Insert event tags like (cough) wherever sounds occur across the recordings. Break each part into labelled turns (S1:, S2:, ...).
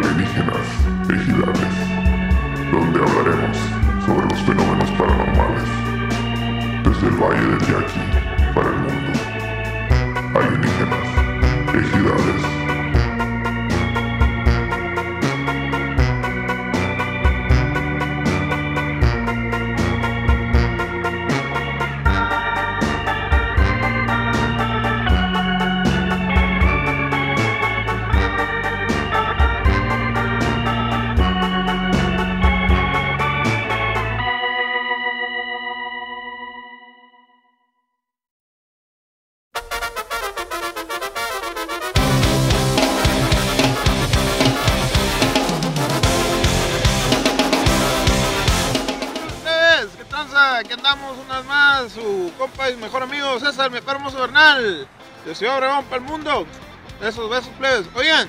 S1: Leyendas Ejidales, donde hablaremos sobre los fenómenos paranormales desde el Valle del Yaqui para el mundo. Alienígenas, ejidales,
S2: ustedes, ¿qué tranza? Aquí andamos una vez más, su compa y mejor amigo César, mi perro hermoso Bernal, de Ciudad Obregón para el mundo. Besos, besos, plebes. Oigan,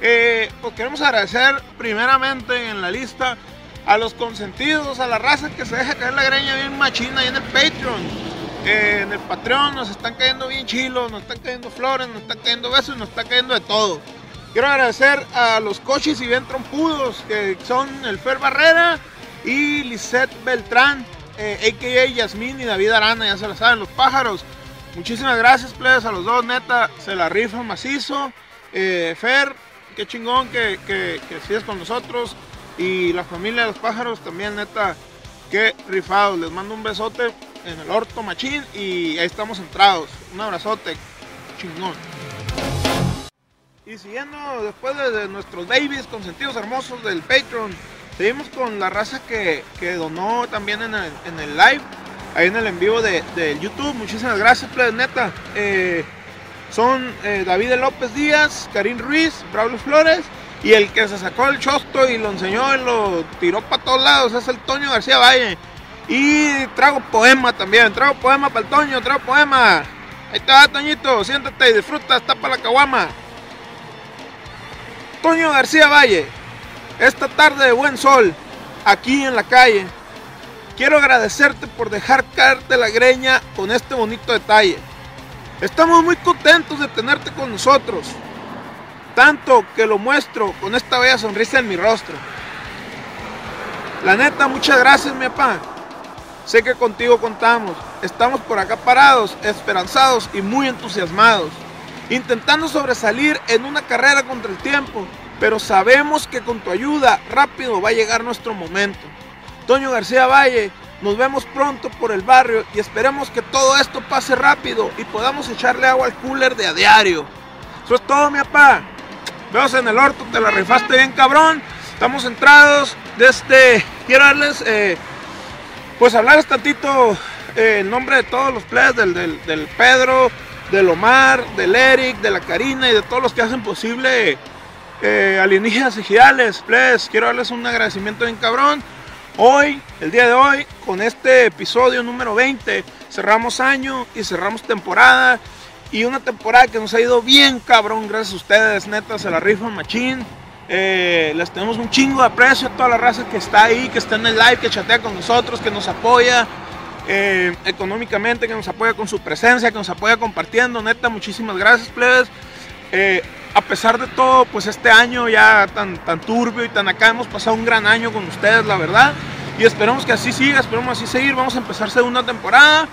S2: eh, pues queremos agradecer primeramente en la lista a los consentidos, a la raza que se deja caer la greña bien machina ahí en el Patreon. Eh, en el Patreon nos están cayendo bien chilos, nos están cayendo flores, nos están cayendo besos, nos está cayendo de todo. Quiero agradecer a los coches y bien trompudos, que son el Fer Barrera y Lisette Beltrán, eh, a.k.a. Yasmín y David Arana, ya se lo saben, los pájaros. Muchísimas gracias, plebes, a los dos, neta, se la rifan macizo. Eh, Fer, qué chingón que, que, que sigues con nosotros. Y la familia de los pájaros también, neta, qué rifados. Les mando un besote en el orto machín y ahí estamos entrados. Un abrazote, chingón. Y siguiendo después de, de nuestros babies consentidos hermosos del Patreon, seguimos con la raza que, que donó también en el, en el live, ahí en el en vivo de, del YouTube. Muchísimas gracias, plebes, neta. Eh, son eh, David López Díaz, Karim Ruiz, Braulio Flores y el que se sacó el chosto y lo enseñó y lo tiró para todos lados es el Toño García Valle. Y trago poema también, trago poema para el Toño, trago poema. Ahí te va, Toñito, siéntate y disfruta, está para la caguama. Toño García Valle, esta tarde de buen sol, aquí en la calle, quiero agradecerte por dejar caerte la greña con este bonito detalle. Estamos muy contentos de tenerte con nosotros, tanto que lo muestro con esta bella sonrisa en mi rostro. La neta, muchas gracias, mi papá. Sé que contigo contamos. Estamos por acá parados, esperanzados y muy entusiasmados, intentando sobresalir en una carrera contra el tiempo, pero sabemos que con tu ayuda rápido va a llegar nuestro momento. Toño García Valle, nos vemos pronto por el barrio y esperemos que todo esto pase rápido y podamos echarle agua al cooler de a diario. Eso es todo, mi papá. Veos en el orto, te la rifaste bien, cabrón. Estamos entrados desde... Quiero darles... eh, pues hablarles tantito eh, en nombre de todos los players, del, del- del Pedro, del Omar, del Eric, de la Karina y de todos los que hacen posible eh, Alienígenas Ejidales, players. Quiero darles un agradecimiento bien cabrón. Hoy, el día de hoy, con este episodio número 20, cerramos año y cerramos temporada. Y una temporada que nos ha ido bien cabrón, gracias a ustedes, neta, se la rifan machín. Eh, les tenemos un chingo de aprecio a toda la raza que está ahí, que está en el live, que chatea con nosotros, que nos apoya eh, económicamente, que nos apoya con su presencia, que nos apoya compartiendo. Neta, muchísimas gracias, plebes. Eh, a pesar de todo, pues este año ya tan, tan turbio y tan acá, hemos pasado un gran año con ustedes, la verdad. Y esperemos que así siga, esperemos así seguir. Vamos a empezar segunda temporada.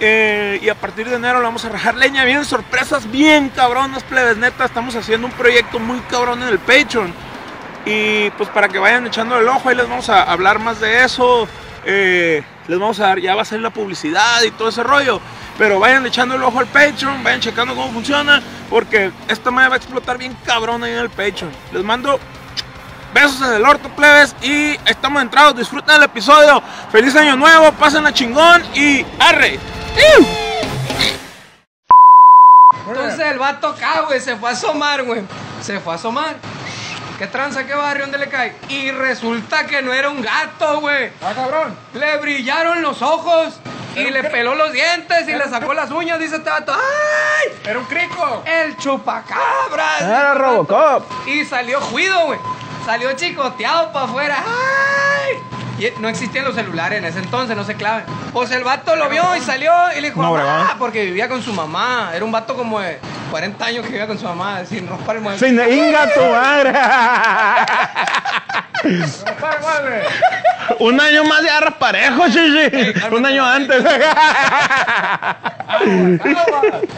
S2: Eh, y a partir de enero le vamos a rajar leña. Vienen sorpresas bien cabronas, plebes. Neta, estamos haciendo un proyecto muy cabrón en el Patreon. Y pues para que vayan echando el ojo, ahí les vamos a hablar más de eso. eh, les vamos a dar, ya va a ser la publicidad y todo ese rollo. Pero vayan echando el ojo al Patreon, vayan checando cómo funciona. Porque esta madre va a explotar bien cabrón ahí en el Patreon. Les mando besos en el orto, plebes. Y estamos entrados, disfruten el episodio. Feliz año nuevo, pásenla chingón y arre. ¡Iu!
S3: Entonces el vato acá, güey, se fue a asomar, güey. Se fue a asomar. ¿Qué tranza, qué barrio, dónde le cae? Y resulta que no era un gato, güey.
S4: Ah, cabrón.
S3: Le brillaron los ojos y le peló los dientes y le sacó las uñas, dice este vato. ¡Ay!
S4: Era un crico.
S3: ¡El chupacabras!
S2: Era Robocop.
S3: Y salió juido, güey. Salió chicoteado para afuera. ¡Ay! Y e, no existían los celulares en ese entonces, no se claven. Pues el vato lo vio y salió y le dijo,
S2: No,
S3: "Mamá",
S2: Obregón.
S3: porque vivía con su mamá. Era un vato como de 40 años que vivía con su mamá, sin ropa el mueble.
S2: Sin inga tu madre.
S5: Un año más de arras parejo, chichi. Un año antes.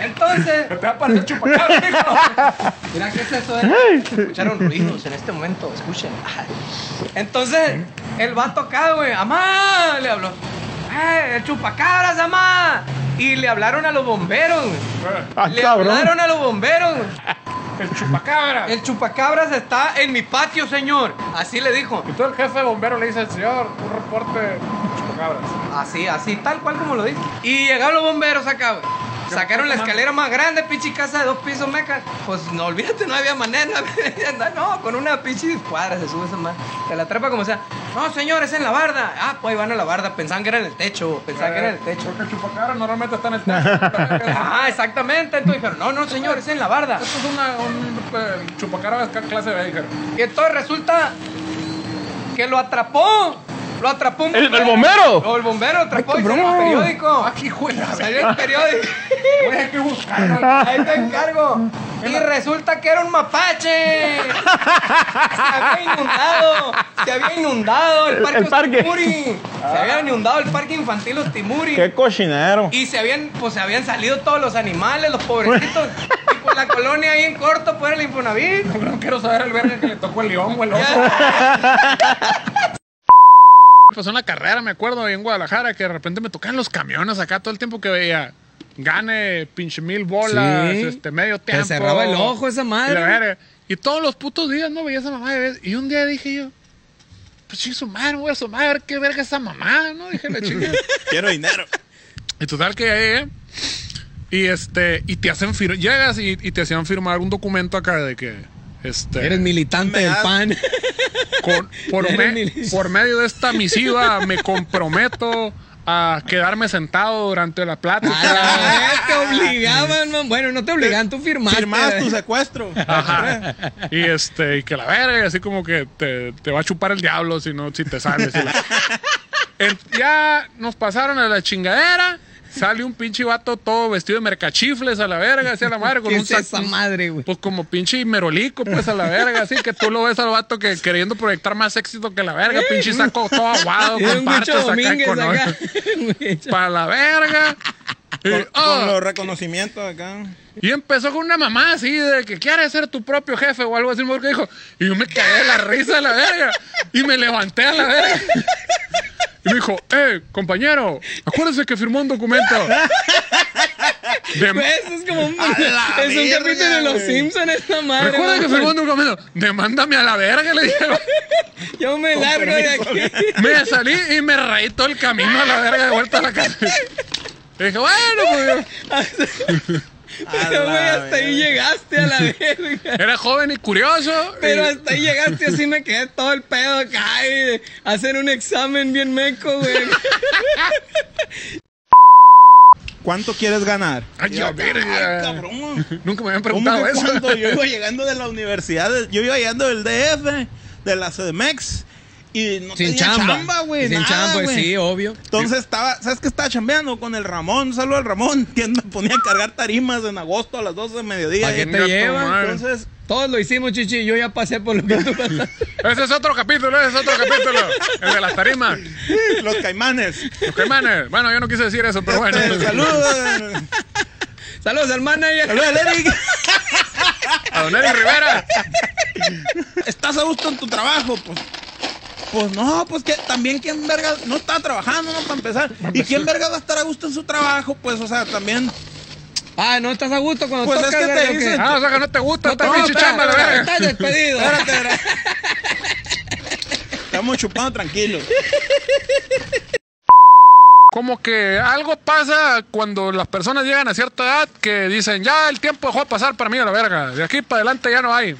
S6: Entonces,
S7: Te va a parecer chupacabra, hijo.
S6: (laughs) mira qué es eso. eh? Escucharon ruidos en este momento, escuchen. Entonces, el vato acá, güey, amá, le habló. ¡Eh, el chupacabras, amá! Y le hablaron a los bomberos, güey.
S5: Ah, (laughs)
S6: Le
S5: cabrón.
S6: hablaron a los bomberos, güey.
S7: El chupacabra.
S6: El chupacabras está en mi patio, señor. Así le dijo.
S7: Y todo el jefe de bomberos le dice al señor, un reporte chupacabras.
S6: Así, así, tal cual como lo dice. Y llegaron los bomberos acá, güey. Sacaron la escalera más grande, pinche casa de dos pisos, meca. Pues no, olvídate, no había manera. No, (laughs) había- no, con una pinche cuadra se sube esa madre. Te la trepa como sea. No, señor, es en la barda. Ah, pues ahí van a la barda. Pensaban que era en el techo, güey. pensaban que era en el techo.
S7: Porque el chupacabra normalmente está en el
S6: (laughs)
S7: techo.
S6: Ah, exactamente. Entonces dijeron, no, no, señor, es en la barda.
S7: Esto es una, un eh, chupacabra de clase B, dijeron.
S6: Y entonces resulta que lo atrapó. Lo atrapó un
S5: ¿El- el bombero?
S6: O el bombero atrapó
S5: Ay,
S6: y salió
S5: cabrón.
S6: el periódico.
S7: Aquí, güey, la verga.
S6: Salió el
S7: (laughs)
S6: periódico.
S7: Güey, hay que buscarlo.
S6: Ahí te encargo. Y resulta que era un mapache. Se había inundado. Se había inundado el
S5: El-
S6: parque,
S5: el parque. Ah.
S6: Ostimuri. Se había inundado el parque infantil Ostimuri.
S5: Qué cochinero.
S6: Y se habían, pues, se habían salido todos los animales, los
S5: (laughs)
S6: pobrecitos. Y pues la colonia ahí en corto, pues era el Infonavit.
S7: No quiero saber el verga que le tocó el león, güey. el oso. Empezó una carrera, me acuerdo, ahí en Guadalajara, que de repente me tocaban los camiones acá todo el tiempo que veía. Gane pinche mil bolas,
S6: Sí.
S7: este medio
S6: Te
S7: tiempo.
S6: cerraba el ojo esa madre.
S7: Y, la verga. Y todos los putos días no veía esa mamá de vez. Y un día dije yo, pues ching su madre, me voy a asomar a ver qué verga es esa mamá, ¿no? Dije la chinga.
S5: (laughs) Quiero dinero.
S7: Y total que ya llegué. Y este, y te hacen firmar, llegas y, y te hacían firmar un documento acá de que, este.
S6: militante del (laughs) PAN.
S7: Con- por,
S6: Eres
S7: me-
S6: milicia.
S7: por medio de esta misiva me comprometo a quedarme sentado durante la plática.
S6: Ah, te obligaban, man. Bueno, no te obligaban, tú firmaste.
S8: Firmabas tu secuestro.
S7: Ajá. Y este, y que la verga, y así como que te, te va a chupar el diablo si no, si te sales. y la- (laughs) En- ya nos pasaron a la chingadera. Sale un pinche vato todo vestido de mercachifles a la verga, así a la madre, con
S6: ¿Qué
S7: un
S6: es
S7: sac-
S6: esa madre, güey?
S7: Pues como pinche merolico, pues a la verga, así que tú lo ves al vato que queriendo proyectar más éxito que la verga, pinche saco todo aguado,
S6: Era
S7: con
S6: un Gucho
S7: parches acá, y
S6: Domínguez
S7: con
S6: acá. (laughs) Un Gucho.
S7: para la verga. Y,
S8: Con,
S7: ah,
S8: con los reconocimientos acá.
S7: y empezó con una mamá así de que quieres ser tu propio jefe o algo así, porque dijo, y yo me cagué de la risa a la verga. Y me levanté a la verga. Y me dijo, eh, compañero, acuérdese que firmó un documento. De-
S6: Güey, Eso es como un, (laughs)
S8: la
S6: es un
S8: verga,
S6: capítulo de los
S8: güey.
S6: Simpsons esta madre.
S7: Recuerda que
S6: güey.
S7: firmó un documento. Demándame a la verga, le dije.
S6: Yo me largo de aquí.
S7: Me salí y me reí todo el camino a la verga de vuelta a la casa. Y dije, bueno, pues.
S6: (laughs) Pero, güey, hasta ahí llegaste a la verga.
S7: Era joven y curioso. y-
S6: Pero hasta ahí llegaste, así me quedé todo el pedo acá. y de hacer un examen bien meco, güey.
S8: ¿Cuánto quieres ganar?
S7: Ay, ya, verga.
S8: Ay, cabrón.
S7: Nunca me
S8: ¿Cómo
S7: habían preguntado
S8: que
S7: eso.
S8: cuando yo iba llegando de la universidad, de- yo iba llegando del DF, de la CDMX, y no
S6: Sin (laughs)
S8: tenía
S6: chamba.
S8: güey.
S6: Sin
S8: nada,
S6: chamba, pues,
S8: güey.
S6: sí, obvio.
S8: Entonces estaba, ¿sabes qué estaba chambeando? Con el Ramón, saludo al Ramón, que me ponía a cargar tarimas en agosto a las 12 de mediodía.
S6: ¿Para qué
S7: Venga,
S6: te llevan?
S7: tomar.
S8: Entonces,
S6: Todos lo hicimos, chichi. Yo ya pasé por lo que tú
S7: (laughs)
S6: pasaste.
S7: Ese es otro capítulo, ese es otro capítulo. El de las tarimas.
S8: los caimanes.
S7: Los caimanes. Bueno, yo no quise decir eso, pero bueno.
S8: Este, saludos.
S6: Saludos al manager.
S8: Saludos al Eric.
S7: A Don Eric Rivera.
S8: ¿Estás a gusto en tu trabajo? Pues, pues no, pues que también quién verga no está trabajando, no para empezar. ¿Y quién verga va a estar a gusto en su trabajo? Pues, o sea, también.
S6: Ah, ¿no estás a gusto cuando
S8: Pues es
S6: tocas?
S8: que te
S6: güey, o qué?
S8: dicen-
S7: Ah, o sea que no te gusta esta pinche
S6: espera,
S7: chamba, la
S6: espera,
S7: verga.
S6: Estás despedido.
S8: Espérate, verga. Estamos chupando tranquilos.
S7: Como que algo pasa cuando las personas llegan a cierta edad que dicen, ya el tiempo dejó de pasar para mí a la verga. De aquí para adelante ya no hay.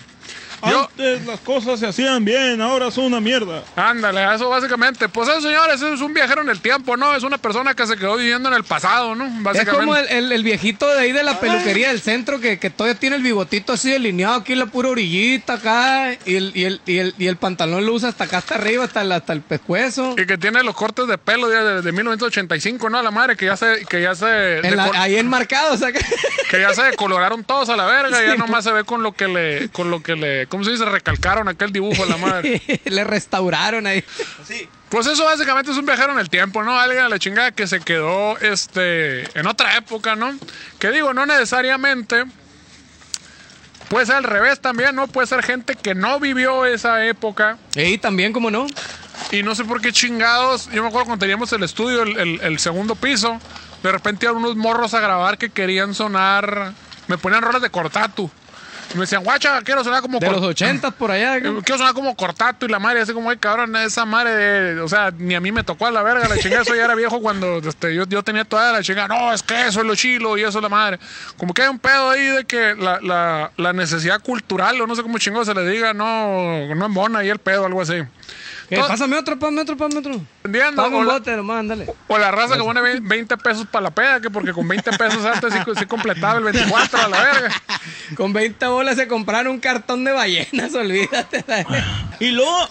S7: Yo,
S8: Antes las cosas se hacían bien, ahora son una mierda.
S7: ándale, a eso básicamente. Pues eso, señores, eso es un viajero en el tiempo, ¿no? Es una persona que se quedó viviendo en el pasado, ¿no?
S6: Es
S7: Básicamente.
S6: como el, el- el viejito de ahí de la peluquería del centro que, que todavía tiene el bigotito así delineado aquí en la pura orillita acá y el, y el, y el, y el pantalón lo usa hasta acá, hasta arriba, hasta el, hasta el pescuezo.
S7: Y que tiene los cortes de pelo de, de- de 1985, ¿no? A la madre, que ya se, que ya se,
S6: En la-
S7: decol-
S6: ahí enmarcado, o sea que...
S7: que ya se decoloraron todos a la verga, ya nomás se ve con lo que le, con lo que le, ¿Cómo se dice? Recalcaron acá el dibujo a la madre.
S6: (laughs) Le restauraron ahí.
S9: Así.
S7: Pues eso básicamente es un viajero en el tiempo, ¿no? Alguien a la chingada que se quedó este, en otra época, ¿no? Que digo, no necesariamente. Puede ser al revés también, ¿no? Puede ser gente que no vivió esa época.
S6: Y también, ¿cómo no?
S7: Y no sé por qué chingados. Yo me acuerdo cuando teníamos el estudio, el, el- el segundo piso. De repente iban unos morros a grabar que querían sonar. Me ponían rolas de cortatu. Y me decían, guacha, quiero sonar como
S6: De
S7: Cor-
S6: los ochentas por allá.
S7: eh, Quiero sonar como cortato y la madre, así como, ay, cabrón, esa madre, de- o sea, ni a mí me tocó a la verga, la chingada, eso ya era viejo cuando este, yo, yo tenía toda la chingada, no, es que eso es lo chilo y eso es la madre. Como que hay un pedo ahí de que la, la- la necesidad cultural, o no sé cómo chingo se le diga, no, no mona y el pedo, algo así.
S6: Eh, pásame otro, pásame otro, pásame otro.
S7: Entiendo,
S6: Pásame un
S7: hola.
S6: bote nomás, ándale.
S7: O la raza que pone ve- 20 pesos para la peda, que porque con 20 pesos antes sí, sí completaba el 24 a la verga.
S6: Con 20 bolas se compraron un cartón de ballenas, (laughs) olvídate.
S8: Y luego,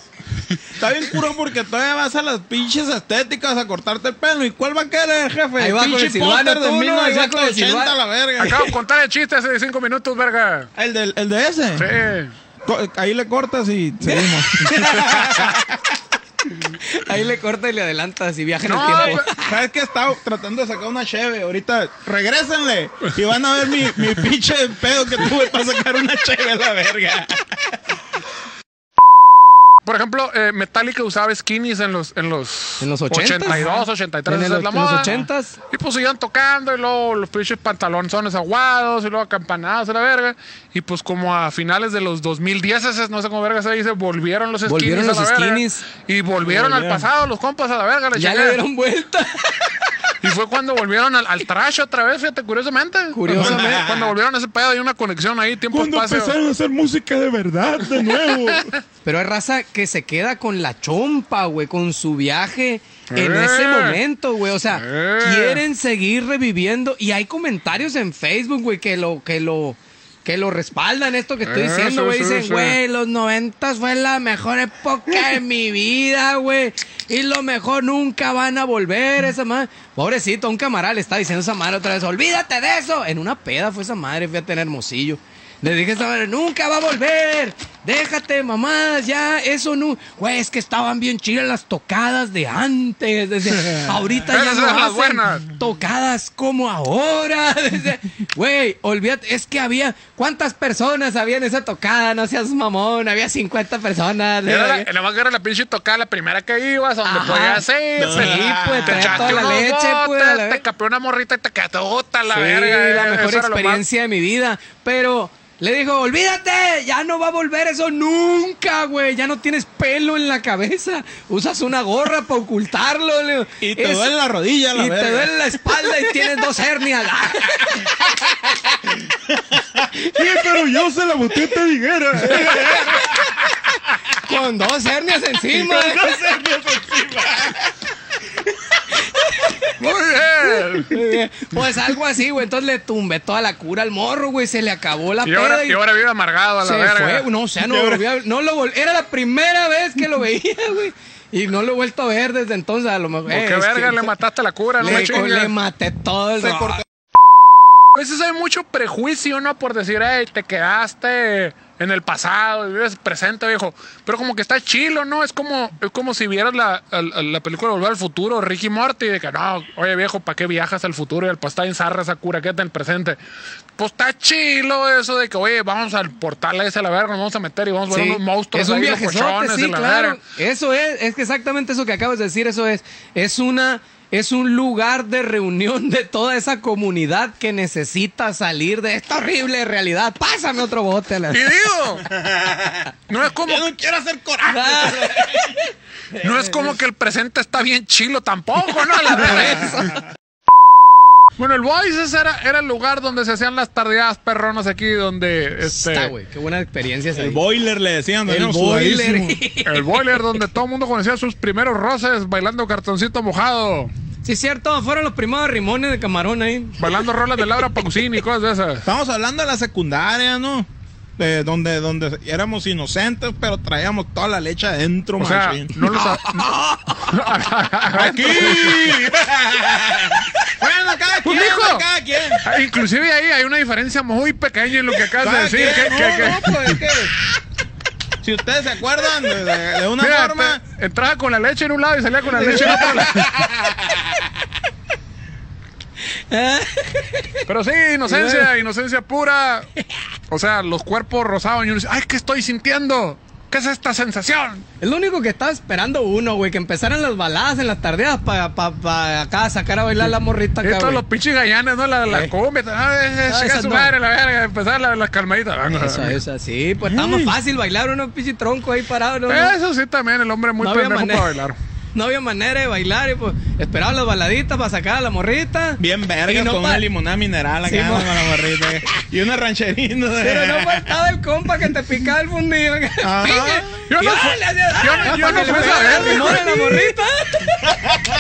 S8: está bien curo porque todavía vas a las pinches estéticas a cortarte el pelo. ¿Y cuál va a quedar el jefe?
S6: Ahí va con el
S8: Pinche
S6: Silvano,
S8: póster de
S6: tú, ¿no? Ahí va con el
S8: 1980
S6: Silvano.
S8: la verga.
S7: Acabo de contar el chiste hace 5 minutos, verga.
S8: El, del, el de ese.
S7: Sí.
S8: Co- Ahí le cortas y seguimos.
S6: (laughs) Ahí le corta y le adelanta así viaja en
S7: No, pues,
S6: el tiempo.
S8: ¿Sabes qué? Estaba tratando de sacar una cheve. Ahorita, regrésenle. Y van a ver mi, mi pinche pedo que tuve para sacar una cheve a la verga.
S7: Por ejemplo, eh, Metallica usaba skinnies en los, en los,
S6: En los 80s.
S7: 82, 83,
S6: En el-
S7: esa es la
S6: en los
S7: moda.
S6: 80s.
S7: Y pues seguían tocando y luego los pinches pantalones aguados y luego acampanados a la verga. Y pues como a finales de los 2010, esos, no sé cómo verga se dice, volvieron los skinnies.
S6: Volvieron
S7: a
S6: los
S7: la verga.
S6: skinnies.
S7: Y volvieron al pasado los compas a la verga. la
S6: Ya le
S7: chingada.
S6: dieron vuelta. (laughs)
S7: Y fue cuando volvieron al, al trash otra vez, fíjate, curiosamente.
S6: Curiosamente.
S7: (laughs) Cuando, cuando volvieron a ese pedo hay una conexión ahí, tiempo espacio.
S8: a hacer música de verdad de nuevo?
S6: Pero hay raza que se queda con la chompa, güey, con su viaje en
S7: Eh.
S6: ese momento, güey. O sea,
S7: Eh.
S6: quieren seguir reviviendo. Y hay comentarios en Facebook, güey, que lo, que lo, que lo respaldan esto que estoy
S7: Eh,
S6: diciendo,
S7: sí,
S6: güey.
S7: sí,
S6: Dicen,
S7: sí.
S6: güey, los noventas fue la mejor época de mi vida, güey. Y lo mejor nunca van a volver, esa madre. Pobrecito, un camarada le está diciendo esa madre otra vez, olvídate de eso. En una peda fue esa madre, fíjate en hermosillo. Le dije a esa madre, nunca va a volver. Déjate, mamadas, ya, eso no. Güey, es que estaban bien chidas las tocadas de antes.
S7: (laughs)
S6: Desde, ahorita ya
S7: Esas
S6: no
S7: eran las
S6: hacen
S7: buenas.
S6: tocadas como ahora. (laughs) Desde- Güey, olvídate, es que había. ¿Cuántas personas había en esa tocada? No seas mamón, había 50 personas.
S7: Era la, nada más que era la pinche tocada la primera que ibas, donde
S6: Ajá.
S7: podías ir.
S6: Sí, pues, traía
S7: echaste
S6: toda la
S7: unos
S6: leche, pues, a la
S7: botes,
S6: verga.
S7: Te capeó una morrita y te quedaste "Ota, la
S6: Sí,
S7: verga.
S6: la
S7: eh,
S6: mejor
S7: eso era lo más-
S6: experiencia de mi vida. Pero le dijo, olvídate, ya no va a volver eso nunca, güey. Ya no tienes pelo en la cabeza. Usas una gorra para ocultarlo. le digo.
S8: (laughs) Y te
S6: Es-
S8: duele la rodilla, la
S6: y
S8: verga.
S6: te duele la espalda y tienes dos hernias. (laughs)
S8: pero yo se la boté te dijera. (laughs)
S6: Con dos hernias encima.
S7: (laughs) Muy bien.
S6: (laughs) Pues algo así, güey. Entonces le tumbé toda la cura al morro, güey. Se le acabó la
S7: Y
S6: (laughs)
S7: ahora,
S6: peda y
S7: y ahora vive amargado a la
S6: se
S7: verga.
S6: fue. No, o sea, no volví a- no lo vol- Era la primera vez que lo veía, (laughs) güey. Y no lo he vuelto a ver desde entonces. A lo mejor.
S7: ¿Por
S6: eh,
S7: Pues qué
S6: es
S7: verga
S6: que-
S7: le mataste la cura? No me
S6: le,
S7: chingas.
S6: le maté todo el ah,
S8: Se
S6: rollo.
S8: cortó.
S7: A veces hay mucho prejuicio, ¿no? Por decir, hey, te quedaste en el pasado, vives presente, viejo. Pero como que está chilo, ¿no? Es como, es como si vieras la, la- la película Volver al Futuro, Ricky Morty, de que no, oye, viejo, ¿para qué viajas al futuro y al pasado en zarra esa cura que está en el presente? Pues está chilo eso de que, oye, vamos al portal ese a la verga, nos vamos a meter y vamos a ver
S6: Sí.
S7: unos monstruos
S6: es un
S7: ahí,
S6: viajezote,
S7: locochones
S6: sí,
S7: y la
S6: claro.
S7: verga.
S6: Eso es, es que exactamente eso que acabas de decir, eso es. Es una es un lugar de reunión de toda esa comunidad que necesita salir de esta horrible realidad. Pásame otro bote. a la-
S7: Y
S6: (laughs)
S7: digo, no es como
S8: Yo no quiero hacer coraje.
S6: Ah,
S7: No es como que el presente está bien chilo tampoco, ¿no?
S8: (laughs)
S7: La verdad. Bueno, el Voices era, era el lugar donde se hacían las tardeadas perronas aquí, donde este,
S6: está, güey, qué buena experiencia esa.
S8: El boiler le decían.
S6: El
S8: ¿no?
S6: boiler.
S8: Sudadísimo.
S7: el boiler, donde todo el mundo conocía sus primeros roces, bailando cartoncito mojado,
S6: Sí, es cierto, fueron los primeros rimones de camarón ahí.
S7: bailando rolas de Laura Pausini y cosas de esas.
S8: Estamos hablando de la secundaria, ¿no? De donde, donde éramos inocentes, pero traíamos toda la leche adentro,
S7: O sea,
S8: machín.
S7: no lo
S8: (laughs)
S7: sab-
S8: ¡Aquí!
S7: (laughs)
S8: bueno, cada quien,
S7: Pues, mijo.
S8: cada quien.
S7: Ah, Inclusive ahí hay una diferencia muy pequeña en lo que acabas de
S8: Cada
S7: decir.
S8: quien.
S7: que- que-
S8: No,
S7: que-
S8: no, pues, es que si ustedes se acuerdan de, de- de una
S7: Mira,
S8: forma.
S7: te- entraba con la leche en un lado y salía con la leche en otro
S6: (laughs)
S7: lado. Pero sí, inocencia, inocencia pura. O sea, los cuerpos rozaban y uno dice, ay, ¿qué estoy sintiendo? ¿Qué es esta sensación?
S6: Es lo único que estaba esperando uno, güey, que empezaran las baladas en las tardeadas para pa, pa acá sacar a bailar la morrita acá,
S7: Estos
S6: güey.
S7: los pinches gallanes, ¿no? La, la
S6: Eh.
S7: cumbia. Ah, es- es
S6: No,
S7: chica
S6: esas
S7: su
S6: no.
S7: madre, la verga. Empezar la- las calmaditas.
S6: Esa, esa, sí, pues estaba más fácil bailar uno pinche tronco ahí parado, ¿no?
S7: Eso sí, también el hombre es muy
S6: No había
S7: pendejo
S6: manera.
S7: para bailar.
S6: (laughs) No había manera de bailar y pues esperaba las baladitas para sacar a la morrita.
S8: Bien verga,
S6: Y no
S8: con
S6: pa-
S8: una limonada mineral acá,
S6: Sí, mo-
S8: con la barrita. Y una ¿eh? rancherina.
S6: Pero no faltaba el compa que te picaba el fundillo.
S8: Ajá.
S7: Yo no fui- yo no- yo no fui esa verga,
S6: limón
S7: güey. (laughs)
S6: a la morrita.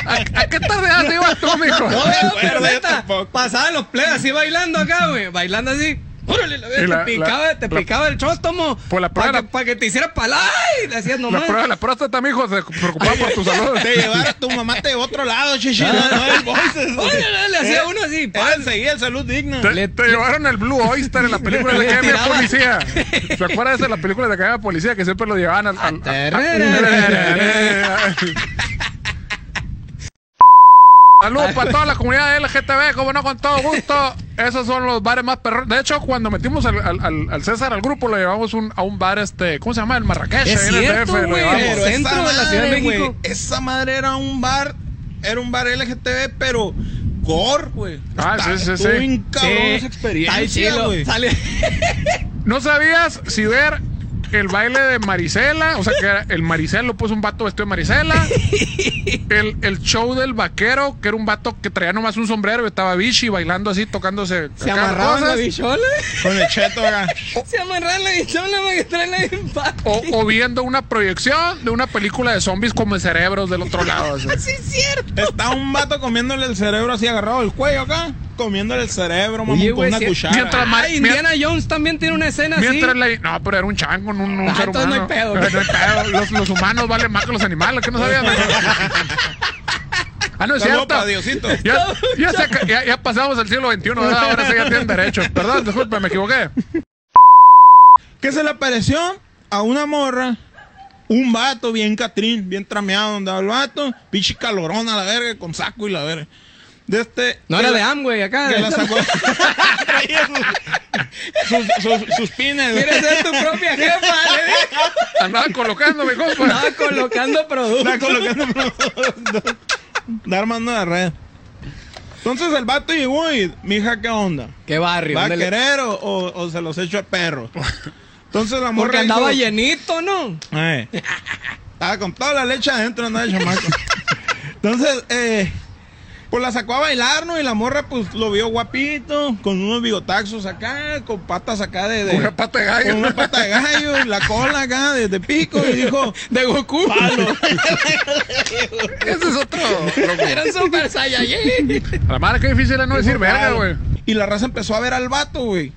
S7: ¿A, a qué tarde te ibas
S6: (laughs)
S7: tú,
S8: (laughs)
S7: mijo?
S8: No, me acuerdo, yo tampoco.
S6: Pasaban los plebes así bailando acá, güey. Bailando así. Órale, la,
S7: Y
S6: verga,
S7: la-
S6: te picaba,
S7: la-
S6: te
S7: la-
S6: picaba el chóstomo.
S7: Por la
S6: Para
S7: prueba-
S6: que, pa' que te hiciera palá. Y le hacías nomás.
S7: La prueba de la próstata, mijo, se preocupaba por tu
S6: (laughs)
S7: salud.
S8: Te llevaron, tu mamá te llevó a otro lado, chichi. No, no, el voices.
S6: Órale, le hacía
S8: Eh,
S6: uno así. pa.
S8: Era el seguir el salud digna.
S7: Te, te llevaron el Blue Oyster en la película de
S6: Le
S7: Academia
S6: tiraba.
S7: Policía. ¿Se acuerdas de la película de Academia Policía que siempre lo llevaban al. al-
S6: Aterrere.
S7: (laughs) Saludos para toda la comunidad de LGTB, como no, con todo gusto. Esos son los bares más perros. De hecho, cuando metimos al, al- al- al César al grupo, lo llevamos un- a un bar, este, ¿cómo se llama? El Marrakech,
S6: Es
S7: ahí en el
S6: cierto,
S7: DF, lo
S6: güey.
S7: llevamos.
S6: Pero centro
S8: esa
S6: de la Ciudad de
S8: madre, güey,
S6: México.
S8: Esa madre era un bar, era un bar LGTB, pero gore, güey.
S7: Ah,
S8: Está-
S7: sí, sí,
S8: estuvo
S7: sí.
S8: bien cabrón
S6: Sí,
S7: eh,
S8: esa
S6: está
S8: experiencia,
S6: chilo.
S8: güey.
S7: (laughs)
S6: Sale-
S7: ¿No sabías si ver el baile de Marisela? O sea, que era el Maricel lo puso un vato vestido
S6: (laughs)
S7: de Marisela. El, el show del vaquero, que era un vato que traía nomás un sombrero y estaba bichi bailando así, tocándose.
S6: Se
S7: acá
S6: amarraban la
S7: cosas.
S6: bichola.
S8: Con el cheto (laughs) acá.
S6: Se amarraban la bichola para que traen la empate.
S7: o, o viendo una proyección de una película de zombies como cerebros del otro lado.
S6: (laughs)
S7: o sea.
S6: Sí, es cierto.
S7: Eh,
S8: Está un vato comiéndole el cerebro así agarrado del cuello acá. Comiéndole el cerebro, mamón,
S6: Oye,
S8: con
S6: güey,
S8: una
S6: si-
S8: cuchara.
S7: Mientras-
S6: Ah, Indiana Jones también tiene una escena así.
S7: Mientras la- No, pero era un chango, un, un
S6: Ah,
S7: ser
S6: entonces
S7: humano.
S6: no hay pedo.
S7: Eh, no hay pedo. Los, los humanos valen más que los animales, que no sabían.
S6: (laughs)
S7: ah, no es
S8: Saludos
S7: cierto.
S8: para Diosito.
S6: (laughs)
S7: Ya, ya, se aca- ya- ya pasamos al siglo XXI, ¿verdad? ahora sí ya tienen derecho. Perdón, disculpe, me equivoqué.
S8: Que se le apareció a una morra. Un vato bien catrín, bien trameado, donde va el vato, pinche calorón a la verga, con saco y la verga. De este.
S6: No
S8: que
S6: era
S8: la-
S6: de Amway acá.
S8: Que la sacó.
S6: (laughs)
S8: Traía sus, sus, sus, sus pines. güey.
S6: Quieres ser tu (laughs) propia jefa. Le dije.
S7: Andaba colocando, mi compa.
S6: Estaba colocando (laughs) productos.
S8: Está colocando (laughs) productos. Está armando la red. Entonces el vato llegó y, mija, ¿qué onda?
S6: ¿Qué barrio?
S8: ¿Va a
S6: ¿Dónde le-
S8: querer o, o- o se los echo a perro? Entonces la morra
S6: Porque andaba
S8: dijo,
S6: llenito, ¿no?
S8: Eh, estaba con toda la leche adentro, andaba el chamaco. Entonces, eh, pues la sacó a bailar, ¿no? Y la morra, pues lo vio guapito, con unos bigotaxos acá, con patas acá de. de-
S7: Una pata de gallo.
S8: con una pata de gallo, y la cola acá de, de pico, y dijo.
S6: De Goku.
S7: Ese es
S8: (laughs)
S7: otro.
S6: Era un super saiyajin.
S7: A La madre, qué difícil es no decir verga,
S8: "Claro".
S7: güey.
S8: Y la raza empezó a ver al vato, güey.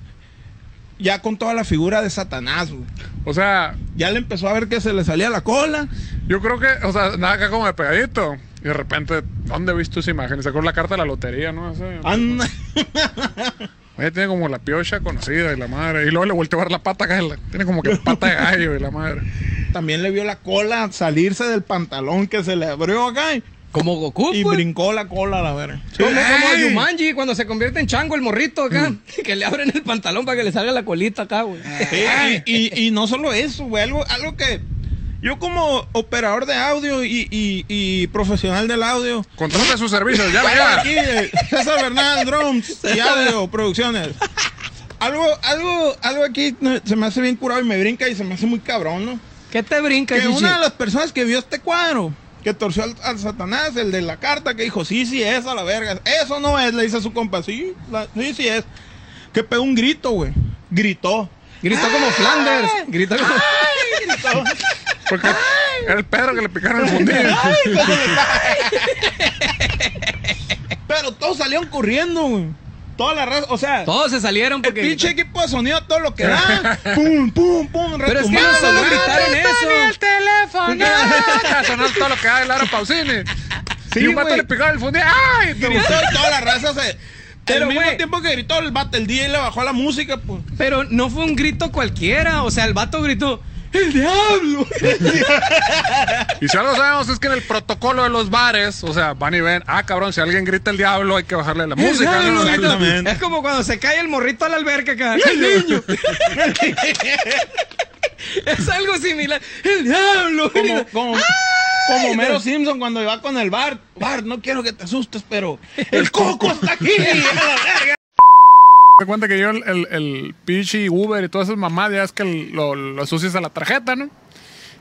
S8: Ya con toda la figura de Satanás, güey.
S7: O sea,
S8: Ya le empezó a ver que se le salía la cola.
S7: Yo creo que, o sea, nada acá como de pegadito. Y de repente, ¿dónde viste tus imágenes? Sacó la carta de la lotería, ¿no? Así.
S8: Anda.
S7: Oye, tiene como la piocha conocida y la madre. Y luego le volteó a ver la pata acá. la- Tiene como
S8: (laughs)
S7: que pata de gallo y la madre.
S8: (laughs) También le vio la cola salirse del pantalón que se le abrió acá y,
S6: (laughs) Como Goku,
S8: y
S6: pues.
S8: brincó la cola a la verga.
S6: Como, como
S7: ¡Ey!
S6: Yumanji cuando se convierte en chango el morrito acá. (laughs) Que le abren el pantalón para que le salga la colita acá, güey.
S8: Sí, y, y- y no solo eso, güey, algo, algo que yo como operador de audio y, y- y profesional del audio,
S7: Contrata sus servicios, ya,
S8: Bueno,
S7: ya.
S8: aquí eh, César Bernal, Drums y Audio Producciones. Algo, algo, algo aquí eh, se me hace bien curado y me brinca y se me hace muy cabrón, ¿no?
S6: (laughs) ¿Qué te brinca,
S8: Que
S6: Gigi?
S8: una de las personas que vio este cuadro, que torció al, al Satanás, el de la carta, que dijo, sí, sí es, a la verga. Eso no es, le dice a su compa, sí, la- sí, sí es. Que pegó un grito, güey. Gritó.
S6: Gritó como Flanders. Gritó como...
S8: (laughs)
S7: Porque era el Pedro que le picaron el fundillo.
S8: Pero todos salieron corriendo, güey. Toda la raza, o sea,
S6: Todos se salieron
S8: el
S6: porque...
S8: pinche equipo de sonido a todo lo
S6: (laughs)
S8: que da. pum, pum, pum,
S6: Pero es que no
S8: retumbando,
S6: solo
S8: grito.
S6: gritaron eso.
S7: teléfono!
S6: (laughs)
S7: A sonar todo lo que da el Lara Pausini.
S8: Sí,
S7: y un vato
S8: güey.
S7: le picaron el fundillo. ¡Ay!
S8: gritó y toda la raza se.
S6: Pero,
S8: al mismo
S6: güey.
S8: tiempo que gritó el bate, el DJ le bajó la música, pues.
S6: Pero no fue un grito cualquiera, o sea, el vato gritó,
S8: ¡El
S6: (laughs)
S8: diablo!
S7: Y si algo sabemos es que en el protocolo de los bares, o sea, van y ven, ah, cabrón, si alguien grita el diablo, hay que bajarle la música.
S8: diablo,
S7: ¿no?
S8: grita.
S6: Es como cuando se cae el morrito a la alberca acá. ¡El (laughs) niño! es algo similar. ¡El diablo!
S8: Como, como, como Homero Simpson cuando va con el Bart. Bart, no quiero que te asustes, pero (laughs) el coco está (laughs) aquí.
S7: Me cuenta que yo el, el, el pinche Uber y todas esas mamadas, ya es que el- lo, lo asocias a la tarjeta, ¿no?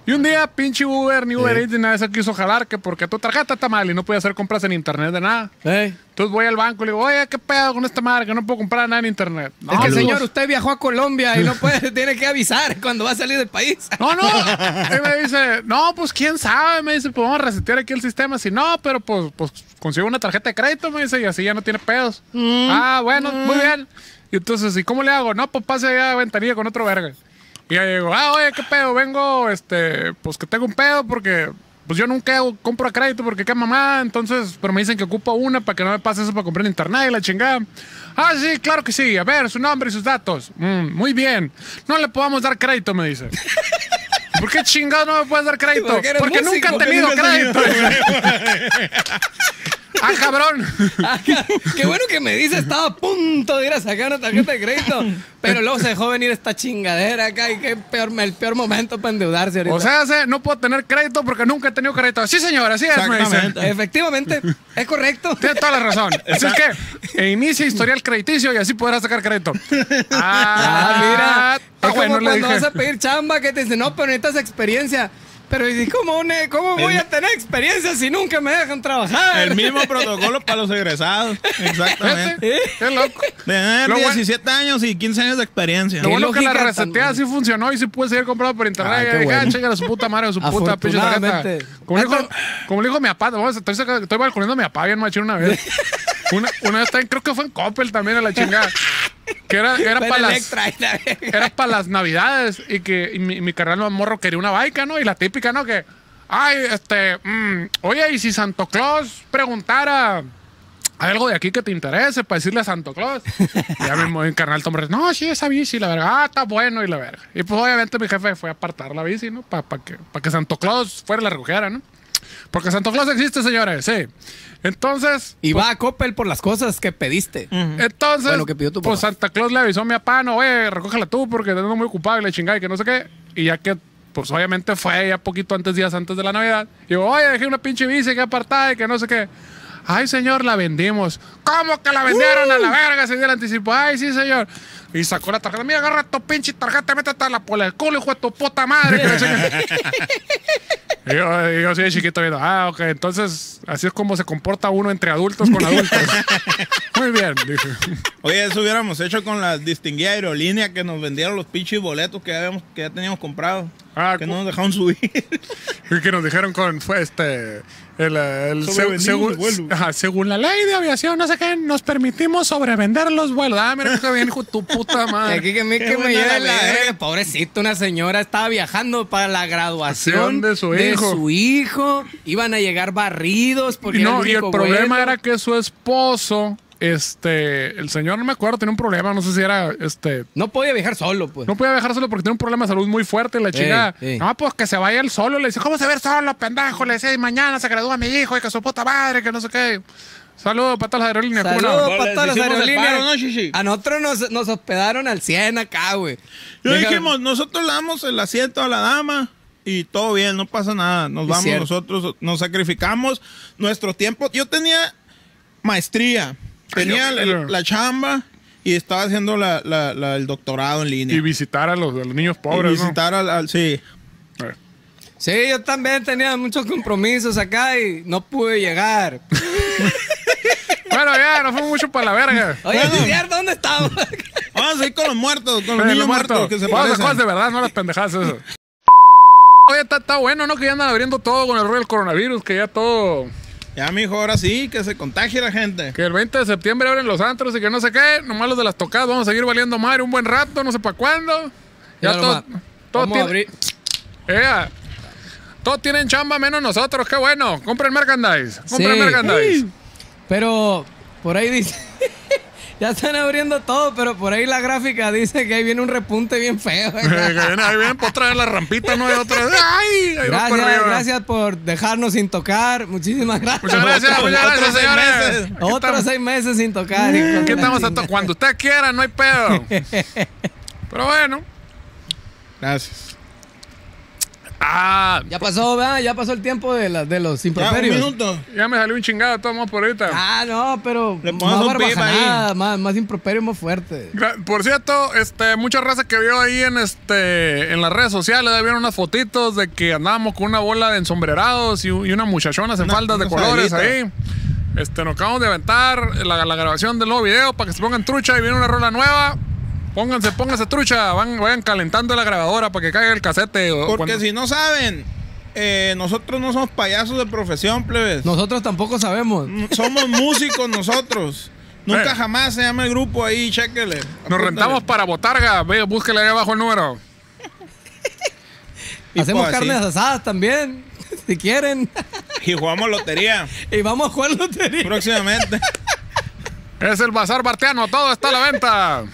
S7: Y un día, pinche Uber ni Uber Eats ni nada de eso quiso jalar, que porque tu tarjeta está mal y no podía hacer compras en internet de nada. Entonces voy al banco y le digo, oye, ¿qué pedo con esta madre? Que no puedo comprar nada en internet. No,
S6: Es que,
S7: pues,
S6: señor, usted viajó a Colombia y no puede, (laughs) tiene que avisar cuando va a salir del país.
S7: No, no. Y me dice, no, pues quién sabe. Me dice, pues vamos a resetear aquí el sistema. Si no, pero pues, pues consigo una tarjeta de crédito, me dice, y así ya no tiene pedos. Ah, bueno, muy bien. Y entonces, ¿y cómo le hago? No, pues pase allá a ventanilla con otro verga. Y ya digo, ah, oye, qué pedo, vengo, este, pues que tengo un pedo porque. Pues yo nunca hago- compro a crédito porque qué mamá, entonces, pero me dicen que ocupo una para que no me pase eso para comprar en internet y la chingada. Ah, sí, claro que sí, a ver, su nombre y sus datos. Mm, muy bien, no le podamos dar crédito, me dice. ¿Por qué chingado no me puedes dar crédito?
S6: Porque
S7: Porque,
S6: eres músico,
S7: nunca han
S6: porque
S7: tenido
S8: nunca has tenido
S7: crédito.
S6: (laughs)
S7: ah, cabrón.
S6: Ah, Qué bueno que me dice, estaba a punto de ir a sacar una tarjeta de crédito. Pero luego se dejó venir esta chingadera acá y qué peor, el peor momento para endeudarse ahorita.
S7: O sea, se- no puedo tener crédito porque nunca he tenido crédito. Sí, señora, así es, me dice.
S8: Exactamente.
S6: efectivamente, es correcto.
S7: Tiene toda
S6: (laughs)
S7: la razón. Así es que e inicia historial crediticio y así podrás
S6: (laughs)
S7: sacar crédito.
S6: Ah, mira.
S7: Ah,
S6: es
S7: bueno,
S6: como
S7: le
S6: cuando
S7: dije.
S6: vas a pedir chamba que te dicen, no, pero necesitas experiencia. Pero ¿y cómo, ne- cómo voy a tener experiencia si nunca me dejan trabajar?
S8: El
S6: (laughs)
S8: mismo protocolo para los egresados. Exactamente.
S6: ¿Eh?
S7: Fíjate, Qué loco.
S8: Tener
S7: Lo bueno-
S8: 17 años y 15 años de experiencia.
S7: Lo bueno que la
S6: lógica tan-
S7: reseteada sí funcionó y sí pude seguir comprando por internet.
S6: Ah,
S7: y
S6: qué
S7: dije, ah,
S6: bueno.
S7: chéngale a su puta madre, a su puta pinche tarjeta.
S6: Afortunadamente.
S7: Como le dijo, como le dijo mi papá, vamos, estoy, saca- estoy balconeando a mi papá bien machín una
S6: (laughs)
S7: vez. Una, una vez también, creo que fue en Coppel también a la chingada. Que era, era
S6: Pero
S7: para las...
S6: Electra, y la verga.
S7: Era para las navidades y que y mi, y mi carnal más morro quería una baica, ¿no? Y la típica, ¿no? Que, ay, este, mm, oye, y si Santo Claus preguntara algo de aquí que te interese para decirle a Santo Claus. Y ya mismo mi carnal tomó, no, sí, esa bici, la verga, ah, está bueno y la verga. Y pues obviamente mi jefe fue a apartar la bici, ¿no? Para que, pa que Santo Claus fuera y la recogiera, ¿no? Porque Santo Claus existe, señores, sí. Entonces,
S6: Y va a Coppel por las cosas que pediste.
S7: entonces,
S6: Bueno, que pidió tu
S7: pues
S6: papá.
S7: Santa Claus le avisó a mi papá, no, güey, recógela tú porque te ando muy ocupado y le chingada y que no sé qué. Y ya que, pues obviamente fue ya poquito antes, días antes de la Navidad. Y yo, oye, dejé una pinche bici que apartada y que no sé qué. Ay, señor, la vendimos. ¿Cómo que la vendieron a la verga? Se dio el anticipo. Ay, sí, señor. Y sacó la tarjeta. Mira, agarra tu pinche tarjeta, métete a la por el culo, hijo de tu puta madre. que no sé qué. Y yo, y yo soy chiquito viendo. Ah, ok. Entonces, así es como se comporta uno entre adultos con adultos. Muy bien, dije.
S8: Oye, eso hubiéramos hecho con la distinguida aerolínea que nos vendieron los pinches boletos que ya, habíamos, que ya teníamos comprados.
S7: Ah,
S8: que
S7: cu-
S8: no nos dejaron subir.
S7: Y que nos dijeron con, fue este, el, eh, el-
S8: Sobrevendimos
S7: según,
S8: el vuelo.
S7: ajá, según la ley de aviación, no sé qué, nos permitimos sobrevender los vuelos. Ah, mira qué bien, hijo de tu puta
S6: (laughs) Y
S7: madre.
S6: Aquí que me,
S8: Qué
S6: que me
S8: buena
S6: lleve
S8: la
S6: la
S8: verga.
S6: verga. Pobrecito, una señora estaba viajando para la graduación
S7: de su hijo.
S6: su hijo. Iban a llegar barridos porque
S7: Y
S6: era
S7: no, y
S6: el
S7: el
S6: único
S7: problema
S6: vuelo.
S7: era que su esposo, este, el señor, no me acuerdo, tenía un problema, no sé si era, este,
S6: No podía viajar solo, pues.
S7: no podía dejárselo porque tiene un problema de salud muy fuerte y la chica,
S6: ey.
S7: no, pues que se vaya él solo. Le dice, ¿cómo se va a ir solo, pendejo? Le dice, "Y mañana se gradúa mi hijo y que su puta madre, que no sé qué. Saludos para todas las aerolíneas. ¿cómo no?
S6: Saludos
S8: no?
S6: para
S8: Les
S6: todas las
S8: hicimos el
S6: aerolíneas.
S8: paro, ¿no, Shishi?
S6: a nosotros nos, nos hospedaron al 100 acá, güey.
S8: Yo
S6: Deja-
S8: dijimos, nosotros le damos el asiento a la dama y todo bien, no pasa nada. Nos
S6: Es
S8: vamos
S6: cierto.
S8: nosotros, nos sacrificamos nuestro tiempo. Yo tenía maestría, tenía
S7: yo-
S8: la, la chamba y estaba haciendo la- la- la- el doctorado en línea.
S7: Y visitar a los, a los niños pobres.
S8: Y
S7: ¿no?
S8: visitar al, al- Sí.
S6: Sí, yo también tenía muchos compromisos acá y no pude llegar.
S7: Bueno, ya, nos fuimos mucho para la verga.
S6: Oye,
S8: Bueno.
S6: Lidiar, ¿dónde estamos?
S8: Vamos a ir con los muertos, con los
S7: Pero
S8: niños muertos, que se
S7: Vamos a las cosas de
S8: parecen.
S7: verdad, no las pendejadas eso. Oye, está, está bueno, ¿no? Que ya andan abriendo todo con el rollo del coronavirus, que ya todo...
S8: Ya, mijo, ahora sí, que se contagie la gente.
S7: Que el 20 de septiembre abren los antros y que no sé qué. Nomás los de las tocadas vamos a seguir valiendo madre un buen rato, no sé para cuándo. (laughs) Ya todo... todo
S6: Vamos a
S7: tiene-
S6: abrir.
S7: Ea. eh, Todos tienen chamba menos nosotros, qué bueno. Compren merchandise, compren
S6: Sí.
S7: merchandise.
S6: Pero por ahí dice. (laughs) Ya están abriendo todo, pero por ahí la gráfica dice que ahí viene un repunte bien
S7: (laughs)
S6: feo. ¿eh?
S7: Que viene- ahí vienen por traer la rampita, ¿no? Y otra vez. ¡Ay! Ahí va para
S6: Gracias,
S7: arriba.
S6: gracias por dejarnos sin tocar. Muchísimas gracias.
S7: Muchas gracias, muchas gracias, señores. Aquí
S6: Otros
S7: estamos-
S6: seis meses sin tocar. hijo de
S7: Aquí
S6: la
S7: estamos a
S6: chingada.
S7: to- Cuando usted quiera, no
S6: (laughs)
S7: hay pedo. Pero bueno.
S8: Gracias.
S7: Ah,
S6: Ya pasó, ¿verdad? Ya pasó el tiempo de, la- de los
S8: Ya, un
S6: improperios.
S8: minuto.
S7: ya me salió un chingado de todos modos por ahorita.
S6: Ah, no, pero
S8: Le
S6: más
S8: ponemos un pip ahí.
S6: barbajanada, más, más improperio, más fuerte.
S7: Gra- Por cierto, este, mucha raza que vio ahí en este, en las redes sociales, ahí vieron unas fotitos de que andábamos con una bola de ensombrerados y, u- y unas muchachonas en
S8: Una-
S7: faldas de
S8: unas
S7: colores ahí.
S8: falderitas.
S7: Este, nos acabamos de aventar la, la grabación del nuevo video para que se pongan trucha y viene una rola nueva. Pónganse, pónganse trucha, van, vayan calentando la grabadora para que caiga el casete. o-
S8: Porque
S7: cuando-
S8: si no saben, eh, nosotros no somos payasos de profesión, plebes.
S6: Nosotros tampoco sabemos.
S7: Mm.
S8: Somos músicos nosotros. Nunca
S7: Eh.
S8: jamás se llama el grupo ahí, chéquele.
S7: Nos rentamos para botarga, ve, búsquele ahí abajo el número.
S8: Y
S6: Hacemos
S8: pues, así.
S6: carnes asadas también, (laughs) si quieren. (laughs)
S8: Y jugamos lotería
S6: y vamos a jugar (laughs) lotería.
S8: próximamente.
S7: Es el Bazar Barteano, todo está a la venta.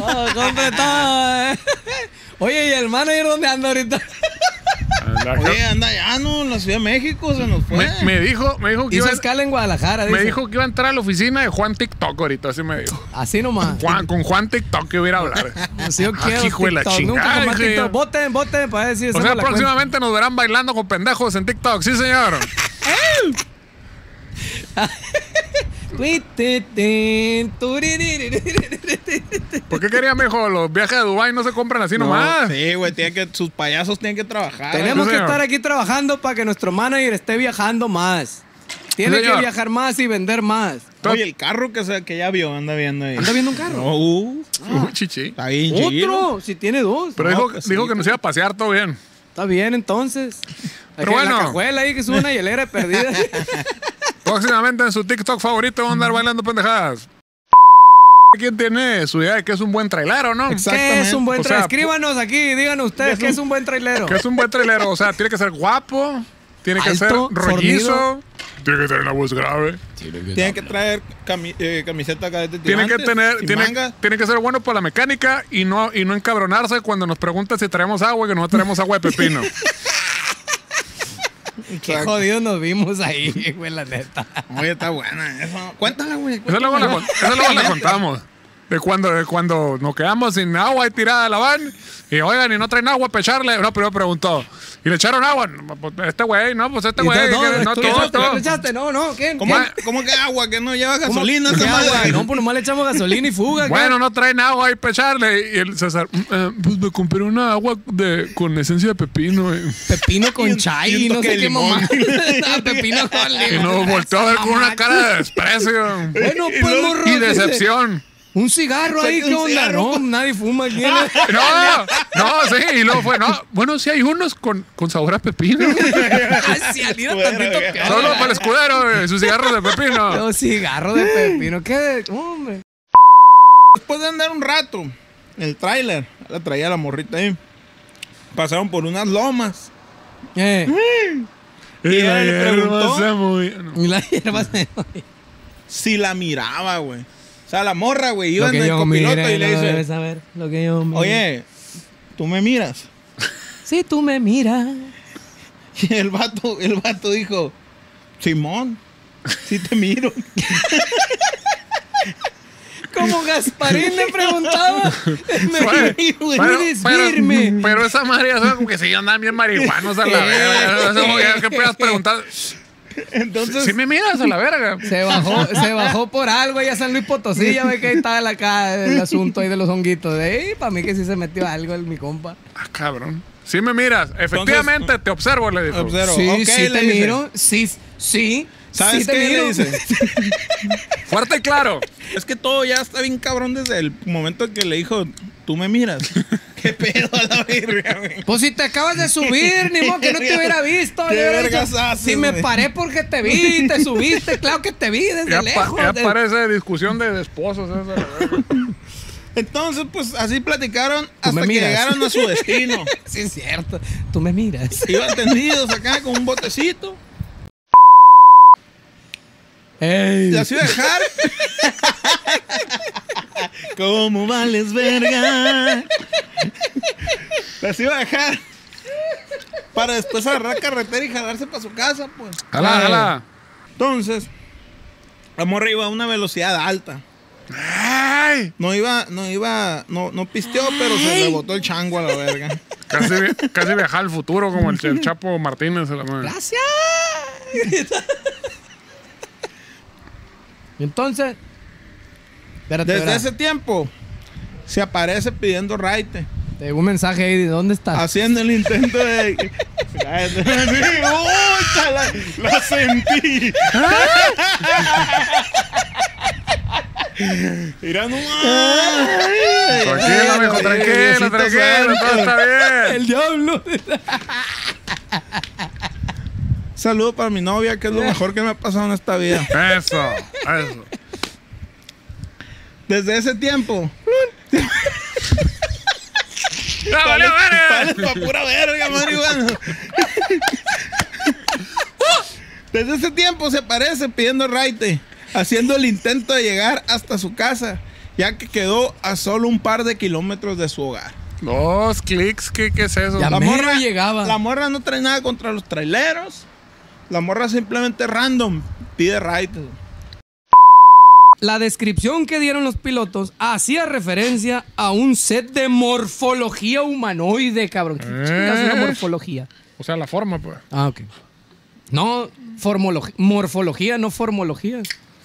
S6: Oh, compre todo, eh. Oye, ¿y el manager dónde anda ahorita?
S8: Oye, anda ya, ¿no? En la Ciudad de México se nos fue.
S7: Me, me dijo, me dijo que
S6: Hizo
S7: iba a-
S6: escala en Guadalajara,
S7: Me
S6: dice.
S7: dijo que iba a entrar a la oficina de Juan TikTok ahorita, así me dijo.
S6: Así nomás.
S7: Juan, con Juan TikTok que hubiera a
S8: (laughs)
S7: hablar.
S6: Si yo
S7: Ah,
S6: quiero
S7: hijo de la
S6: TikTok,
S7: chingada,
S6: nunca más
S7: dije yo.
S6: TikTok. Voten, voten para decir
S7: O sea, próximamente nos verán bailando con pendejos en TikTok, sí señor. ¿Por qué quería mejor? Los viajes de Dubai no se compran así nomás.
S8: Sí, güey, tiene que, sus payasos tienen que trabajar.
S6: Ah. Tenemos
S7: Sí,
S6: que
S7: señor.
S6: estar aquí trabajando para que nuestro manager esté viajando más. Tiene
S7: Sí,
S6: que
S7: señor.
S6: viajar más y vender más.
S8: Oye, el carro que, se, que ya vio, anda viendo ahí.
S6: Anda viendo un carro.
S8: No, uh,
S7: Uy, chichi.
S8: está bien chiquillo.
S6: Otro, si tiene dos.
S7: Pero
S8: No,
S7: dijo,
S8: pues
S7: dijo
S8: sí.
S7: que nos iba a pasear todo bien.
S6: Está bien, entonces.
S7: Pero
S6: Pero bueno.
S7: bueno.
S6: La cajuela ahí que es una hielera perdida.
S7: Próximamente en su TikTok favorito van a andar bailando pendejadas. ¿Quién tiene su idea de que es un buen trailero, no?
S6: ¿Qué es un buen
S7: O sea,
S6: trailero? Escríbanos aquí, díganos ustedes, ¿qué es un buen trailero?
S7: (laughs) Que es un buen trailero. O sea, tiene que ser guapo, tiene que
S6: Alto,
S7: ser rollizo,
S6: fornido.
S7: tiene que tener una voz grave,
S8: Tiene que traer cami- eh, camiseta acá de
S7: tiene que tener,
S8: sin
S7: tiene,
S8: manga.
S7: tiene que ser bueno para la mecánica y no, y no encabronarse cuando nos preguntan si traemos agua y que no traemos agua
S6: (laughs)
S7: de pepino.
S6: Qué jodidos nos vimos ahí, güey, la neta.
S8: Oye, está buena eso. Cuéntala, güey.
S7: Esa luego la, con- esa luego la contamos. De cuando, de cuando nos quedamos sin agua y tirada a la van. Y oigan, y no traen agua para echarle. No, primero preguntó. ¿Y le echaron agua? No, pues, Este güey, no, pues este
S6: Y
S7: güey.
S6: entonces,
S7: que- No,
S6: ¿tú
S7: todo,
S6: le echaste?
S7: todo.
S6: ¿Le echaste? No, no, ¿quién?
S8: ¿Cómo,
S6: ¿Quién?
S8: ¿Cómo que agua que no lleva
S6: ¿Cómo?
S8: gasolina
S6: ¿Qué
S8: esa
S6: agua?
S8: madre?
S6: No, pues nomás le echamos gasolina y fuga. acá.
S7: Bueno, no traen agua ahí para echarle. Y el César, "Mm, eh, pues me compré una agua de, con esencia de pepino. eh".
S6: Pepino con chai,
S8: y un
S6: no
S8: toque
S6: sé
S8: de
S6: qué
S8: limón.
S6: mamá. (laughs) Ah, Pepino con
S7: Y
S6: limón. (laughs)
S7: nos volteó a ver con una cara de desprecio
S6: Bueno,
S8: Y
S6: pues,
S8: luego-
S6: morro.
S7: y
S6: dice,
S7: decepción.
S6: Un cigarro ahí,
S8: Saca
S6: ¿qué
S8: un
S6: onda?
S8: cigarro.
S6: No, nadie fuma aquí. (laughs)
S8: (laughs)
S7: No, no, sí. Y luego fue, no. Bueno, sí hay unos con, con sabor a pepino.
S8: (laughs)
S6: Así, al ir tantito
S8: Fuera,
S6: peor.
S7: Solo para el escudero, eh, sus cigarros
S6: (laughs)
S7: de pepino.
S8: (laughs)
S6: Los cigarros de pepino, qué de- hombre.
S8: Después de andar un rato, el tráiler, la traía la morrita ahí. Pasaron por unas lomas.
S6: Eh,
S7: Y
S8: ella le
S7: ayer
S8: preguntó.
S7: se movió.
S6: (laughs) y la hierba se-
S8: Si la miraba, güey. O sea, la morra, güey, iba
S6: Lo
S8: en
S6: que
S8: el
S6: yo
S8: copiloto
S6: mire,
S8: y le
S6: no
S8: dice,
S6: debes saber lo que yo mire.
S8: oye, tú me miras. (laughs)
S6: si tú me miras.
S8: Y el vato, el vato dijo, Simón, sí te miro. (laughs)
S6: Como Gasparín le preguntaba, me
S7: Bueno,
S6: miro,
S7: pero-
S6: eres
S7: pero-
S6: firme.
S7: Pero esa madre ya sabe como que sí andan bien marihuanos a la verga. Eso como que- ¿Qué puedas preguntar?
S6: Pues,
S8: Entonces,
S7: Si me miras a la verga.
S6: Se bajó, se bajó por algo allá a San Luis Potosí, ya ve que ahí estaba la ca- el asunto ahí de los honguitos. De para mí que sí se metió algo el mi compa.
S7: Ah, cabrón. Si me miras. Efectivamente, te observo, le dijo.
S8: observo.
S6: sí,
S8: Ok,
S6: sí
S8: le
S6: te
S8: dice.
S6: miro, sí, sí,
S8: ¿Sabes
S6: sí te
S8: qué le
S6: miro. (laughs)
S8: dice?
S7: Fuerte y claro.
S8: Es que todo ya está bien cabrón desde el momento que le dijo, tú me miras. (laughs) Qué pedo a la verga, güey.
S6: Pues si te acabas de subir, ni modo que no te hubiera visto.
S8: (laughs) Qué
S6: le hubiera dicho,
S8: vergas haces,
S6: Si me
S8: güey.
S6: paré porque te vi, te subiste, claro que te vi desde
S7: Ya, pa-
S6: lejos.
S7: ya
S6: (laughs) de-
S7: parece discusión de esposos. esa, la verdad.
S8: Entonces, pues así platicaron hasta
S6: me
S8: que
S6: miras.
S8: llegaron a su (laughs) destino.
S6: Sí, es cierto. Tú me miras.
S8: Iban tendidos acá con un botecito.
S6: Ey.
S8: La ciudad de Har. (laughs) ¿Cómo vales verga? Las iba a dejar. Para después agarrar carretera y jalarse para su casa, pues.
S7: Jala, jala.
S8: Entonces, la morra iba a una velocidad alta.
S7: ¡Ay!
S8: No iba, no iba, no, no pisteó, pero se le botó el chango a la verga.
S7: Casi, vi- casi viajar al futuro como el, el Chapo Martínez. a la madre.
S3: ¡Gracias!
S6: Y entonces. Espérate,
S8: Desde
S6: espérate.
S8: ese tiempo, se aparece pidiendo raite.
S6: Te llegó un mensaje ahí de dónde estás.
S8: haciendo el intento de. Sí, ¡oh, chala! ¡La sentí! Mira nomás.
S7: Tranquilo, mijo, tranquilo,
S8: Diosito
S7: tranquilo,
S8: santo.
S7: todo está bien.
S6: El diablo.
S8: Saludo para mi novia, que es lo mejor que me ha pasado en esta vida.
S7: Eso,
S6: (laughs)
S7: eso.
S8: Desde ese tiempo.
S7: ¡Ya valió verga!
S8: Vale, (laughs) pa' pura verga, marihuana. Desde ese tiempo se aparece pidiendo raite, haciendo el intento de llegar hasta su casa, ya que quedó a solo un par de kilómetros de su hogar.
S7: Dos clics, ¿qué, qué es eso?
S6: Ya
S8: La
S6: mero
S8: morra
S6: llegaba.
S8: La morra no trae nada contra los traileros. La morra simplemente random pide ride.
S6: La descripción que dieron los pilotos hacía referencia a un set de morfología humanoide, cabrón. ¿Qué chingas
S7: Ah.
S6: es una morfología?
S7: O sea, la forma, pues.
S6: Ah, ok. No, formolog- morfología, no formología.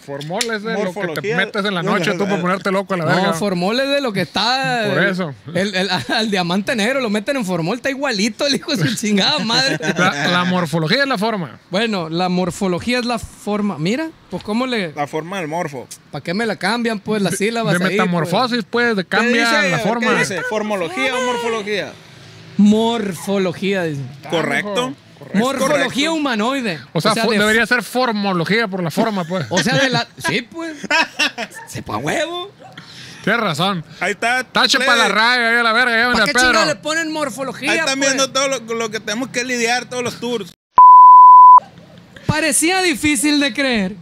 S7: Formol es de lo que te
S8: Morfología.
S7: metes en la noche tú para ponerte loco a la verga.
S6: No, formol es de lo que está.
S7: Por
S6: el-
S7: eso.
S6: El, (laughs) el- al diamante negro lo meten en formol, está igualito el hijo de su chingada madre.
S7: la, la morfología es la forma.
S6: Bueno, la morfología es la forma. Mira, pues cómo le.
S8: La forma del morfo.
S6: ¿Para qué me la cambian? Pues las sílabas.
S7: De
S6: ahí, pues?
S7: metamorfosis, pues, de cambia la forma.
S8: ¿Formología o morfología?
S6: Morfología, dice.
S8: Correcto.
S6: Morfología
S8: correcto.
S6: humanoide.
S7: O sea, fo-
S6: de-
S7: debería ser formología por la forma, pues.
S6: O sea, de la. Sí,
S7: (laughs)
S6: pues. Sepa huevo.
S7: Tienes razón.
S8: Ahí está.
S7: Tache
S8: plebe.
S7: para la raya, ahí a la verga, ahí
S6: ¿Para
S7: donde
S6: qué
S7: Pedro.
S6: chingada le ponen
S8: Ahí
S6: morfología?
S8: están
S6: pues?
S8: viendo todo lo, lo que tenemos que lidiar, todos los tours.
S6: Parecía difícil de creer.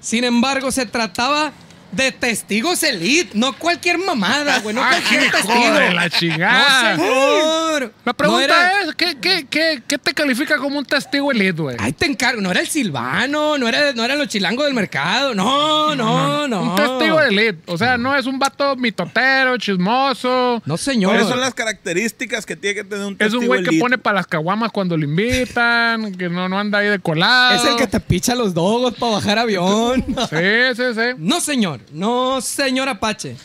S6: Sin embargo, se trataba de testigos elite, no cualquier mamada, güey, no (laughs)
S7: Ay,
S6: cualquier
S7: hijo
S6: testigo.
S7: de la chingada.
S6: No, señor.
S7: La pregunta
S6: No era-
S7: es, ¿qué, qué, qué, ¿qué te califica como un testigo elite, güey?
S6: Ahí te encargo, no era el silvano, no era, no eran los chilangos del mercado, no, no, no.
S7: Un testigo elite. O sea, no es un vato mitotero, chismoso.
S6: No, señor.
S8: ¿Cuáles son las características que tiene que tener un
S7: Es
S8: testigo
S7: un güey que
S8: elite?
S7: pone para las caguamas cuando lo invitan, que no, no anda ahí de colado.
S6: Es el que te picha los dogos para bajar avión.
S7: Sí, sí, sí.
S6: No, señor. No, señor Apache.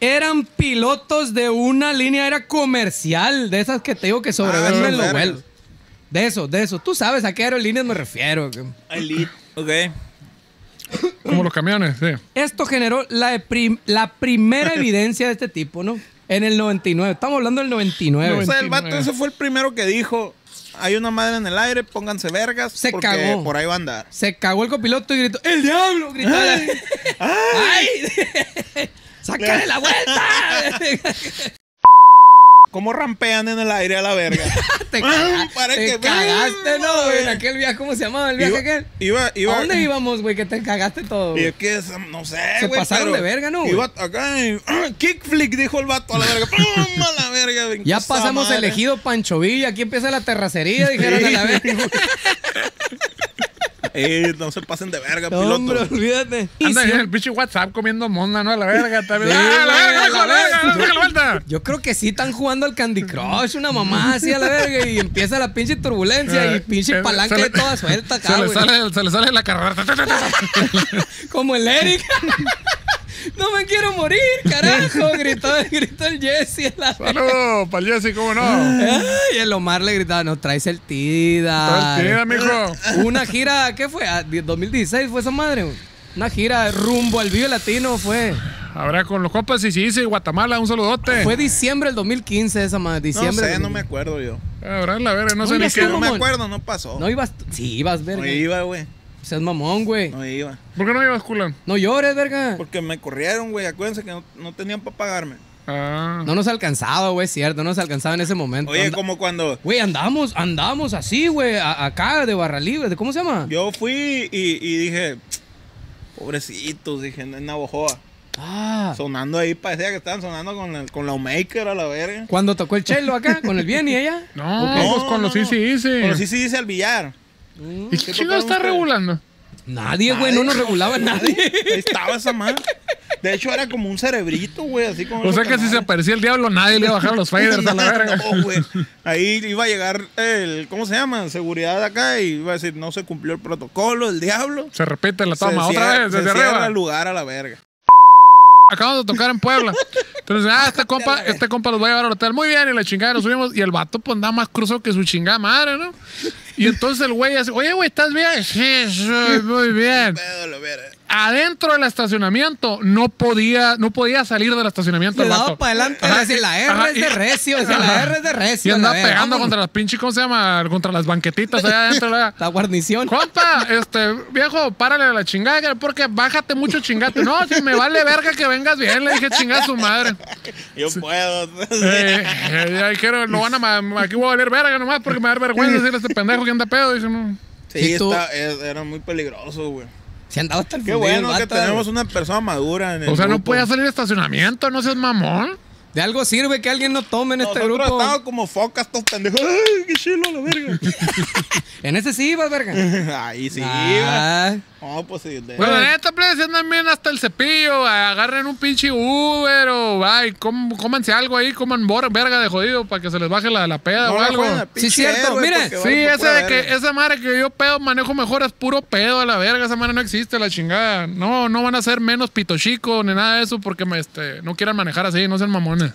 S6: Eran pilotos de una línea aérea comercial, de esas que te digo que sobrevuelven
S8: Ah,
S6: los
S8: vergas.
S6: vuelos. De eso, de eso. Tú sabes a qué aerolíneas me refiero. que-
S8: Elite.
S7: (laughs)
S8: Ok.
S7: Como los camiones, sí.
S6: Esto generó la, prim- la
S8: (laughs)
S6: primera evidencia de este tipo, ¿no? En el 99. Estamos hablando del 99.
S8: O sea, el
S7: 29.
S8: vato ese fue el primero que dijo, hay una madre en el aire, pónganse vergas,
S6: Se
S8: porque
S6: cagó.
S8: por ahí va a andar.
S6: Se cagó el copiloto y gritó, ¡El diablo! Gritó. ¡Ay! (laughs) ¡Sácale la vuelta! (laughs)
S8: ¿Cómo rampean en el aire a la verga?
S6: te,
S8: Ah,
S6: caga-
S8: para
S6: te
S8: que-
S6: cagaste, ¿no? güey? En
S8: Ah,
S6: aquel viaje, ¿cómo se llamaba (laughs) el viaje
S8: Iba,
S6: aquel?
S8: iba, iba-
S6: ¿A dónde íbamos, güey? Que te cagaste todo.
S8: Y
S6: güey?
S8: es que, esa- no sé,
S6: Se
S8: güey,
S6: pasaron
S8: pero
S6: de verga, ¿no, güey?
S8: Iba acá y, (clears throat) ah, kickflip, dijo el vato a la verga. (laughs) ¡Pum! A la verga. brincó
S6: Ya
S8: esa
S6: pasamos
S8: madre.
S6: el ejido Pancho Villa, aquí empieza la terracería, dijeron a la vez.
S7: (laughs)
S8: Ey, no se pasen de verga,
S6: No, hombre,
S8: piloto.
S6: olvídate. Y
S7: Anda ahí
S6: sí,
S7: en el pinche WhatsApp comiendo monda, ¿no? A la verga. También.
S6: Sí,
S7: ¡Ah, la
S6: güey,
S7: verga,
S6: a
S7: hijo,
S6: la
S7: a la verga!
S6: verga.
S7: ¡Saca la vuelta!
S6: yo creo que sí están jugando al Candy Crush, una mamá así a la verga, y empieza la pinche turbulencia y
S7: Eh,
S6: pinche
S7: eh,
S6: palanca
S7: se le-
S6: de toda suelta
S7: (laughs) Se
S6: acá,
S7: le,
S6: güey.
S7: sale, se le sale la carrera. (laughs)
S6: Como el Eric. (laughs) ¡No me quiero morir, carajo! Gritó, gritó el Jesse. a la verga.
S7: Saludos para Jesse,
S6: (laughs)
S7: ¿cómo no?
S6: Y el Omar le gritaba, no, traes el Tida.
S7: Partida, mijo.
S6: Una gira, ¿qué fue? Ah, 2016 fue esa madre. güey. Una gira rumbo al Vive Latino fue.
S7: Habrá con los copas y si dice Guatemala, un saludote.
S6: Fue diciembre del 2015 esa madre.
S8: No
S6: Diciembre.
S8: sé,
S6: del
S8: no me
S6: 2015.
S8: acuerdo yo.
S7: Habrá la verga, no sé
S6: Oiga,
S7: ni
S6: sí,
S7: qué.
S8: No me
S6: mamón.
S8: acuerdo, no pasó.
S6: No ibas. Sí, ibas, verga.
S8: No
S6: No
S8: iba, güey.
S6: seas mamón, güey. No.
S8: No iba.
S7: ¿Por qué no llevas culo?
S6: llores, verga.
S8: Porque me corrieron, güey. Acuérdense que no, no tenían para pagarme.
S7: Ah.
S6: No nos alcanzaba, güey, cierto. No nos alcanzaba en ese momento.
S8: Oye,
S6: Anda-
S8: como cuando
S6: Güey, andamos, andamos así, güey, a- acá de barra libre. ¿De cómo se llama?
S8: yo fui y, y dije, pobrecitos, dije, en Navojoa.
S6: Ah.
S8: Sonando ahí, parecía que estaban sonando con, el- con la Maker a la verga.
S6: Cuando tocó el chelo acá, con el bien y ella.
S7: No,
S6: Ok.
S7: pues con los Easy Easy.
S8: Pero sí, sí dice el billar.
S7: ¿Y qué chingado está
S8: ustedes?
S7: regulando?
S6: Nadie, güey, no nos regulaba nadie.
S8: Ahí estaba esa madre. De hecho, era como un cerebrito, güey, así como.
S7: O sea que si se aparecía el diablo, nadie le iba a bajar los faders a la verga.
S8: (laughs) No, güey. Ahí iba a llegar el, ¿cómo se llama? Seguridad acá y iba a decir, no se cumplió el protocolo, el diablo.
S7: Se repite la toma
S8: se
S7: otra
S8: cierra-
S7: vez
S8: se
S7: desde
S8: cierra
S7: arriba.
S8: el lugar a la verga.
S7: Acabamos de tocar en Puebla. Entonces, ah, este compa, este compa los va a llevar al hotel. Muy bien, y la chingada, nos subimos. Y el vato, pues, anda más cruzado que su chingada madre, ¿no? Y entonces el güey hace, oye, güey, ¿estás bien? Sí, sí, muy bien.
S8: Pedo, la verga.
S7: Adentro del estacionamiento no podía, no podía salir del estacionamiento
S6: Le
S7: el
S6: daba
S7: vato.
S6: para adelante.
S7: Ajá,
S6: decía, la R
S7: ajá,
S6: es de
S7: y-
S6: recio, decía, la
S7: ajá.
S6: R es de recio.
S7: Y
S6: la
S7: andaba
S6: verga.
S7: pegando
S6: Vámonos.
S7: contra las pinches, ¿cómo se llama? Contra las banquetitas allá
S6: (laughs)
S7: adentro. la-
S6: La guarnición.
S7: Compa, este, viejo, párale a la chingada, porque bájate mucho chingate. No, si me vale verga que vengas bien, le dije chinga a su madre.
S8: Yo puedo.
S7: Eh, eh, ahí quiero, no van a, ma- aquí voy a valer verga nomás porque me va a dar vergüenza decirle a este pendejo que anda pedo. Dice, no.
S8: (laughs) Sí,
S6: ¿Y tú?
S8: está- es- era muy peligroso, güey.
S6: Se andaba hasta el
S8: Qué
S6: fundillo el
S8: bueno que
S6: vato, güey.
S8: tenemos una persona madura en el
S7: O sea, no
S8: grupo.
S7: podía salir de estacionamiento, no seas mamón.
S6: De algo sirve que alguien no tome en este
S8: Nosotros
S6: grupo.
S8: estábamos como focas, todos pendejos. ¡Ay, qué chilo la verga!
S6: En ese sí ibas, verga.
S8: Ahí sí,
S6: Ah,
S8: güey. No, pues sí. de-
S7: Pero la neta, please, si andan bien hasta el cepillo, agarren un pinche Uber o ay, com- cómanse algo ahí, coman bor- verga de jodido para que se les baje la, la peda o
S8: la
S7: algo.
S8: jueguen a pinche
S6: Sí, cierto,
S8: héroe,
S6: miren,
S8: porque
S7: Sí,
S8: vale por
S7: ese
S8: pura
S7: de que,
S8: verga.
S7: esa madre que yo pedo manejo mejor es puro pedo a la verga, esa madre no existe, la chingada. No, no van a ser menos pito chico ni nada de eso porque me, este, no quieran manejar así, no
S8: (laughs)
S7: sean mamones.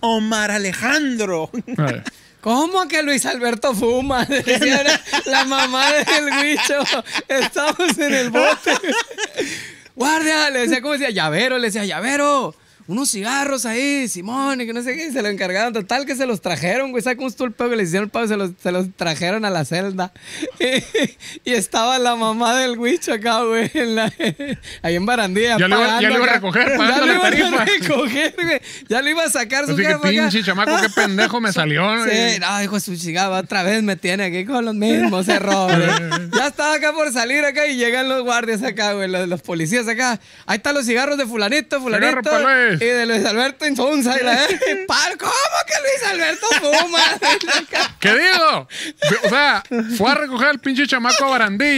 S8: Omar Alejandro.
S7: A ver.
S6: ¿Cómo que Luis Alberto fuma? (laughs) Decía la- la mamá del huicho. Estamos en el bote. Guardia, le decía, ¿cómo decía? Llavero, le decía, llavero. Unos cigarros ahí, Simón, y que no sé qué, y se lo encargaron. Total, que se los trajeron, güey. Sacó un estulpeo que le hicieron el pavo y se los, se los trajeron a la celda. (laughs) Y, estaba la mamá del huicho acá, güey, en la- ahí en Barandilla.
S7: Ya lo iba- ya lo iba a
S6: acá.
S7: recoger,
S6: Ya
S7: pagando
S6: lo
S7: la
S6: iba
S7: tarifa.
S6: a recoger, güey. Ya lo iba a sacar
S8: Pues
S6: su
S7: Así que
S6: jefa acá.
S7: pinche chamaco, qué
S8: (laughs)
S7: pendejo me salió.
S6: Sí,
S7: güey.
S6: no, dijo su chingada, otra vez me tiene aquí con los mismos errores. ya estaba acá por salir acá y llegan los guardias acá, güey, los, los policías acá. Ahí están los cigarros de fulanito, fulanito.
S7: Cigarro pa' Luis.
S6: Y de Luis Alberto Insunza. Y la eh, par, ¿cómo que Luis Alberto fuma? (laughs)
S7: ¿Qué digo? O sea, fue a recoger al pinche chamaco a barandilla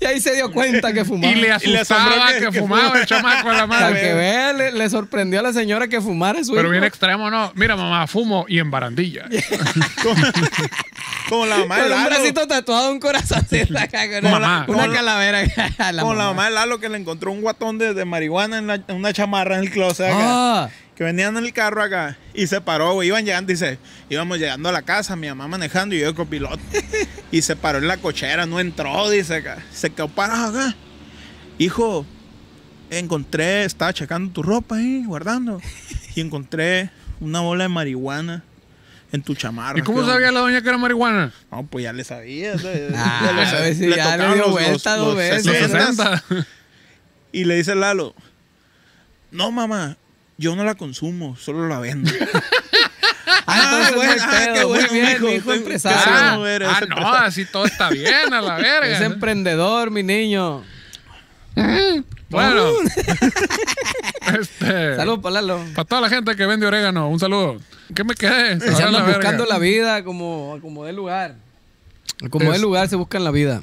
S6: y ahí se dio cuenta que fumaba.
S7: y le asustaba
S8: asombró
S7: que,
S8: que- que
S7: fumaba el chamaco a la
S6: Para
S7: madre.
S6: que vea, le, le sorprendió a la señora que fumara su
S7: Pero
S6: hijo.
S7: bien extremo, ¿no? Mira, mamá, fumo y en (laughs) barandilla.
S8: Como la mamá de
S6: Con un
S8: Lalo.
S6: bracito tatuado, un corazoncito acá, con
S7: Mamá.
S6: una, una
S8: Con-
S6: calavera acá. (laughs)
S8: Como la mamá de Lalo que le encontró un guatón de, de marihuana en, la- en una chamarra en el closet acá.
S6: Ah.
S8: Que venían en el carro acá y se paró, güey. Iban llegando, dice, íbamos llegando a la casa, mi mamá manejando y yo de copiloto. (laughs) y se paró en la cochera, no entró, dice acá. Se quedó parado acá. Hijo, encontré, estaba checando tu ropa ahí,
S6: (laughs)
S8: guardando. Y encontré una bola de marihuana en tu chamarra.
S7: ¿Y cómo
S8: ¿Qué onda?
S7: sabía la doña que era marihuana?
S8: No, pues ya le sabía. le-
S6: Ah,
S8: ya
S6: a ver si ya le
S8: tocaron
S6: dio vuelta dos veces.
S7: Los
S6: Sí,
S7: 60.
S8: Y le dice Lalo, no mamá, yo no la consumo, solo la vendo.
S6: (laughs) Ah, entonces no hay pedo. Muy bien, mi hijo
S8: Estoy-
S6: empresario.
S8: qué
S7: (laughs) Ah,
S8: bueno eres,
S7: ah, no,
S8: empresario.
S7: así todo está bien, (laughs) a la
S6: Es
S7: verga.
S6: emprendedor, mi niño.
S7: Bueno. (laughs) este,
S6: Saludos para Lalo.
S7: Para toda la gente que vende orégano, un saludo. ¿Qué me quedé?
S6: Se
S7: Ahora
S6: andan
S7: verga.
S6: buscando la vida como, como de lugar. Como de
S7: Es-
S6: lugar se buscan la vida.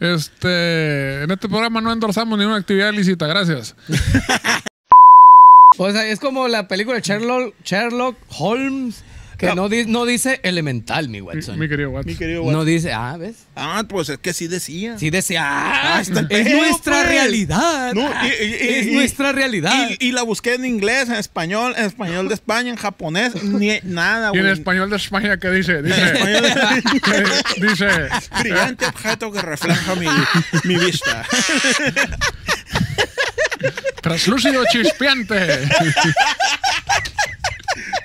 S7: Este, en este programa no endorsamos ninguna actividad lícita, gracias.
S6: O sea, es como la película de Sherlock, Sherlock Holmes que no, di- no dice elemental, mi Watson.
S7: Mi querido Watts.
S8: Mi querido
S6: no
S8: guato.
S6: dice, ah, ¿ves?
S8: Ah, pues es que sí decía.
S6: Sí decía, ah,
S8: Ah, está el
S6: es
S8: pedo,
S6: nuestra
S8: pues.
S6: realidad.
S8: No, y- y- y-
S6: es
S8: y-
S6: nuestra realidad. (laughs)
S8: Y, y la busqué en inglés, en español, en español de España, en
S6: (laughs)
S8: japonés, ni nada,
S7: Y en
S8: güey.
S7: español de España, ¿qué dice? Dice,
S8: Español de-
S7: (laughs) dice
S8: Brillante objeto que refleja mi, mi
S6: (laughs)
S8: vista. (laughs)
S7: translúcido chispeante.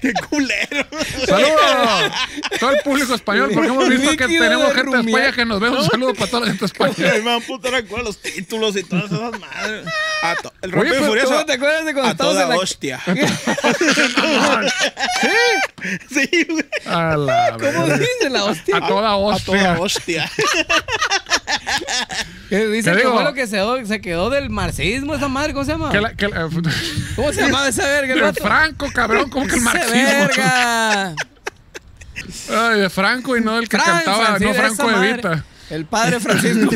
S8: ¡Qué culero!
S7: Saludos. Todo el público español, porque hemos visto que
S6: Líquido
S7: tenemos
S6: de
S7: gente de España
S6: rumiar.
S7: que nos ve. Un saludo para toda la gente de España.
S8: Ay, me van a putar a cuál los títulos y todas esas madres. (laughs) A to- el
S7: Oye,
S8: Rápido y
S7: pero
S8: Furioso.
S6: ¿Cómo te acuerdas de cuando
S8: a
S6: estábamos
S8: toda
S6: en la...
S8: hostia.
S7: ¿Sí?
S8: (laughs) Sí, güey.
S7: A la
S6: ¿Cómo
S7: verga.
S6: dice la hostia?
S7: A toda
S8: A toda
S7: hostia.
S8: hostia.
S6: Que Dicen
S7: Te
S6: que
S7: digo.
S6: fue lo que se, se quedó del marxismo, esa madre, ¿cómo se llama?
S7: Que la- que la- (laughs)
S6: ¿Cómo se llamaba esa verga? El
S7: de
S6: vato?
S7: Franco, cabrón, como
S6: (laughs)
S7: que el
S6: Esa
S7: marxismo.
S6: verga.
S7: Ay, de Franco y no del que
S6: Fran,
S7: cantaba,
S6: Francisco,
S7: no Franco
S6: esa madre.
S7: (laughs) Evita.
S6: El padre Francisco.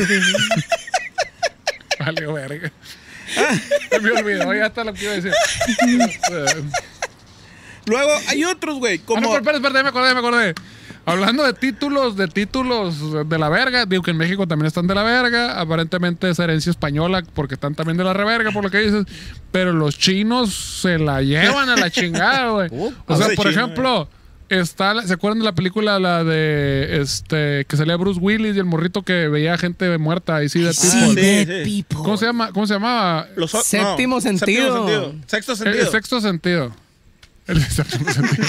S7: (laughs)
S6: (laughs)
S7: Vale, verga. (laughs) Se me olvidó ya hasta lo que iba a decir.
S6: (laughs)
S7: Eh,
S8: Luego hay otros, güey,
S7: Ah, no,
S8: como...
S7: pero espérate, espérate, ya me acordé, ya me acordé. Hablando de títulos, de títulos de la verga, digo que en México también están de la verga, aparentemente es herencia española porque están también de la reverga, por lo que dices, pero los chinos se la
S8: (laughs)
S7: llevan a la chingada, güey. o
S8: habla
S7: sea,
S8: Uh, de
S7: por
S8: chino, eh.
S7: ejemplo, está, la- ¿se acuerdan de la película la de este que salía Bruce Willis y el morrito que veía gente muerta y sí de
S8: sí,
S7: people?
S6: Dead
S8: sí.
S6: people.
S7: ¿Cómo se llama? ¿Cómo se llamaba?
S8: los o-
S6: Séptimo sentido.
S8: Sexto
S7: El,
S8: sentido. (laughs)
S7: sexto sentido. El séptimo sentido.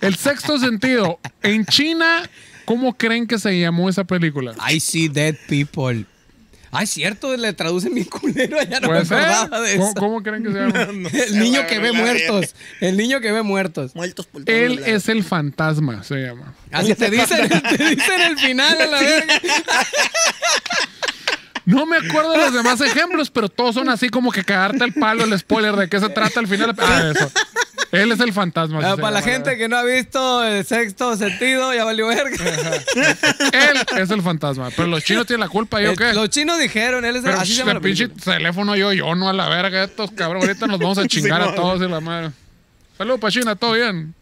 S7: El sexto sentido. En China, ¿cómo creen que se llamó esa película?
S6: I see dead people. Ay, cierto, le traducen mi culero. Ya no
S7: Pues,
S6: me
S7: ¿eh?
S6: acordaba de
S7: ¿Cómo,
S6: eso.
S7: cómo creen que se llama?
S6: (laughs) El niño que ve muertos. El niño que ve muertos.
S8: Muertos por todos
S7: Él
S8: lados.
S7: es el fantasma, se llama.
S6: Así te
S7: (laughs)
S6: dicen, te dicen el final a la verga.
S7: Pues,
S6: Ah,
S7: No me acuerdo de los demás ejemplos, pero todos son así como que cagarte el palo, el spoiler de qué se trata al final. Ah, eso. Él es el fantasma. así
S6: Ah,
S7: se
S6: para la
S7: llama,
S6: gente que no ha visto el sexto sentido, ya valió (laughs) verga.
S7: verdad. Él es el fantasma. Pero los chinos tienen la culpa, ¿yo
S6: Eh,
S7: qué?
S6: Los chinos dijeron, él es
S7: Pero
S6: así se
S7: sh,
S6: llama
S7: el
S6: la
S7: pinche
S6: película.
S7: teléfono yo, yo no a la verga estos cabrón. Ahorita nos
S6: (laughs)
S7: vamos a chingar a todos y la madre. Saludos pa' China, todo bien.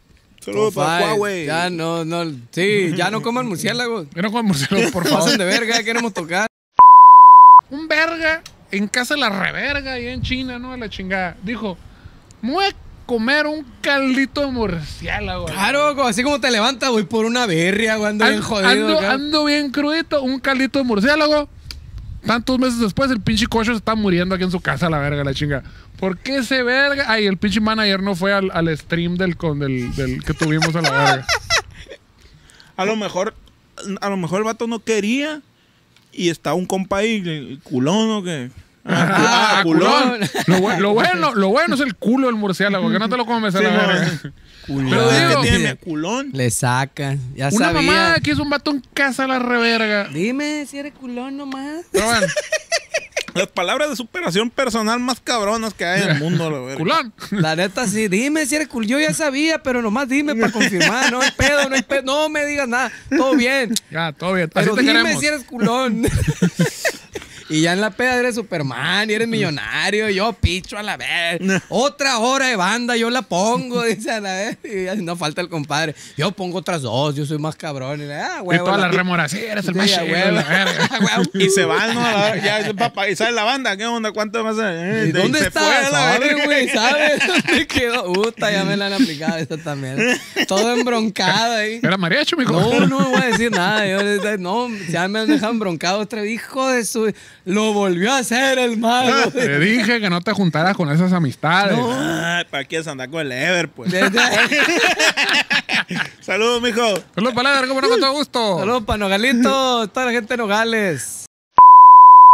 S8: Saludos para
S6: Fine,
S8: Huawei.
S6: Ya no, no, sí, ya no coman
S7: (laughs)
S6: murciélagos.
S7: Mira Juan Murciélago,
S6: (laughs)
S7: por favor.
S6: Pasen de verga, ya queremos tocar.
S7: Un verga en casa de la reverga y en China, ¿no? A la chingada. Dijo, me voy a comer un caldito de murciélago.
S6: Claro, co- así como te levantas, voy por una birria, güey, ando
S7: An-
S6: bien jodido.
S7: ando,
S6: acá.
S7: ando bien crudito, un caldito de murciélago. Tantos meses después, el pinche cocho se está muriendo aquí en su casa, la verga, la chinga. ¿Por qué ese verga? Ay, el pinche manager no fue al, al stream del, con, del, del que tuvimos a la verga.
S8: A lo mejor, a lo mejor el vato no quería y está un compa ahí, el culón o qué.
S7: Ah,
S8: Ah,
S7: culón. Lo, bue- lo bueno, lo bueno es el culo del murciélago, que no te lo comes a la verga.
S8: Pero
S7: Ah.
S8: es
S7: digo-
S8: que tiene mi culón.
S6: Le saca, ya
S7: Una
S6: sabía.
S7: mamá que hizo un vato en casa a la reverga.
S6: Dime si eres culón nomás.
S7: Pero bueno,
S8: Las palabras de superación personal más cabronas que hay en el mundo, la verga.
S7: culón.
S6: La neta, sí, dime si eres culón. Yo ya sabía, pero nomás dime para confirmar. No hay pedo, no hay pedo. No me digas nada, todo bien.
S7: Ya, todo bien. Así
S6: Pero
S7: te
S6: dime
S7: queremos.
S6: si eres culón. y ya en la peda eres Superman y eres millonario. y Yo picho a la vez. Otra hora de banda, yo la pongo, (laughs) dice a la vez. Y ya no falta el compadre. Yo pongo otras dos, yo soy más cabrón. Y, le, ah,
S7: Y
S6: huevo,
S7: todas
S6: la-
S7: las remoras. Sí, eres el
S6: Sí,
S7: más
S6: a
S7: chido,
S6: huevo.
S7: la verga.
S6: (laughs) Ah, huevo.
S8: Y se (laughs) van, ¿no? A la- ya es papá. ¿Y sale la banda? ¿Qué onda? ¿Cuánto más? Eh,
S6: ¿Y
S8: de-
S6: dónde
S8: se fue a
S6: está?
S8: la
S6: Sorry,
S8: verga.
S6: güey,
S8: (laughs)
S6: ¿sabes? ¿Dónde quedó? Puta, ya me la han aplicado esta también. Todo embroncado ahí.
S7: Era mariachi, mijo.
S6: No, no me voy a decir nada. yo ahorita- no, ya me han dejado broncado otra vez. Hijo de su. Lo volvió a hacer el
S8: (laughs)
S6: mago.
S7: Te dije que no te juntaras con esas amistades.
S8: Ay, ¿para qué se anda con el Ever, pues?
S6: Desde-
S8: Saludos, mijo.
S7: Saludos para la verga, bueno, con todo gusto.
S6: Saludos para Nogalitos, toda la gente de Nogales.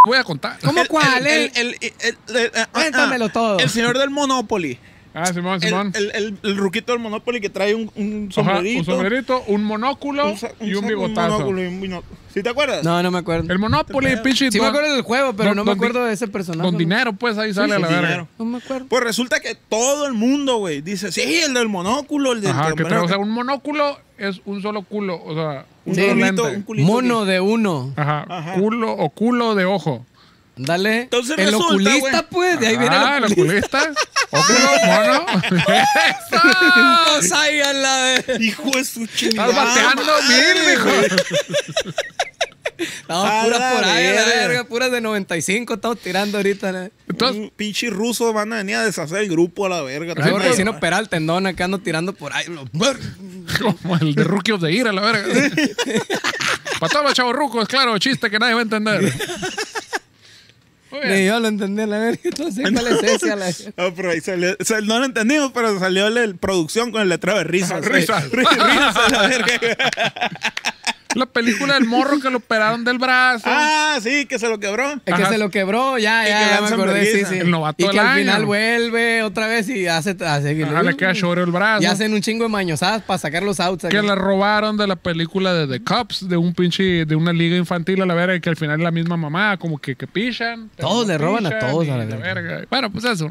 S7: Voy a contar.
S6: ¿Cómo cuál? eh?
S8: El,
S6: El,
S7: eh?
S8: el, el- el- el- ah, ah,
S6: Cuéntamelo todo.
S8: El señor del Monopoly.
S7: Ah, Simón,
S8: El,
S7: Simón.
S8: el, el, el ruquito del Monopoly que trae un, un
S7: Ajá,
S8: sombrerito.
S7: un sombrerito, un monóculo
S8: sa-
S7: y un
S8: sa-
S7: bigotazo.
S8: monóculo y un bino- ¿Sí te acuerdas?
S6: No, no me acuerdo.
S7: El Monopoly, pinche.
S6: Sí me
S7: don-
S6: acuerdo del juego, pero
S7: don-
S6: no me
S7: don di-
S6: acuerdo de ese personaje.
S7: Con
S6: ¿no?
S7: dinero, pues ahí sale a
S8: con
S7: la verga.
S8: dinero.
S6: No me acuerdo.
S8: Pues resulta que todo el mundo, güey, dice, sí, el del monóculo, el del
S7: Ajá, que trae,
S8: sombrero,
S7: o sea, un monóculo es un solo culo, o sea, un
S8: un
S7: solo
S8: culito,
S7: lente.
S8: un culito.
S6: Mono de uno.
S7: Ajá,
S8: Ajá.
S7: culo o culo de ojo.
S6: Dale.
S8: Entonces
S6: el
S8: resulta,
S6: oculista,
S8: güey.
S6: pues. De ahí viene
S7: ah,
S6: el
S7: el
S6: oculista.
S7: oculista. Óculo, mono.
S6: (laughs)
S7: ¡Eso!
S6: No salgan la de-
S8: Hijo de su chingada.
S7: (laughs) Estás bateando mil, hijo.
S6: No,
S8: A
S6: puras
S8: la
S6: por ahí, a la
S8: verga.
S6: verga. Puras de 95 estamos tirando ahorita. la-
S7: Entonces,
S8: Un pinche ruso van a venir a deshacer el grupo a la verga.
S6: Yo
S8: Ay,
S6: recién
S8: no.
S6: operado el tendón acá ando tirando por ahí. lo-
S7: como el de Rookie of the Year, a la verga. Para todos los chavos rucos, claro, chiste que nadie va a entender. Muy bien.
S6: Ni yo lo entendí, la verga. No sé cuál es ese, a la verga.
S8: No, pero ahí salió, o sea, no lo entendimos, pero salió la producción con el letrero de (laughs) risas.
S7: Risas.
S8: Risas, la verga.
S7: La película del morro que lo operaron del brazo.
S8: Ah, sí, que se lo quebró.
S6: El que
S7: Ajá.
S6: se lo quebró, ya,
S8: Y
S6: ya, ya
S8: que
S6: me
S8: lanzan
S6: acordé, sí,
S8: vergüenza.
S6: sí.
S7: El novato
S6: y que
S7: del
S6: al
S7: año.
S6: final vuelve otra vez y hace, hace
S7: Ajá, le queda chorro el brazo.
S6: y hacen un chingo de mañosadas para sacar los outs.
S7: que
S6: acá.
S7: la robaron de la película de The Cops, de un pinche, de una liga infantil a la verga, que al final es la misma mamá, como que, que pichan. pero
S6: Todos
S7: no
S6: le roban a
S7: pichan,
S6: todos
S7: y
S6: a la verga.
S7: Bueno, pues eso.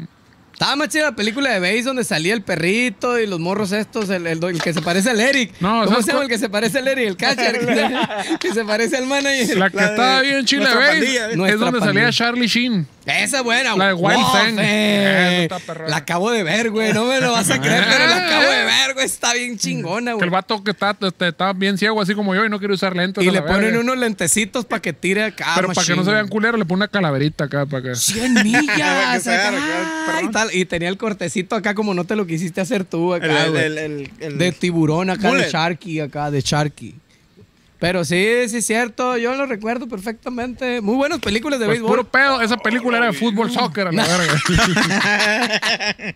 S6: Estaba más chida la película de Bass donde salía el perrito y los morros estos, el, el do- el que se parece al Eric.
S7: No,
S6: ¿Cómo
S7: ¿sabes
S6: se llama el
S7: cuál?
S6: que se parece al Eric? El catcher, (laughs)
S7: (laughs)
S6: que, que se parece al manager.
S7: La que
S8: La de
S7: estaba bien chila,
S8: Nuestra
S7: ¿veis?
S8: Pandilla, Ah, ¿eh?
S7: Es
S6: Nuestra
S7: donde
S6: Pandilla.
S7: salía Charlie Sheen.
S6: Esa es buena,
S7: La de Wild
S6: Wolf,
S7: Thing.
S6: eh.
S7: Esa está perrona.
S6: La acabo de ver, güey. No me lo vas a creer, pero
S7: (laughs)
S6: la acabo de ver, güey. Está bien chingona,
S7: Que
S6: güey.
S7: el vato que está, este, está bien ciego, así como yo, y no quiere usar lentes.
S6: Y
S7: a la
S6: le ponen
S7: verga.
S6: unos lentecitos para que tire acá.
S7: Pero para que no se
S6: machín.
S7: vean culeros, le ponen una calaverita acá para que. (laughs)
S6: 100
S8: Para que
S6: millas
S8: se vea,
S6: acá,
S8: acá, perrón.
S6: y, tal. y tenía el cortecito acá como no te lo quisiste hacer tú acá,
S8: El, el,
S6: güey.
S8: el, el- el-
S6: de tiburón acá, de
S8: Bullet.
S6: Sharky acá, de Sharky. Pero sí, sí es cierto, yo lo recuerdo perfectamente. Muy buenas películas de
S7: Pues
S6: béisbol.
S7: puro pedo, esa película era de fútbol, soccer, a la verga.
S6: (laughs)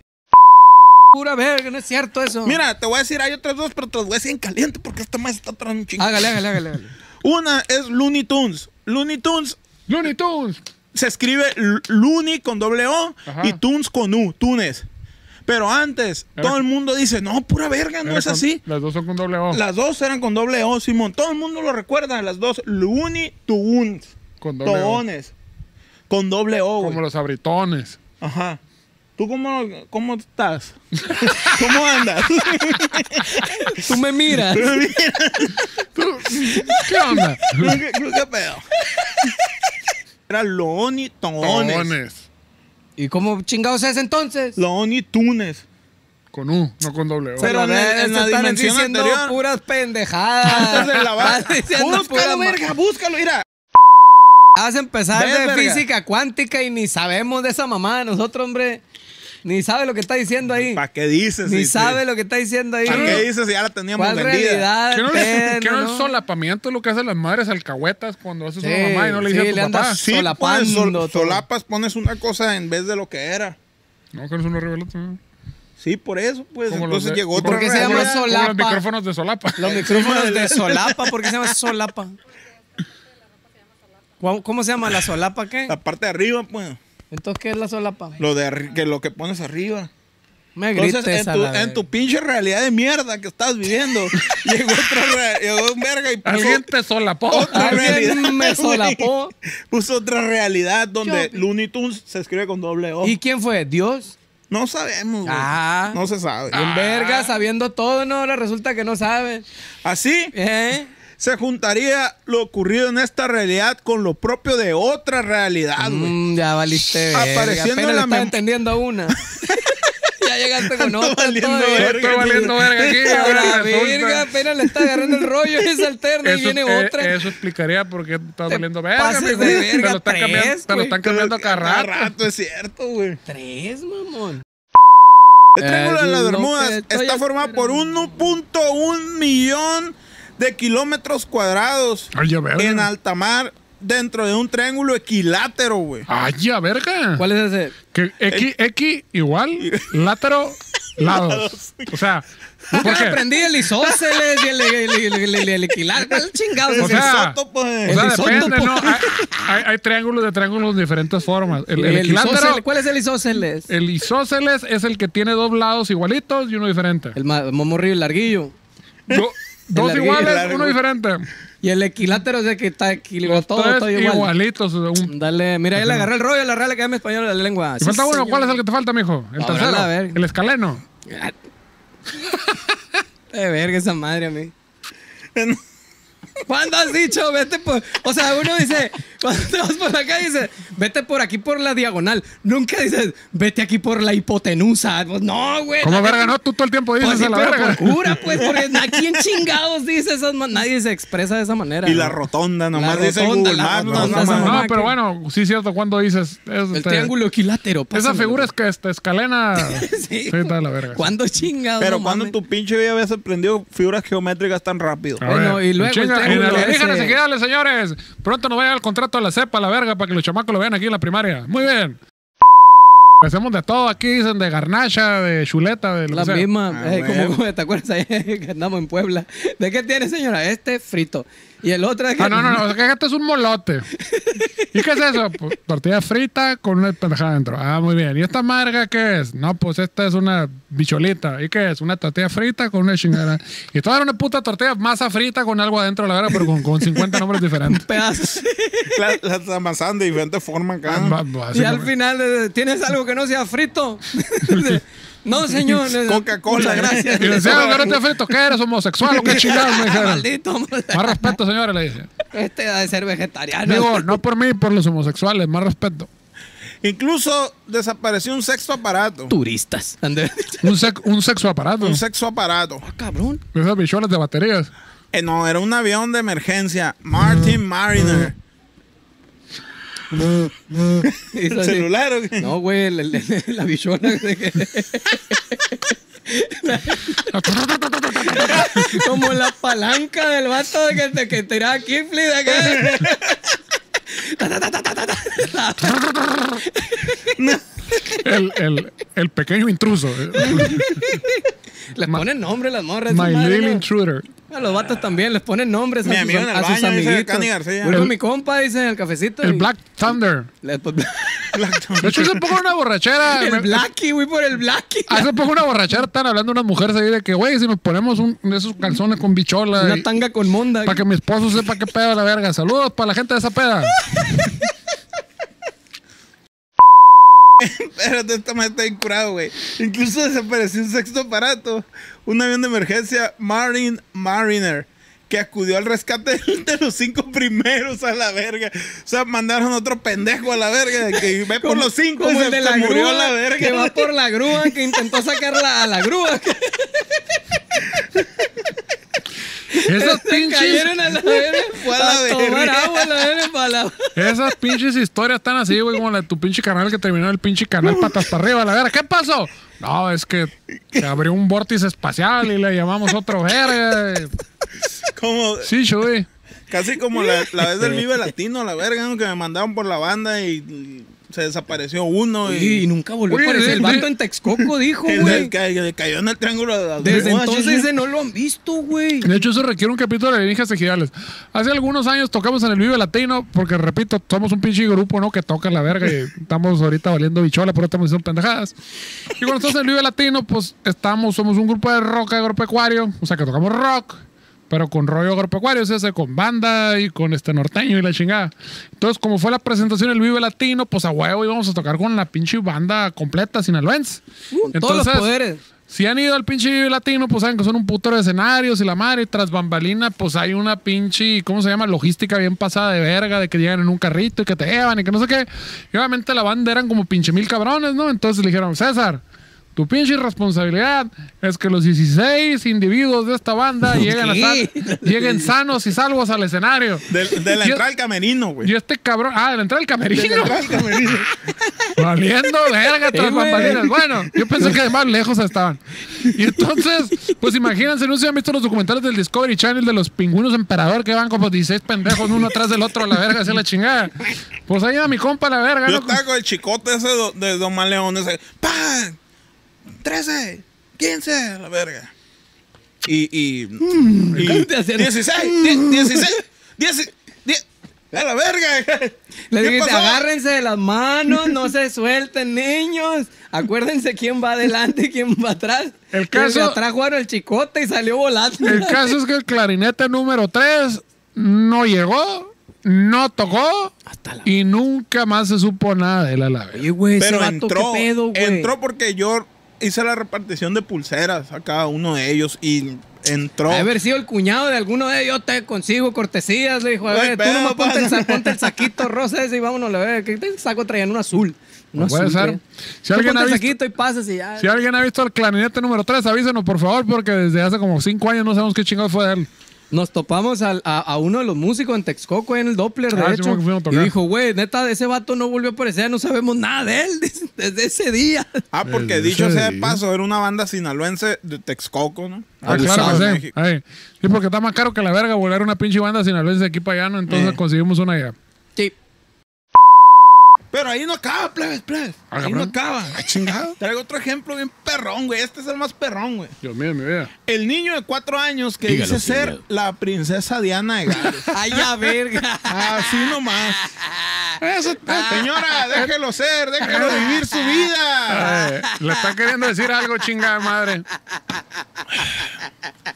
S6: Pura verga, no es cierto eso.
S8: Mira, te voy a decir, hay otras dos, pero te las voy a decir en caliente porque esta más está tan chingada.
S6: Hágale, hágale, hágale. hágale.
S8: Una es Looney Tunes. Looney Tunes
S7: Looney Tunes.
S8: se escribe L- Looney con doble O
S7: Ajá.
S8: y Tunes con U, Tunes. Pero antes,
S7: Era-
S8: todo el mundo dice, no, pura verga, Ah, no
S7: Era
S8: es
S7: con-
S8: así.
S7: Las dos son con doble O.
S8: Las dos eran con doble O, Simón. Todo el mundo lo recuerda, las dos. Looney Tunes.
S7: Con doble O.
S8: Tones. Con doble O,
S7: Como
S8: güey.
S7: los abritones.
S8: Ajá. ¿Tú cómo, cómo estás? (laughs) ¿Cómo
S7: (laughs)
S8: andas?
S6: Tú me miras.
S7: ¿Qué
S8: (laughs)
S7: onda?
S8: ¿Qué, qué pedo? Era Looney Tunes.
S7: Tones.
S6: ¿Y cómo chingados es entonces?
S8: Looney Tunes.
S7: Con U, no con doble O.
S8: Pero
S6: A
S8: en, el-
S6: ver,
S8: en
S6: se
S8: la
S6: están
S8: dimensión
S6: diciendo
S8: anterior.
S6: puras pendejadas.
S8: (laughs) Antes
S6: (laughs)
S8: de lavar.
S6: Estás Ah, diciendo pura
S8: Búscalo,
S6: ma-
S8: verga, búscalo. Mira,
S6: Vas a empezar
S8: Ves,
S6: de
S8: verga.
S6: física cuántica y ni sabemos de esa mamá. Nosotros, hombre, ni sabe lo que está diciendo ahí.
S8: ¿Para qué dices?
S6: Ni
S8: Sí,
S6: sabe
S8: sí.
S6: lo que está diciendo ahí.
S8: ¿Para qué dices? Ya la teníamos
S6: ¿Cuál
S8: vendida.
S6: realidad?
S7: ¿Qué no, le,
S6: plena,
S7: que no
S6: no?
S7: el solapamiento es lo que hacen las madres alcahuetas cuando haces
S6: Sí,
S7: una mamá y no le
S6: sí,
S7: dices
S6: le
S7: a tu papá?
S6: andas-
S8: Sí, pones sol-
S6: Solapando todo.
S8: solapas, pones una cosa en vez de lo que era.
S7: No, que no es un horrible otro.
S8: Sí, por eso, pues.
S7: Como los
S8: Entonces
S7: de-
S8: llegó
S7: ¿Por
S8: otra
S6: qué se llama
S8: realidad.
S6: sol-
S7: Como
S6: Solapa.
S7: los micrófonos de solapa.
S6: Los micrófonos de solapa, ¿por qué se
S8: (laughs)
S6: llama solapa? ¿Cómo- ¿Cómo se llama la solapa qué?
S8: La parte de arriba, pues.
S6: Entonces, ¿qué es la solapa?
S8: Lo, de arri- que, lo que pones arriba.
S6: Me grites
S8: Entonces, en
S6: a
S8: tu,
S6: la verga.
S8: en tu pinche realidad de mierda que
S6: (laughs)
S8: estás viviendo, llegó otra re- llegó un verga y puso,
S7: Alguien te solapó.
S8: otra realidad.
S6: Alguien me
S8: güey.
S6: solapó.
S8: Puso otra realidad donde
S6: Yo-
S8: Looney Tunes se escribe con doble O.
S6: ¿Y quién fue? ¿Dios?
S8: No sabemos, güey.
S6: Ah.
S8: No se sabe.
S6: En verga, sabiendo todo, no, ahora resulta que no saben.
S8: Así
S6: ¿Eh?
S8: se juntaría lo ocurrido en esta realidad con lo propio de otra
S7: Ah,
S8: realidad, güey.
S6: Mm, ya valiste. verga.
S8: Apareciendo
S6: Apenas
S8: la
S6: estaba
S8: mem-
S6: entendiendo
S7: (laughs)
S6: una. ya llegaste con
S8: Ando
S6: otra.
S8: valiendo
S6: todavía.
S8: verga.
S7: Estoy valiendo verga aquí.
S6: Ahora,
S7: ahora resulta.
S6: verga, apenas le está agarrando el rollo esa alterna y
S7: Eso,
S6: viene
S7: eh,
S6: otra.
S7: eso explicaría por qué estás
S6: Te
S7: valiendo verga.
S6: pases
S7: mijo.
S6: de
S7: Te
S6: verga
S7: lo están
S6: tres,
S7: cambiando- te lo
S6: güey.
S7: están cambiando cada
S8: Cada
S7: rato.
S8: rato,
S6: (laughs)
S8: es cierto, güey.
S6: Tres, mamón.
S8: El Triángulo de
S6: Es
S8: las
S6: Eh, lo que
S8: Bermudas
S6: estoy
S8: está formado por 1.1 millón de kilómetros cuadrados
S7: Ay, ya verga.
S8: en alta mar dentro de un triángulo equilátero, güey.
S7: Ay, ya verga.
S6: ¿Cuál es ese?
S7: Que X, X igual, látero, lados. O sea, ¿por
S6: Yo
S7: qué?
S6: Ah, aprendí el isósceles y el- el el- el- el- el equilar. ¿Cuál chingado es
S7: O
S6: ese?
S7: sea,
S8: Soto, pues.
S7: O sea,
S6: El
S7: depende,
S6: isótopo.
S7: ¿no? Hay, hay- hay triángulos de triángulos de diferentes formas. El, el
S6: El
S7: equilátero, Eh.
S6: isósceles, ¿Cuál es el isósceles?
S7: el isósceles es el que tiene dos lados igualitos y uno diferente.
S6: El ma- momorrillo, el larguillo. (laughs)
S7: Do- dos
S6: larguillo,
S7: iguales,
S8: el largo.
S7: uno diferente.
S6: Y el equilátero es el que está equilibrado todo,
S7: Tres
S6: todo igual.
S7: igualitos. un-
S6: Dale, mira, ahí le agarré el rollo, la real que me español de la lengua.
S7: Y falta uno. ¿Cuál es el que te falta, mijo? El
S6: Ahora la
S7: tercero.
S6: verga.
S7: El escaleno.
S6: De Eh, verga esa madre a (laughs) mí. ¿Cuándo has dicho? Vete por. O sea, uno dice, (laughs) cuando te vas por acá, dice, vete por aquí por la diagonal. Nunca dices, vete aquí por la hipotenusa. Pues, no, güey.
S7: Como
S6: la
S7: verga,
S6: neta,
S7: no? Tú todo el tiempo dices
S6: Pues sí,
S7: a la
S6: pero
S7: verga.
S6: procura, pues, porque ¿a quién chingados dice esas ma- Nadie se expresa de esa manera.
S8: Y
S6: ¿no?
S8: la rotonda, nomás
S6: La
S8: dice
S6: rotonda,
S8: Google
S6: la
S8: Maps, no,
S6: rotonda,
S8: no,
S6: esa
S8: mames.
S7: (laughs) No,
S6: mamá
S7: pero
S6: que-
S7: bueno, sí es cierto. Cuando dices. es,
S6: El
S7: este,
S6: triángulo equilátero. pues,
S7: Esa
S6: pásamelo.
S7: figura es que este, escalena.
S6: (laughs) Sí.
S7: sí, está de la verga.
S6: ¿Cuándo chingados?
S8: Pero
S6: No
S8: cuando
S6: mames. Ah.
S8: tu pinche vida habías aprendido figuras geométricas tan rápido.
S7: A
S6: Bueno, y luego el
S7: chinga, en
S6: triángulo
S7: alienígenas
S6: ese.
S7: ejidales, señores. Pronto nos va a llegar el contrato de la cepa, la verga, para que los chamacos lo vean aquí en la primaria. Muy bien. Hacemos de todo aquí, dicen de garnacha, de chuleta, de lo
S6: La
S7: que sea.
S6: misma,
S8: Ah,
S6: eh, (laughs)
S8: bueno.
S6: como ¿te acuerdas ayer que andamos en Puebla? ¿De qué tiene, señora? Este frito. Y el otro es que.
S7: Ah, no, no, no. Cágate es un molote. ¿Y qué es eso? Pues, tortilla frita con una pendejada adentro. Ah, muy bien. ¿Y esta marga qué es? No, pues esta es una bicholita. ¿Y qué es? Una tortilla frita con una chingada. Y toda era una puta tortilla masa frita con algo adentro, la verdad, pero con, con 50 nombres
S6: (laughs)
S7: diferentes. (laughs)
S6: Pedazos.
S8: (laughs) Las las amasaban de diferente forma
S6: Ah,
S7: Va-
S8: acá.
S7: va, así
S6: Y al
S7: como-
S6: final, eh, ¿tienes algo que no sea
S7: (laughs)
S6: frito? (laughs) no, señor. eh,
S8: Coca-Cola, ¿eh?". gracias.
S7: Y le decía, "Pero este frito, ¿qué eres homosexual o qué chingados? Me dijeron.
S6: Maldito, hombre.
S7: Más respeto, señores, le dije.
S6: Este ha de ser vegetariano. (laughs)
S7: Digo, no por mí, por los homosexuales, más respeto.
S8: Incluso desapareció un sexto aparato.
S7: (laughs)
S6: Turistas. Han de haber dicho,
S7: Un, sec- un sexo aparato.
S8: Un sexto aparato.
S6: "Ah, cabrón.
S7: Esas bicholas de baterías.
S8: Eh, no, era un avión de emergencia.
S6: (laughs)
S8: Martin Mariner.
S6: Hizo
S8: ¿El
S6: así.
S8: celular o qué?
S6: No, güey, el- el- el- la bichona. (laughs) de que- (laughs) Como la palanca del vato de que, de que tiraba Kifli de
S7: (laughs)
S6: acá.
S7: El, el, el pequeño
S6: (laughs)
S7: intruso.
S6: Les ponen nombre a las morras.
S7: My
S6: esa madre,
S7: little
S6: ¿no?
S7: intruder.
S6: A los vatos también les ponen nombres a
S8: Mi
S6: sus,
S8: amigo en el
S6: a sus
S8: baño, dice
S6: amiguitos.
S8: Cani García.
S6: Uno
S7: El-
S6: mi compa, dice en el cafecito.
S7: El
S6: y-
S7: Black Thunder.
S6: Le-
S8: (laughs)
S7: De hecho, hace poco una borrachera. me-
S6: el Blackie, güey, por el Blackie.
S7: Hace poco una borrachera están hablando unas mujeres ahí de que, güey, si nos ponemos un, de esos calzones con bichola.
S6: Una tanga con monda.
S7: Para que mi esposo sepa qué pedo la verga. Saludos para la gente de
S6: (laughs)
S7: esa peda.
S8: (laughs) Espérate, esta madre está bien curado, güey. Incluso desapareció un sexto aparato. Un avión de emergencia Marine Mariner. Que acudió al rescate (laughs) de los cinco primeros a la verga. O sea, mandaron otro pendejo a la verga. de Que ve por
S6: Como-
S8: los cinco y
S6: como
S8: Pues se,
S6: el de
S8: se
S6: la
S8: murió
S6: grúa
S8: a la
S6: que va
S8: verga.
S6: por la grúa que intentó sacarla a la grúa que
S7: Esas
S6: (laughs)
S7: pinches,
S6: cayeron a la verga
S8: (laughs) Fue a la
S6: para tomar
S8: verga.
S6: agua a la verga para la
S7: esas pinches historias están así, güey, como la de tu pinche canal que terminó el pinche canal patas para arriba. La verga, ¿qué pasó? No, es que se abrió un vórtice espacial y le llamamos otro verga.
S8: (laughs) Como,
S7: Sí, chuy.
S8: casi como la, la vez del Vive Latino a la verga. ¿no? Que me mandaron por la banda y, y se desapareció uno.
S6: y
S8: Y,
S6: nunca volvió a
S7: Oye,
S6: aparecer el
S7: de- de-
S6: vato en Texcoco
S8: (laughs)
S6: dijo
S8: el del
S6: güey
S8: ca- el que cayó en el triángulo de las
S6: desde
S8: Bermudas,
S6: entonces
S8: sí, sí.
S6: ese no lo han visto güey
S7: De hecho, eso requiere un capítulo de alienígenas ejidales. Hace algunos años tocamos en el Vive Latino, porque repito, somos un pinche grupo, ¿no? Que toca la verga y estamos ahorita valiendo bichola, pero estamos haciendo pendejadas. Y cuando estamos en el Vive Latino, pues estamos, somos un grupo de rock agropecuario, o sea que tocamos rock, pero con rollo agropecuario, es ese, con banda y con este norteño y la chingada. Entonces, como fue la presentación del Vive Latino, pues a huevo íbamos a tocar con la pinche banda completa, sinaloense.
S6: con todos los
S7: Entonces,
S6: poderes
S7: si han ido al pinche Vive Latino, pues saben que son un putero de escenarios y la madre. Y tras bambalina, pues hay una pinche, ¿cómo se llama? Logística bien pasada de verga, de que llegan en un carrito y que te llevan y que no sé qué. Y obviamente la banda eran como pinche mil cabrones, ¿no? Entonces le dijeron, César, tu pinche responsabilidad es que los 16 individuos de esta banda lleguen, a
S6: ¿Qué?
S7: sal- lleguen sanos y salvos al escenario.
S8: Del- De, la
S6: (laughs)
S7: Y-
S8: entrada al camerino, güey.
S7: Y este cabrón, ah, de la entrada del
S8: De la
S7: camerino.
S8: entrada al camerino.
S7: (laughs) Valiendo verga tras
S6: güey.
S7: bambalinas. Bueno, yo pensé que de más lejos estaban. Y entonces, pues imagínense, no sé si han visto los documentales del Discovery Channel de los pingüinos emperador que van como 16 pendejos uno atrás del otro a la verga, hacia la chingada. Pues ahí va mi compa a la verga,
S8: Yo
S7: ¿no?
S8: estaba con el chicote ese do- de Don Maleón, ese. ¡Pam! 13, 15, la verga. Y. y, y
S6: Te hacían-
S8: 16, die- 16, 10, 10. ¡A la verga!
S6: les
S8: ¿Qué
S6: dijiste
S8: pasó?
S6: agárrense de las manos no
S8: (laughs)
S6: se suelten niños acuérdense quién va adelante y quién va atrás
S7: El
S6: Y el de
S7: caso-
S6: atrás jugaron el chicote y salió volando
S7: El caso es que el clarinete número 3 no llegó, no tocó y nunca más se supo nada de él a la verga.
S6: Oye, güey, ese
S8: Pero
S6: vato,
S8: entró.
S6: ¿qué pedo, güey?
S8: entró porque yo hice la repartición de pulseras a cada uno de ellos y entró.
S6: Ha de haber sido el cuñado de alguno de ellos, te consigo cortesías, le dijo, a
S8: No hay
S6: ver, tú
S8: pedo,
S6: nomás ponte el,
S8: pana.
S6: sa- ponte el saquito rosa ese y vámonos, la ver, que te saco traían un azul. Un
S7: Puede
S6: azul,
S7: ser.
S6: creo.
S7: Si
S6: Tú
S7: alguien
S6: ponte
S7: ha
S6: el
S7: visto-
S6: saquito y pasas y ya.
S7: Si alguien ha visto el clarinete número 3, avísenos por favor, porque desde hace como 5 años no sabemos qué chingado fue de él.
S6: Nos topamos al- a, a uno de los músicos en Texcoco, en el Doppler, de
S7: Ah, sí,
S6: hecho.
S7: que fuimos a
S6: y
S7: tocar.
S6: dijo, güey, neta, ese vato no volvió a aparecer, no sabemos nada de él (laughs) dice, desde ese día. (laughs)
S8: Ah, porque
S7: Eh,
S8: dicho
S7: ese
S8: sea de
S7: día.
S8: paso, era una banda sinaloense de Texcoco, ¿no?
S7: Ah,
S8: Abusado de
S7: claro que sí.
S8: México.
S7: Ay, Sí, porque está más caro que la verga volar una pinche banda sinaloense de aquí para allá, ¿no? Entonces
S8: Eh.
S7: conseguimos una ya.
S6: Sí.
S8: Pero ahí no acaba, plebes, plebes.
S7: Ah,
S8: ahí
S7: cabrón.
S8: no acaba.
S7: Ah, chingado.
S8: Traigo otro ejemplo bien perrón, güey. Este es el más perrón, güey.
S7: Dios mío, mi vida.
S8: El niño de cuatro años que
S10: Dígalo
S8: dice
S10: sin
S8: ser
S10: miedo.
S8: la princesa Diana de
S6: (laughs)
S8: Gales.
S6: Ay, ya,
S7: (laughs)
S6: verga.
S8: Así nomás.
S7: Eso
S8: Ah. Señora, déjelo ser, déjelo vivir su
S6: (laughs)
S8: vida.
S7: Eh, le está queriendo decir algo, chingada madre.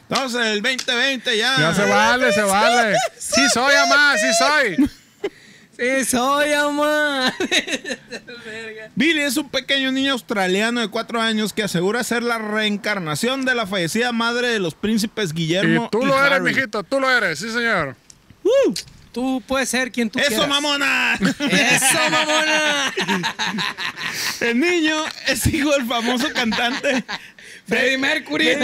S8: Entonces, el 2020 ya.
S7: Ya se vale, se vale. Sí soy, amá, sí soy.
S6: Sí, soy, amor. (laughs)
S8: Billy es un pequeño niño australiano de cuatro años que asegura ser la reencarnación de la fallecida madre de los príncipes Guillermo.
S7: Y tú lo eres,
S8: Harry.
S7: mijito, tú lo eres, sí, señor.
S6: Tú puedes ser quien tú quieras.
S8: ¡Eso, mamona!
S6: Eh. ¡Eso, mamona!
S8: (laughs) el niño es hijo del famoso cantante
S6: Freddie Mercury.
S8: (laughs)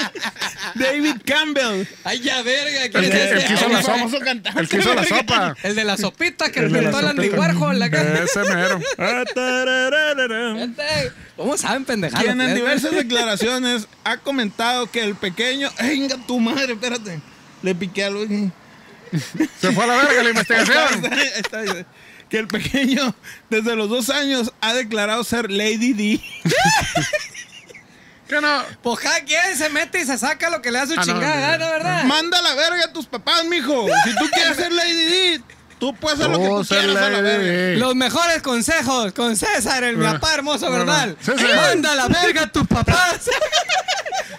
S6: (laughs)
S8: David Campbell.
S6: Ay, ya, verga. ¿quién
S7: El que,
S6: es
S7: el
S6: este?
S7: que hizo la sopa.
S8: famoso cantante.
S7: El que hizo la
S8: (laughs)
S7: sopa.
S6: (laughs) El de la sopita que
S7: El de la
S6: inventó el Andy
S7: sopita.
S6: Warhol. La cara.
S7: Ese mero.
S6: ¿Cómo saben pendejadas?
S8: Quien en
S6: ustedes?
S8: diversas declaraciones ha comentado que el pequeño. ¡Venga, tu madre! Espérate. Le piqué algo. aquí.
S7: Se fue a la verga
S8: (laughs)
S7: la investigación.
S8: Está- está- está- Que el pequeño, desde los dos años, ha declarado ser Lady D.
S7: ¿Qué no?
S6: Pues cada quien se mete y se saca lo que le da su
S7: Ah, no,
S6: chingada
S7: no, no.
S6: gana, ¿verdad?
S8: Manda la verga a tus papás, mijo. Si tú quieres ser Lady D, tú puedes hacer lo que
S7: Oh,
S8: tú
S7: se
S8: quieras a la
S7: le-
S8: verga.
S6: Los mejores consejos con César, el mi
S7: Ah.
S6: papá hermoso,
S7: Ah,
S6: ¿verdad?
S7: César.
S6: Manda la verga a tus papás.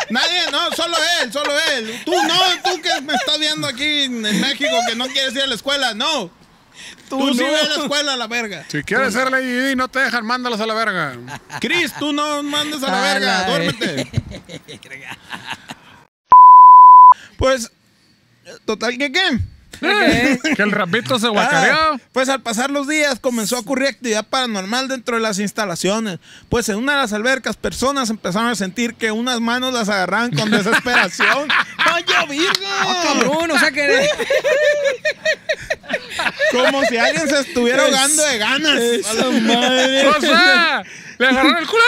S8: Nadie, no, solo él, solo él. Tú no, tú que me estás viendo aquí en en México que no quieres ir a la escuela, no.
S6: (laughs)
S8: Tú, sí
S6: no.
S8: ve
S7: (laughs)
S8: a la
S7: Eh.
S8: escuela a la verga.
S7: Si quieres ser Lady Di, no te dejan, mándalos a la verga.
S8: Cris, tú no mandes a
S6: A
S8: la verga,
S6: la
S8: duérmete. Pues, total que qué.
S7: (laughs) Que el
S8: (laughs)
S7: rapito se guacareó.
S8: Ah, pues al pasar los días comenzó a ocurrir actividad paranormal dentro de las instalaciones. Pues en una de las albercas personas empezaron a sentir que unas manos las agarraban con
S6: (laughs)
S8: desesperación. ¡Oye, virgo!
S6: Cabrón, o sea que.
S7: (laughs)
S8: Como si alguien se estuviera
S6: Pues,
S8: ahogando de ganas.
S7: O sea, le agarraron el culo.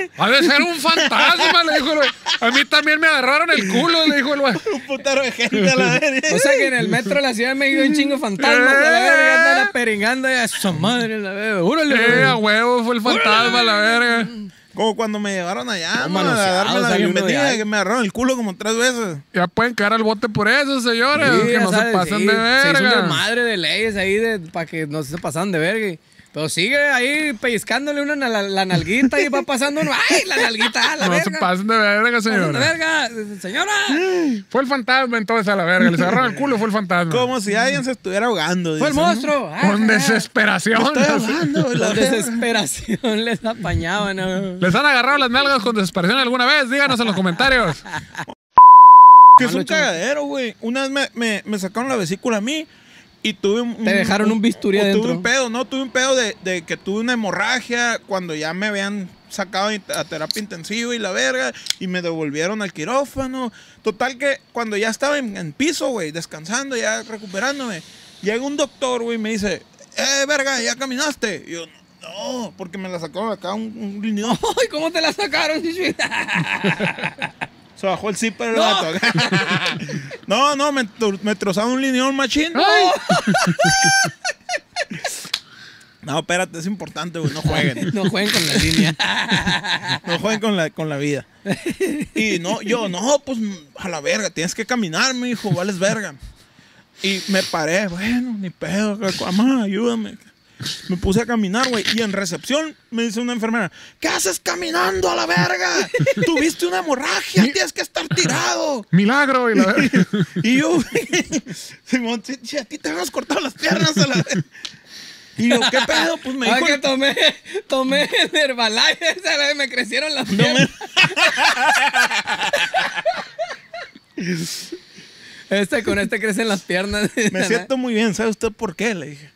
S7: ¿eh? Ha de ser un fantasma, le dijo. el güey. A mí también me agarraron el culo, le dijo el güey.
S8: Un putero de gente a
S6: pues,
S8: la verga.
S6: O sea que en el metro de la Ciudad de México hay un chingo de fantasmas. La verga andan peringando a su madre, la verga. Úrale,
S7: Eh,
S6: verga.
S7: a huevo, fue el fantasma, la verga.
S8: Como cuando me llevaron allá,
S6: Toma,
S8: man, a
S6: los
S8: darme
S6: seados,
S8: la
S6: hay uno de
S8: bienvenida,
S6: ahí.
S8: que me agarraron el culo como tres
S6: Ah.
S8: veces.
S7: Ya pueden caer al bote por eso, señores.
S6: Sí,
S7: que
S6: ya
S7: no se
S6: sabes,
S7: pasen
S6: sí.
S7: de
S6: Se hizo un
S7: verga.
S6: desmadre de leyes ahí de, para que no se pasaran de verga. Pero sigue ahí pellizcándole uno na- la, la nalguita y va pasando uno. ¡Ay, la nalguita! ah, La
S7: No se
S6: verga!
S7: pasen de verga,
S6: pasan de
S7: señores.
S6: verga! ¡Señora!
S7: Fue el fantasma entonces a la verga. Les agarraron el culo, fue el fantasma.
S8: Como si alguien se estuviera ahogando.
S6: ¡Fue el
S8: dice, ¿no?
S6: monstruo! Ah,
S7: Con
S6: ah, ah.
S7: desesperación.
S8: Estoy ahogando. la
S6: La
S8: verga.
S6: desesperación (laughs) les apañaba, ¿no?
S7: ¿Les han agarrado las nalgas con desesperación alguna vez? Díganos en los comentarios.
S8: Que es un cagadero, güey. Una vez me, me- me sacaron la vesícula a mí y tuve un...
S6: Te dejaron un bisturí
S8: o Tuve
S6: adentro.
S8: un pedo, no, tuve un pedo de, de que tuve una hemorragia cuando ya me habían sacado in- a terapia intensiva y la verga y me devolvieron al quirófano. Total que cuando ya estaba en, en piso, güey, descansando, ya recuperándome, llega un doctor, güey, y me dice, eh, verga, ¿ya caminaste? Y yo, no, porque me la sacaron acá un, un riñón.
S6: ¡Ay, cómo te la sacaron, Chichi? (laughs)
S8: Se bajó el zipper el
S6: No.
S8: vato. (laughs) no, no, me, tro- me trozaron un lineón machín. (laughs) No, espérate, es importante, güey. No jueguen.
S6: No jueguen con la línea.
S8: No jueguen con la, con la vida. Y no, yo, no, pues a la verga, tienes que caminar, mi hijo, vales verga. Y me paré, bueno, ni pedo, mamá, ayúdame. Me puse a caminar, güey. Y en recepción me dice una enfermera: ¿Qué haces caminando a la verga? Tuviste una hemorragia, tienes que estar tirado.
S7: Milagro. Y la verga.
S6: (laughs)
S8: Y yo, (laughs) Simón, si, si a ti te habías cortado las piernas a la vez. Y yo, ¿qué pedo? Pues me
S6: Ay,
S8: dijo.
S6: Ah, que tomé, (laughs) tomé el Herbalife, esa vez me crecieron las piernas. (laughs) Este con este crecen las piernas. (laughs)
S8: Me siento muy bien, ¿sabe usted por qué? Le dije.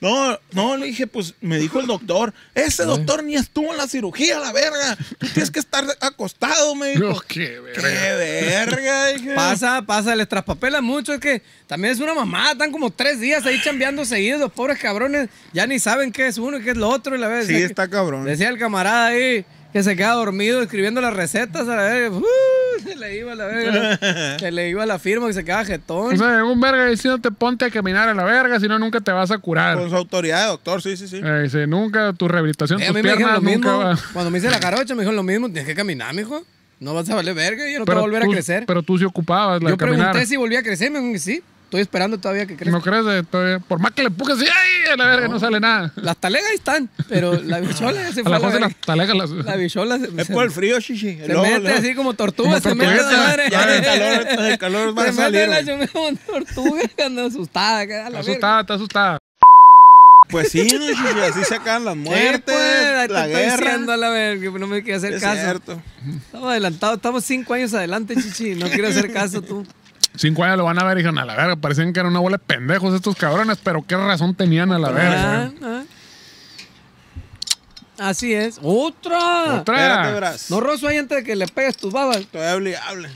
S8: No, no, le dije, pues me dijo el doctor, ese doctor ni estuvo en la cirugía, la verga. Tú tienes que estar acostado, me dijo.
S7: No, qué
S8: Qué
S7: verga.
S8: verga, dije.
S6: Pasa, pasa, les traspapela mucho. Es que también es una mamada. Están como tres días ahí chambeando seguidos, los pobres cabrones. Ya ni saben qué es uno y qué es lo otro. Y la vez,
S8: Sí,
S6: decía que-
S8: está cabrón.
S6: Decía el camarada ahí que se queda dormido escribiendo las recetas. A la verga. Uh, le iba a la
S8: (laughs)
S6: verga. que le iba a la firma que se quedaba
S7: O
S6: jetón.
S7: sea, llegó un verga diciéndote ponte a caminar a la verga, si no, nunca te vas a curar.
S8: Con su autoridad de doctor, sí, sí, sí.
S7: Eh, dice, nunca tu rehabilitación,
S6: Pues, Eh, a mí
S7: tus
S6: me dijeron lo
S7: Pues piernas nunca
S6: mismo.
S7: va.
S6: Cuando me hice la jarocha, me dijeron lo mismo. Tienes que caminar, mijo. No vas a valer verga. Yo no te voy a volver a
S7: tú,
S6: crecer.
S7: Pero tú sí ocupabas la
S6: Yo
S7: de caminar.
S6: pregunté si volvía a crecer. Me dijeron que sí. Estoy esperando todavía que crezca.
S7: No crees de- todavía. Por más que le empujes, sí, ¡ay! A la verga, no, sale nada.
S6: Las talegas ahí están. Pero la bichola ya se
S7: A
S6: fue.
S7: la
S6: a la
S7: voz de
S6: verga.
S7: las talegas las.
S6: La bichola se,
S8: Es
S6: se-
S8: por el frío, chichi.
S6: se
S8: Luego,
S6: mete
S8: luego.
S6: así como tortuga, se mete
S7: tortuguita.
S6: la madre.
S8: Ya del
S6: (laughs)
S8: calor, del calor va
S6: Se
S8: a
S6: mete la
S8: salir. güey.
S6: chingada como tortuga, (laughs) anda asustada. acá, a
S7: Está
S6: la
S7: asustada, está asustada.
S8: Pues sí, no, chichi, así se acaban las
S6: Muerte,
S8: muertes,
S6: pues,
S8: la
S6: te estoy
S8: guerra.
S6: diciendo a la verga, que no me quiero hacer
S8: Es
S6: caso.
S8: cierto.
S6: Estamos adelantados, estamos cinco años adelante, chichi. No quiero hacer caso tú.
S7: Cinco años lo van a ver y dijeron, a la verga, parecían que eran una bola de pendejos estos cabrones, pero qué razón tenían a la
S6: Ah,
S7: verga.
S6: ah. Así es. ¡Otra!
S8: Espérate,
S7: Otra.
S8: verás.
S6: No rozo ahí antes de que le pegues tus babas.
S8: (laughs) Todavía hable, hable.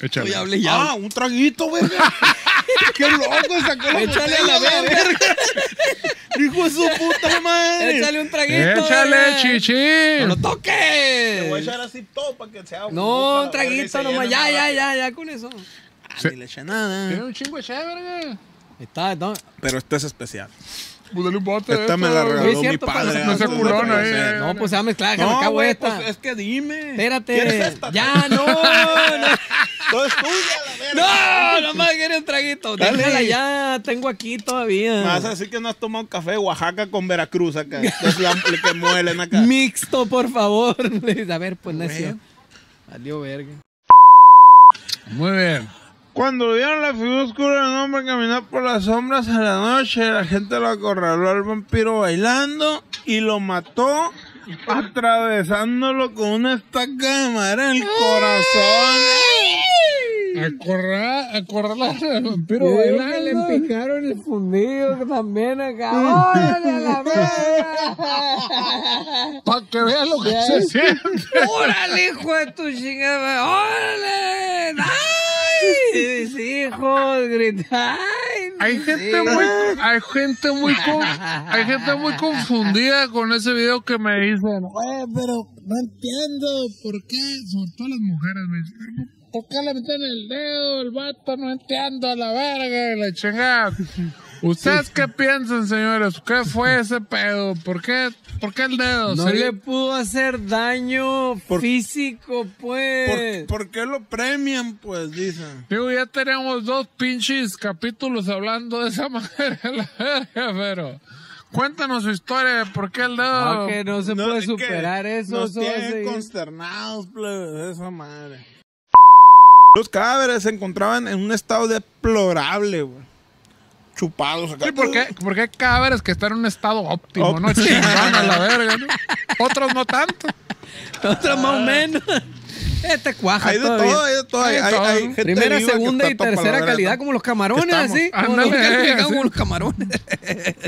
S7: Échale.
S8: Ah, un traguito, verga. (laughs) Qué loco sacó la
S6: Échale a la
S8: botella,
S6: verga.
S8: Hijo de su puta madre.
S6: Échale un traguito.
S7: Échale,
S6: verga.
S7: chichi.
S6: ¡No lo
S8: Te voy a
S6: toques!
S8: echar así todo para que sea
S6: No, un traguito nomás. Ya, ya, ya, ya, con eso. Ahí
S7: Sí.
S8: Ah, Ni le eché nada.
S7: un chingo de verga.
S6: está, no.
S8: Pero esta es especial.
S7: Pues dale un bote. de
S8: Esta me
S7: esto.
S8: la
S6: Oye,
S8: regaló mi
S6: cierto,
S8: padre. ah,
S6: pa-
S7: No se
S8: antes de
S7: culón ahí,
S8: fallecer.
S7: eh.
S6: No, pues se va a mezclar, déjame
S8: No,
S6: acabo
S8: güey,
S6: esta.
S8: pues es que dime.
S6: (laughs)
S8: ¿Quieres
S6: Espérate.
S8: esta?
S6: Ya, no,
S8: (laughs)
S6: no.
S8: Todo es tuya, la verga.
S6: No, nomás quiero un traguito.
S8: Dale.
S6: Déjala ya, tengo aquí todavía.
S8: Me vas a decir que no has tomado café de Oaxaca con Veracruz acá. Es la la que muelen acá.
S6: Mixto, por favor. (laughs) a ver, pues necio. Salió verga.
S7: Muy bien.
S8: Cuando vieron la figura oscura del hombre caminar por las sombras a la noche, la gente lo acorraló al vampiro bailando y lo mató atravesándolo con una estaca de madera en el corazón.
S7: Acorra, acorralar al vampiro
S6: le
S7: bailando.
S6: picaron el fundido también acá. ¡Órale, a la verga!
S7: Para que vean lo que se siente.
S6: ¡Órale, hijo de tu chingada! ¡Órale! ¡Ay! Mis hijos gritan.
S7: Hay gente muy, hay gente muy, con- hay gente muy confundida con ese video que me dicen.
S6: Eh,
S7: Oye, pero no entiendo por qué, sobre todo las mujeres me dicen, ¿por qué le meten el dedo, el vato? No entiendo a la verga, y la chingada. ¿Ustedes qué piensan, señores? ¿Qué fue ese pedo? ¿Por qué, por qué el dedo?
S6: No
S7: ¿Sería-
S6: le pudo hacer daño físico, pues.
S8: ¿Por, por qué lo premian? Pues dicen.
S7: Digo, ya teníamos dos pinches capítulos hablando de esa (laughs) manera, la verga, pero cuéntanos su historia de por qué el dedo.
S6: No, que no se puede
S8: es que
S6: superar eso.
S8: Nos
S6: eso va a
S8: tienen
S6: seguir.
S8: consternados, plebes, esa madre. Los cadáveres se encontraban en un estado deplorable, güey. Chupados acá.
S7: Sí, ¿por qué, por qué hay cadáveres que están en un estado óptimo, no? Chingón a la verga, ¿no? Otros no tanto.
S6: Otro más o menos. Este cuaja
S8: Ah. Hay de
S6: todavía.
S8: todo, hay de todo. Hay, hay- hay gente
S6: Primera,
S8: viva que
S6: segunda
S8: está
S6: y
S8: topa la
S6: tercera
S8: verga,
S6: calidad,
S8: ¿no?
S6: como los camarones,
S8: Estamos-
S6: así. Como los,
S7: ándale,
S6: califican
S7: sí.
S6: como
S7: (laughs)
S6: los camarones.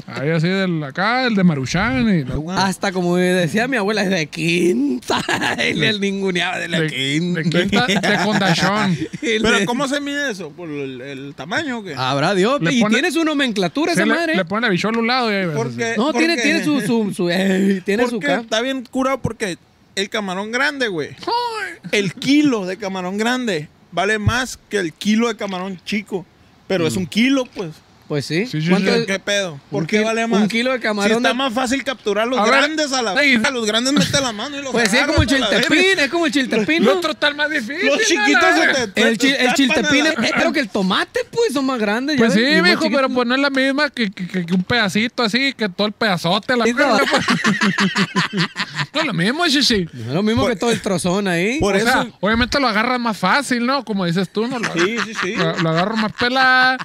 S7: Hay así del acá, el de Maruchan y la-
S6: Hasta como decía mi abuela, es de quinta. (laughs) Y le ninguneaba de la
S7: de,
S6: quinta.
S7: de Quinta, de Condachón.
S6: (laughs) Y
S8: Pero
S6: le-
S8: ¿cómo se mide eso? ¿Por el, el tamaño o qué?
S6: Habrá Dios.
S7: Le
S6: Y
S7: pone-
S6: tiene su nomenclatura
S7: Sí,
S6: esa
S7: le,
S6: madre.
S7: le ponen la bichola a un lado y ahí ves,
S8: Porque,
S6: no, tiene,
S8: porque-
S6: tiene su... su, su eh, tiene su...
S8: porque
S6: ca-
S8: Está bien curado porque el camarón grande, güey.
S7: así. ¡Ay!
S8: El kilo de camarón grande vale más que el kilo de camarón chico. Pero es un kilo, pues.
S6: Pues sí.
S7: Sí, sí,
S6: ¿Cuánto
S7: sí.
S6: es-
S8: ¿Qué pedo?
S6: Mm.
S8: ¿Por
S6: Un
S8: qué
S6: kilo-
S8: vale más?
S6: un kilo de camarón
S8: Si está
S6: de-
S8: más fácil capturar a los
S7: A ver.
S8: grandes a la
S7: Ey.
S8: verga. Los grandes meten la mano y los
S6: Pues sí, es como el
S8: agarras a la verga.
S6: chiltepín, es como el chiltepín,
S7: El
S6: ¿no?
S7: otro está el más difícil.
S8: Los chiquitos
S7: a la
S8: se
S7: verga.
S8: te-
S6: El, chi-
S8: te
S6: el
S8: escapan
S6: chiltepín,
S8: a la-
S6: es- es- creo que el tomate, pues, son más grandes.
S7: Pues
S6: ya
S7: sí,
S6: ves, y más
S7: mijo, pero
S6: chiquitos.
S7: pues no es la misma que, que- que- que un pedacito así, que todo el pedazote. La
S6: Sí, no.
S7: no. (laughs) es lo mismo, chichi.
S6: No es lo mismo
S8: Por-
S6: que todo el trozón ahí. (laughs)
S8: Por
S7: o
S8: eso.
S7: sea, obviamente lo agarras más fácil, ¿no? Como dices tú, ¿no? Lo,
S8: Sí, sí, sí.
S7: lo- lo agarro más pelada.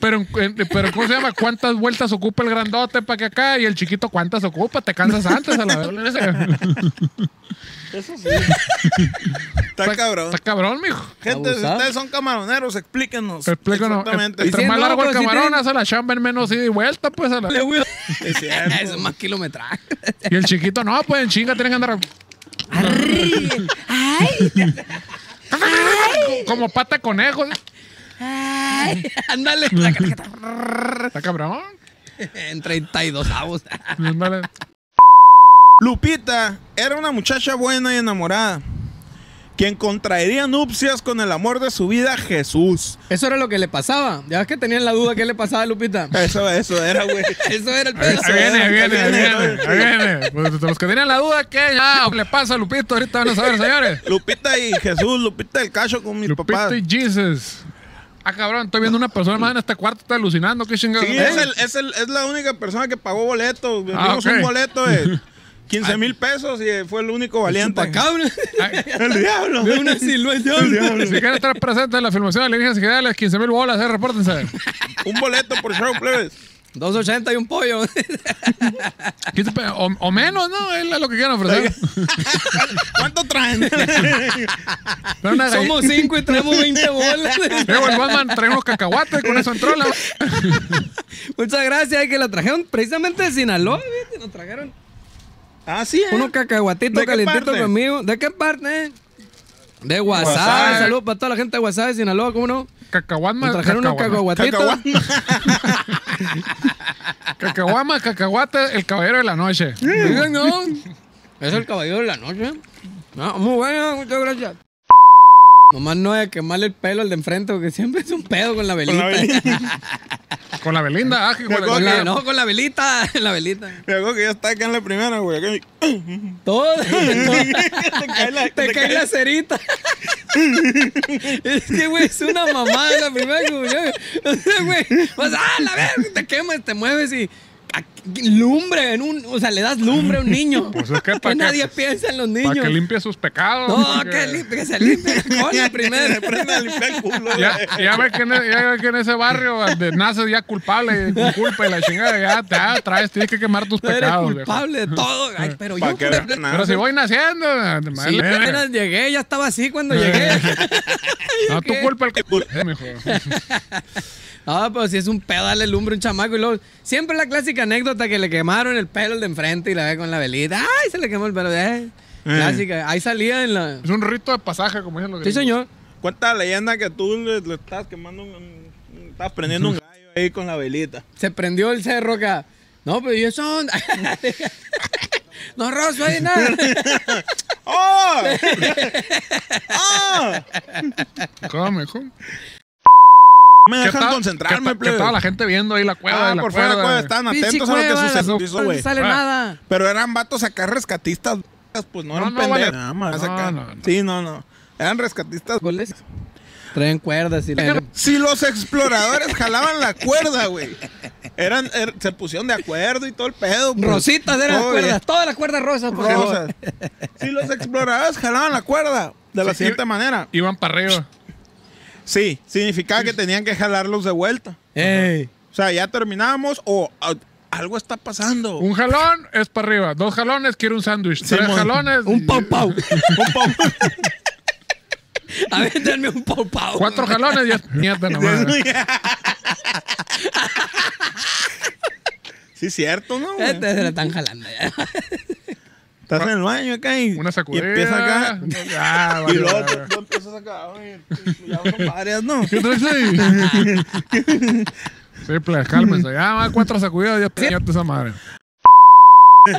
S7: Pero, en- en- pero, ¿cómo se llama? ¿Cuántas vueltas ocupa el grandote para que acá? Y el chiquito, ¿cuántas ocupa? Te cansas antes a la vez.
S8: Está cabrón.
S7: Está cabrón, mijo.
S8: Gente, si
S6: Pues, Abusado.
S8: ustedes son camaroneros, explíquenos.
S7: Explícanos.
S8: Exactamente.
S7: Entre
S6: Diciendo,
S7: más largo el
S6: pues, sí
S7: camarón,
S6: tiene-
S7: hace la chamba en menos ida y vuelta, pues. A la...
S8: Es cierto.
S6: Eso es más kilometraje.
S7: Y el chiquito, no, pues en chinga tienen que andar. Co- (laughs) Como pata de conejo.
S6: (laughs) Ándale.
S7: Está cabrón.
S6: en 32 avos. (laughs)
S7: Ándale.
S8: Lupita era una muchacha buena y enamorada. quien contraería nupcias con el amor de su vida, Jesús.
S6: Eso era lo que le pasaba. Ya ves que tenían la duda qué le pasaba a Lupita.
S8: Eso, eso era, güey.
S6: (laughs) Eso era el
S7: Ahí
S6: pedo. (laughs)
S7: viene, ahí viene, ahí
S8: viene,
S7: viene, ahí viene. Pues, los que tenían la duda, ¿qué? Ya, ¿qué le pasa a Lupito? Ahorita van a saber, señores.
S8: Lupita y Jesús, Lupita del Cacho con mis
S7: Lupito
S8: papás.
S7: y Jesus. Ah, cabrón, estoy viendo una persona más en este cuarto, está alucinando, qué Eh, chingado.
S8: Sí, es, el- es el- es la única persona que pagó boleto. Vendimos
S7: ok.
S8: un boleto de 15 mil pesos y fue el único valiente.
S6: Chupacabra.
S7: ah,
S8: El diablo.
S6: Ve una silueta.
S7: Si quieren estar presentes en la filmación de Alienígenas Ideales, 15 mil bolas, eh, repórtense.
S8: un boleto por show, plebes.
S6: 2.80 y un
S8: (laughs)
S6: pollo.
S7: 15 pe- o, o menos, ¿no? Es lo que quieran ofrecer.
S8: ¿Cuánto traen?
S7: Pero una gall-
S6: Somos cinco y traemos
S8: (laughs)
S6: 20 bolas. (laughs)
S7: Luego el Batman trae unos cacahuates, con eso entró la...
S6: Muchas gracias. Que la trajeron precisamente de Sinaloa. Fíjate, nos trajeron
S8: ah, sí, ¿eh?
S6: unos
S8: ¿De
S6: cacahuatitos
S8: qué
S6: calentitos
S8: parte?
S6: conmigo. ¿De qué parte? De WhatsApp.
S8: Guasave.
S6: Saludos para toda la gente de WhatsApp de Sinaloa. ¿Cómo no?
S7: Cacahuatma,
S6: Nos trajeron unos
S7: cacahuatma.
S6: cacahuatitos.
S8: Cacahuán.
S7: Cacahuama, cacahuate, el caballero de la noche.
S6: Digan, no. (laughs) Es el caballero de la noche. No, muy bueno, muchas gracias. Nomás no hay que quemarle el pelo al de enfrente, porque siempre es un pedo con la velita.
S8: Con la velita.
S7: Con la Belinda, ah, que con
S6: (laughs)
S7: la-
S6: Con la-
S7: con la-
S6: no, con la velita, (laughs) la velita.
S8: Me acuerdo que ya está acá en la primera, güey. Acá-
S6: Todo. (laughs) te
S8: cae la-
S6: cae
S8: te cae-
S6: la cerita. es que, güey, es una mamada la primera comunión. O sea, güey, vas, ah, la verga, te quemas, te mueves y ah, lumbre en un, o sea, le das lumbre a un niño.
S7: Pues es que para
S6: que
S7: que-
S6: nadie piensa en los niños.
S7: Para que limpie sus pecados.
S6: No,
S7: porque-
S6: que, limpie, que se limpie la cola
S8: (laughs)
S6: primero.
S8: Aprende a limpiar el culo, güey.
S7: Ya, ya ve que en, e- ya ve que en ese barrio de- naces ya culpable, con culpa y la chingada, ya te ya traes, tienes que quemar tus
S6: Tú eres
S7: pecados. viejo.
S6: culpable de todo. Ay, pero
S8: Pa'
S6: yo.
S8: que vean que nada.
S7: Pero si voy naciendo, madre,
S6: Sí, apenas llegué, ya estaba así cuando
S7: Eh.
S6: llegué.
S7: no tu
S6: ¿qué?
S7: culpa el c- eh, mijo.
S6: No, pero si es un pedo darle lumbre a un chamaco y luego. Siempre la clásica anécdota que le quemaron el pelo al de enfrente y la ve con la velita. Ay, se le quemó el pelo. eh. Clásica. Ahí salía en la.
S7: Es un rito de pasaje, como dicen los
S6: Sí,
S7: gringos.
S6: señor.
S8: Cuenta la leyenda que tú le, le estabas quemando un- un. Estabas prendiendo un gallo ahí con la
S7: (laughs)
S8: velita.
S6: Se prendió el cerro acá. No, pues, pero yo son. (laughs) no, Rosso, hay nada.
S8: ¡Oh! ¡Oh!
S7: ¿Cómo, mijo?
S8: Me
S7: ¿Qué
S8: dejan
S7: tal-
S8: concentrarme,
S7: qué tal- qué
S8: plebe.
S7: estaba la gente viendo ahí la cueva
S8: Ah,
S7: de la
S8: por fuera,
S7: cueva?
S8: cueva, estaban
S6: Pinche
S8: (laughs) atentos a lo
S6: cueva,
S8: que
S6: la-
S8: sucedió,
S6: No
S8: güey.
S6: sale
S7: Ah.
S6: nada.
S8: Pero eran vatos acá rescatistas, pues no, eran
S7: no, vale. Ah,
S8: pendejos. Nada más
S7: No,
S8: acá.
S7: no, no.
S8: Sí, no, no. Eran rescatistas.
S6: Goles. Traen cuerdas y la.
S8: Si los exploradores jalaban la cuerda, güey. Eran, er- se pusieron de acuerdo y todo el pedo. pues.
S6: Rositas eran las
S8: Todo
S6: cuerdas,
S8: bien.
S6: todas las cuerdas rosas, por favor.
S8: Rosas. Si los exploradores jalaban la cuerda de la
S7: Sí,
S8: siguiente
S7: y-
S8: manera.
S7: Iban para arriba.
S8: Sí, significaba que tenían que jalarlos de vuelta.
S6: Ey.
S8: O sea, ya terminamos o ah, algo está pasando.
S7: Un jalón es para arriba. Dos jalones quiero un sándwich. Tres
S8: mon.
S7: jalones.
S6: Un pau
S8: (laughs)
S6: pau. un pau A ver, dame un pau pau.
S7: Cuatro jalones ya (laughs) es nieta nomás.
S8: sí, cierto, ¿no? güey?
S6: Este se la están jalando ya.
S8: Estás en el baño acá y,
S7: Una
S8: y
S7: sacudida.
S8: empieza acá. (laughs)
S7: Ah,
S8: Y
S7: vale,
S8: luego
S7: vale,
S8: tú,
S7: vale.
S8: tú empiezas acá. Oye, ya son varias, (laughs) ¿no?
S7: ¿Qué traes ahí?
S8: (laughs)
S7: sí, pues, cálmense. Ya más cuatro sacudidas, ya piñate esa madre.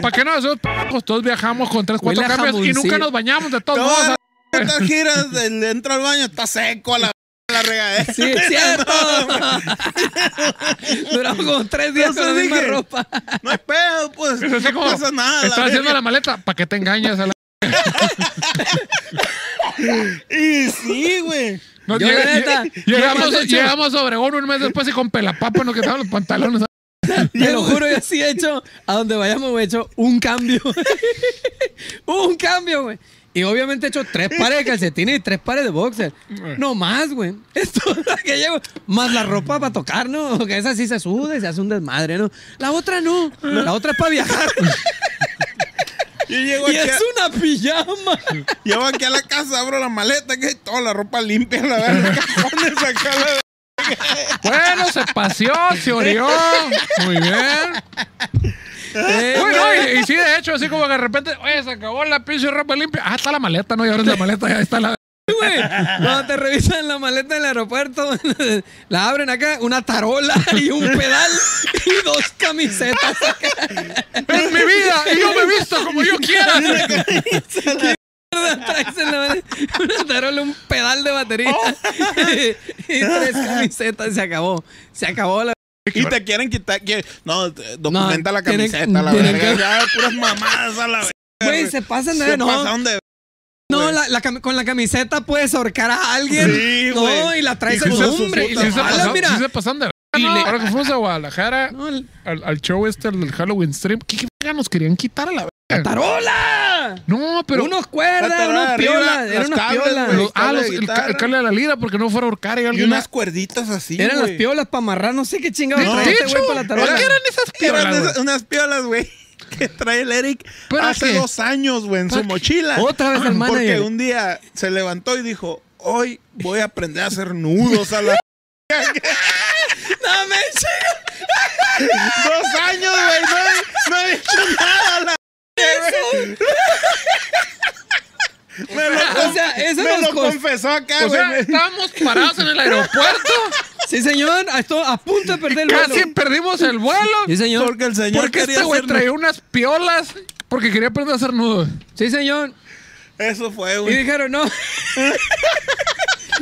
S7: ¿Para qué no? Esos p***os, todos viajamos con tres, cuatro
S6: Huele a
S7: cambios y
S6: jamoncillo.
S7: nunca nos bañamos de todos modos.
S8: Todas las (laughs) putas giras, el- entra al baño, está seco a la, a la ¿eh? regadera. (laughs)
S6: Sí, es cierto. Duramos como tres días con la
S8: Entonces
S6: misma
S8: dije, (laughs)
S6: ropa.
S8: No hay pedo, pues.
S7: Es así
S8: No
S7: como,
S8: pasa nada.
S7: Estás
S8: la
S7: haciendo la
S8: verga.
S7: maleta. ¿Para qué te engañas? A la...
S8: Y sí, güey.
S7: No,
S6: Yo,
S7: llega-
S6: la neta,
S7: lle-
S6: yo
S7: llegamos,
S6: me he hecho-
S7: llegamos a Obregón un mes después y con pelapapa nos quitaban los
S6: (laughs)
S7: pantalones.
S6: Te lo juro, yo sí he hecho, a donde vayamos, güey, he hecho un cambio. (laughs) un cambio, güey. Y obviamente he hecho tres pares de calcetines y tres pares de boxer. No más, güey. (laughs) Es todo lo que llevo. Más la ropa para tocar, ¿no? Que esa sí se suda y se hace un desmadre, ¿no? La otra no. La otra es para viajar.
S8: Yo (laughs)
S6: (laughs)
S8: llego
S6: y
S8: aquí,
S6: es
S8: a,
S6: una
S8: (laughs)
S6: pijama.
S8: llego aquí a la casa, abro la maleta, que hay toda la ropa limpia, la
S6: (laughs)
S8: verdad. Cajones acá, la verga.
S7: Bueno, se paseó, se orió. Muy bien. Uy, no, y, y sí, de hecho, así como que de repente, oye, se acabó la pinche ropa limpia. Ah, está la maleta, no, y ahora es la maleta, ya está la.
S6: güey. Cuando te revisan la maleta del aeropuerto, (laughs) la abren acá, una tarola y un pedal y dos camisetas acá.
S7: ¡Es mi vida! ¡Y yo me visto como yo quiera!
S6: mierda traes en la mano? Una tarola, un pedal de batería y tres camisetas. Se acabó. Se acabó la.
S8: Y te quieren quitar. que- no, te- documenta
S6: No,
S8: la
S6: tienen-
S8: camiseta, la
S6: tienen
S8: verga.
S6: que-
S8: Ya, puras mamadas a la verga.
S6: Güey, se pasan de.
S8: Se
S6: no.
S8: pasaron de-
S6: No,
S8: güey.
S6: la, la cam- con la camiseta puedes ahorcar a alguien.
S8: Sí,
S6: no,
S8: güey.
S6: y la traes
S8: Hijo
S6: en
S8: de su
S6: nombre. Y
S8: puta
S6: la
S7: Sí se,
S8: Ala,
S6: jalas,
S7: pasaron,
S6: mira.
S7: sí se pasan de verga, ¿no? Ahora que fuimos a Guadalajara
S6: No, el-
S7: al, al show este, al del Halloween Stream, ¿qué, qué verga nos querían quitar a la verga?
S6: ¡Tarola!
S7: No, pero.
S6: unos
S8: La
S6: cuerdas,
S8: tarola
S6: unos
S8: arriba,
S6: piolas. Eran
S8: las
S6: unas
S8: cables,
S6: piolas.
S8: güey.
S7: los- ah, los-
S8: de
S7: el, ca- el
S8: guitarra.
S7: cable a la lira, porque no fuera a ahorcar. Y
S8: Y
S7: alguien
S8: unas cuerditas así.
S6: Eran las
S8: güey.
S6: piolas para amarrar, no sé qué chingado
S7: No,
S6: traía este
S7: dicho,
S6: güey para la tarola.
S7: ¿por qué eran esas
S8: Eran
S7: piolas,
S8: esas-
S7: güey?
S8: unas piolas, güey. (laughs) Que trae el Eric
S7: ¿Para
S8: hace
S7: qué?
S8: dos años, güey, en su mochila. Ah,
S6: Otra vez al
S8: Porque
S6: manager.
S8: un día se levantó y dijo: Hoy voy a aprender a hacer nudos a la. (laughs)
S6: No, me chingas.
S8: dos años, güey. No, he- no he hecho nada a la. (laughs) güey. Me
S6: (laughs)
S8: lo,
S6: O sea, eso
S8: me
S6: nos
S8: lo
S6: costó.
S8: confesó acá,
S7: O
S8: Ah, güey.
S7: sea, estábamos parados en el aeropuerto.
S6: Sí, señor. A, esto- a punto de perder el vuelo.
S7: casi perdimos el vuelo.
S6: Sí, señor.
S8: porque el señor
S7: porque
S8: quería
S7: este güey
S8: hacer-
S7: traía unas piolas. Porque quería aprender a hacer nudos.
S6: Sí, señor.
S8: Eso fue,
S6: Y
S8: güey.
S6: dijeron, no. (laughs)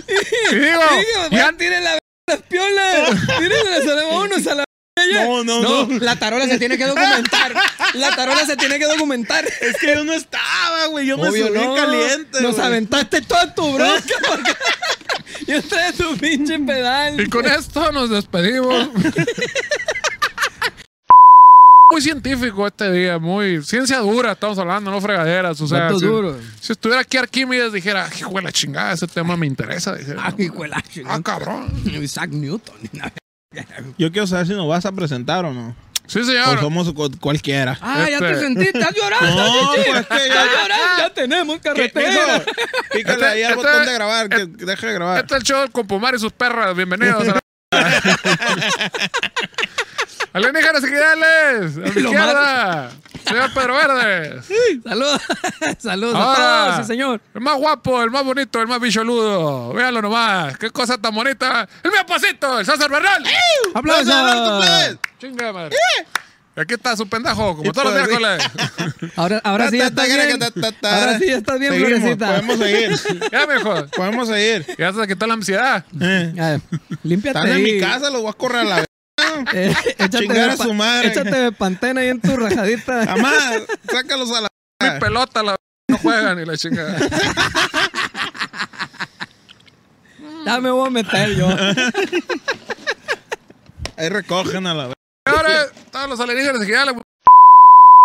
S7: Y digo,
S6: Digo,
S7: ya
S6: ya tiren la, (laughs) las
S8: (laughs)
S6: piolas. Tírenlas a la unos a la ya.
S8: No, no, no.
S6: La tarola se
S8: (laughs)
S6: tiene que documentar. La tarola se tiene que documentar.
S8: Es que yo no estaba, güey. Yo me subí caliente.
S6: Nos
S8: güey.
S6: aventaste toda tu
S8: (laughs)
S6: bronca porque (laughs) yo traía tu pinche pedal.
S7: Y con esto nos despedimos. (laughs) Muy científico este día, muy ciencia dura, estamos hablando, no fregaderas. O sea,
S6: Dato
S7: si,
S6: duro.
S7: si estuviera aquí Arquímedes, dijera, hijo de la chingada, ese tema me interesa. dijera,
S6: Ah, hijo de la
S7: ah,
S6: chingada.
S7: cabrón.
S6: (laughs) Isaac Newton.
S8: Yo quiero saber si nos vas a presentar o no.
S7: Sí,
S8: O
S7: señor.
S8: somos cu- cualquiera.
S6: Ah, ya
S7: Este-
S6: te sentiste, estás llorando.
S8: No,
S6: chichi.
S8: pues, que ya-
S6: estás llorando, ya tenemos
S8: ¿Qué,
S6: carretera.
S8: mijo? Pícale
S7: Este-
S8: ahí al
S7: este-
S8: botón de grabar, que que deje de grabar.
S7: Este es el show del Compumar y sus perras, bienvenidos a (laughs) la... Alienígenas y guiales, a mi
S6: Lo
S7: izquierda, señor Pedro Verdes.
S6: Saludos, (laughs) saludos
S7: Ahora,
S6: a todos, sí, señor.
S7: El más guapo, el más bonito, el más bicholudo. Véanlo nomás. Qué cosa tan bonita. El mío pasito, el César Bernal.
S6: Aplausos.
S8: pues.
S7: Chinga madre. Y aquí está su pendejo, como
S8: Y
S7: todos los
S8: pues,
S7: miércoles.
S6: Ahora, ahora sí ya estás bien. Ahora sí ya estás bien,
S8: Seguimos,
S6: florecita. (laughs)
S8: Podemos seguir.
S7: ya, mijo.
S8: Podemos seguir.
S7: Ya se quitó
S6: (laughs)
S7: la ansiedad.
S8: Eh,
S6: Ya, Límpiate
S8: Están en
S6: ahí.
S8: mi casa, los voy a correr a la verga.
S6: (laughs) Eh, échate
S8: Chingar
S6: de
S8: a
S6: pa-
S8: su madre.
S6: Échate de pantena ahí en tu rajadita.
S8: (laughs) Amá, sácalos a la
S7: Mi pelota, la no juegan y la chingada.
S6: Ya me voy a meter yo.
S8: Ahí recogen a la verga.
S7: Y ahora, todos los alienígenas y guiales.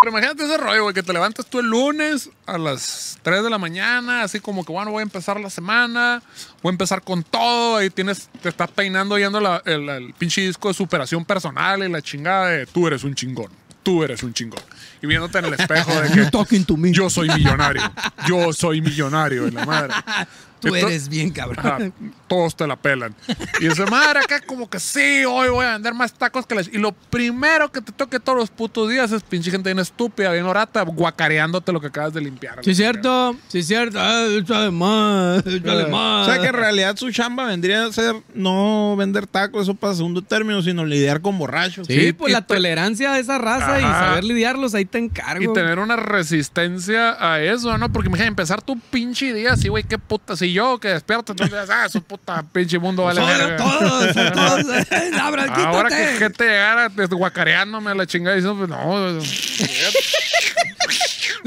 S7: Pero imagínate ese rollo, güey, que te levantas tú el lunes a las 3 de la mañana, así como que, bueno, voy a empezar la semana, voy a empezar con todo, y tienes, te estás peinando yendo la- el, el pinche disco de superación personal y la chingada de tú eres un chingón, tú eres un chingón. Y viéndote en el espejo de que
S6: Talking to me.
S7: yo soy millonario, yo soy millonario, y la madre.
S6: (laughs) Tú
S7: Esto-
S6: eres bien cabrón.
S7: Ajá, todos te la pelan. Y dice, madre, acá como que sí, hoy voy a vender más tacos que la... ch-". Y lo primero que te toque todos los putos días es pinche gente bien estúpida, bien orata, guacareándote lo que acabas de limpiar.
S6: Sí, cierto. Sí, cierto. Ah, Échale más. Échale
S8: O
S6: más.
S8: sea que en realidad su chamba vendría a ser no vender tacos, eso para segundo término, sino lidiar con borrachos.
S6: Sí,
S7: Sí,
S6: pues
S7: y
S6: la
S7: te-
S6: tolerancia de esa raza y
S7: Ajá.
S6: saber lidiarlos, ahí te encargo.
S7: Y tener una resistencia a eso, ¿no? Porque, imagínate, empezar tu pinche día así, güey, qué puta. Si yo que despierto, tú dices, ah, su puta pinche mundo vale
S6: Todos,
S7: verga.
S6: todos,
S7: (laughs)
S6: todos. (laughs) Abra,
S7: Ahora que
S6: quítate.
S7: gente llegara desguacareándome a la chingada diciendo, pues no,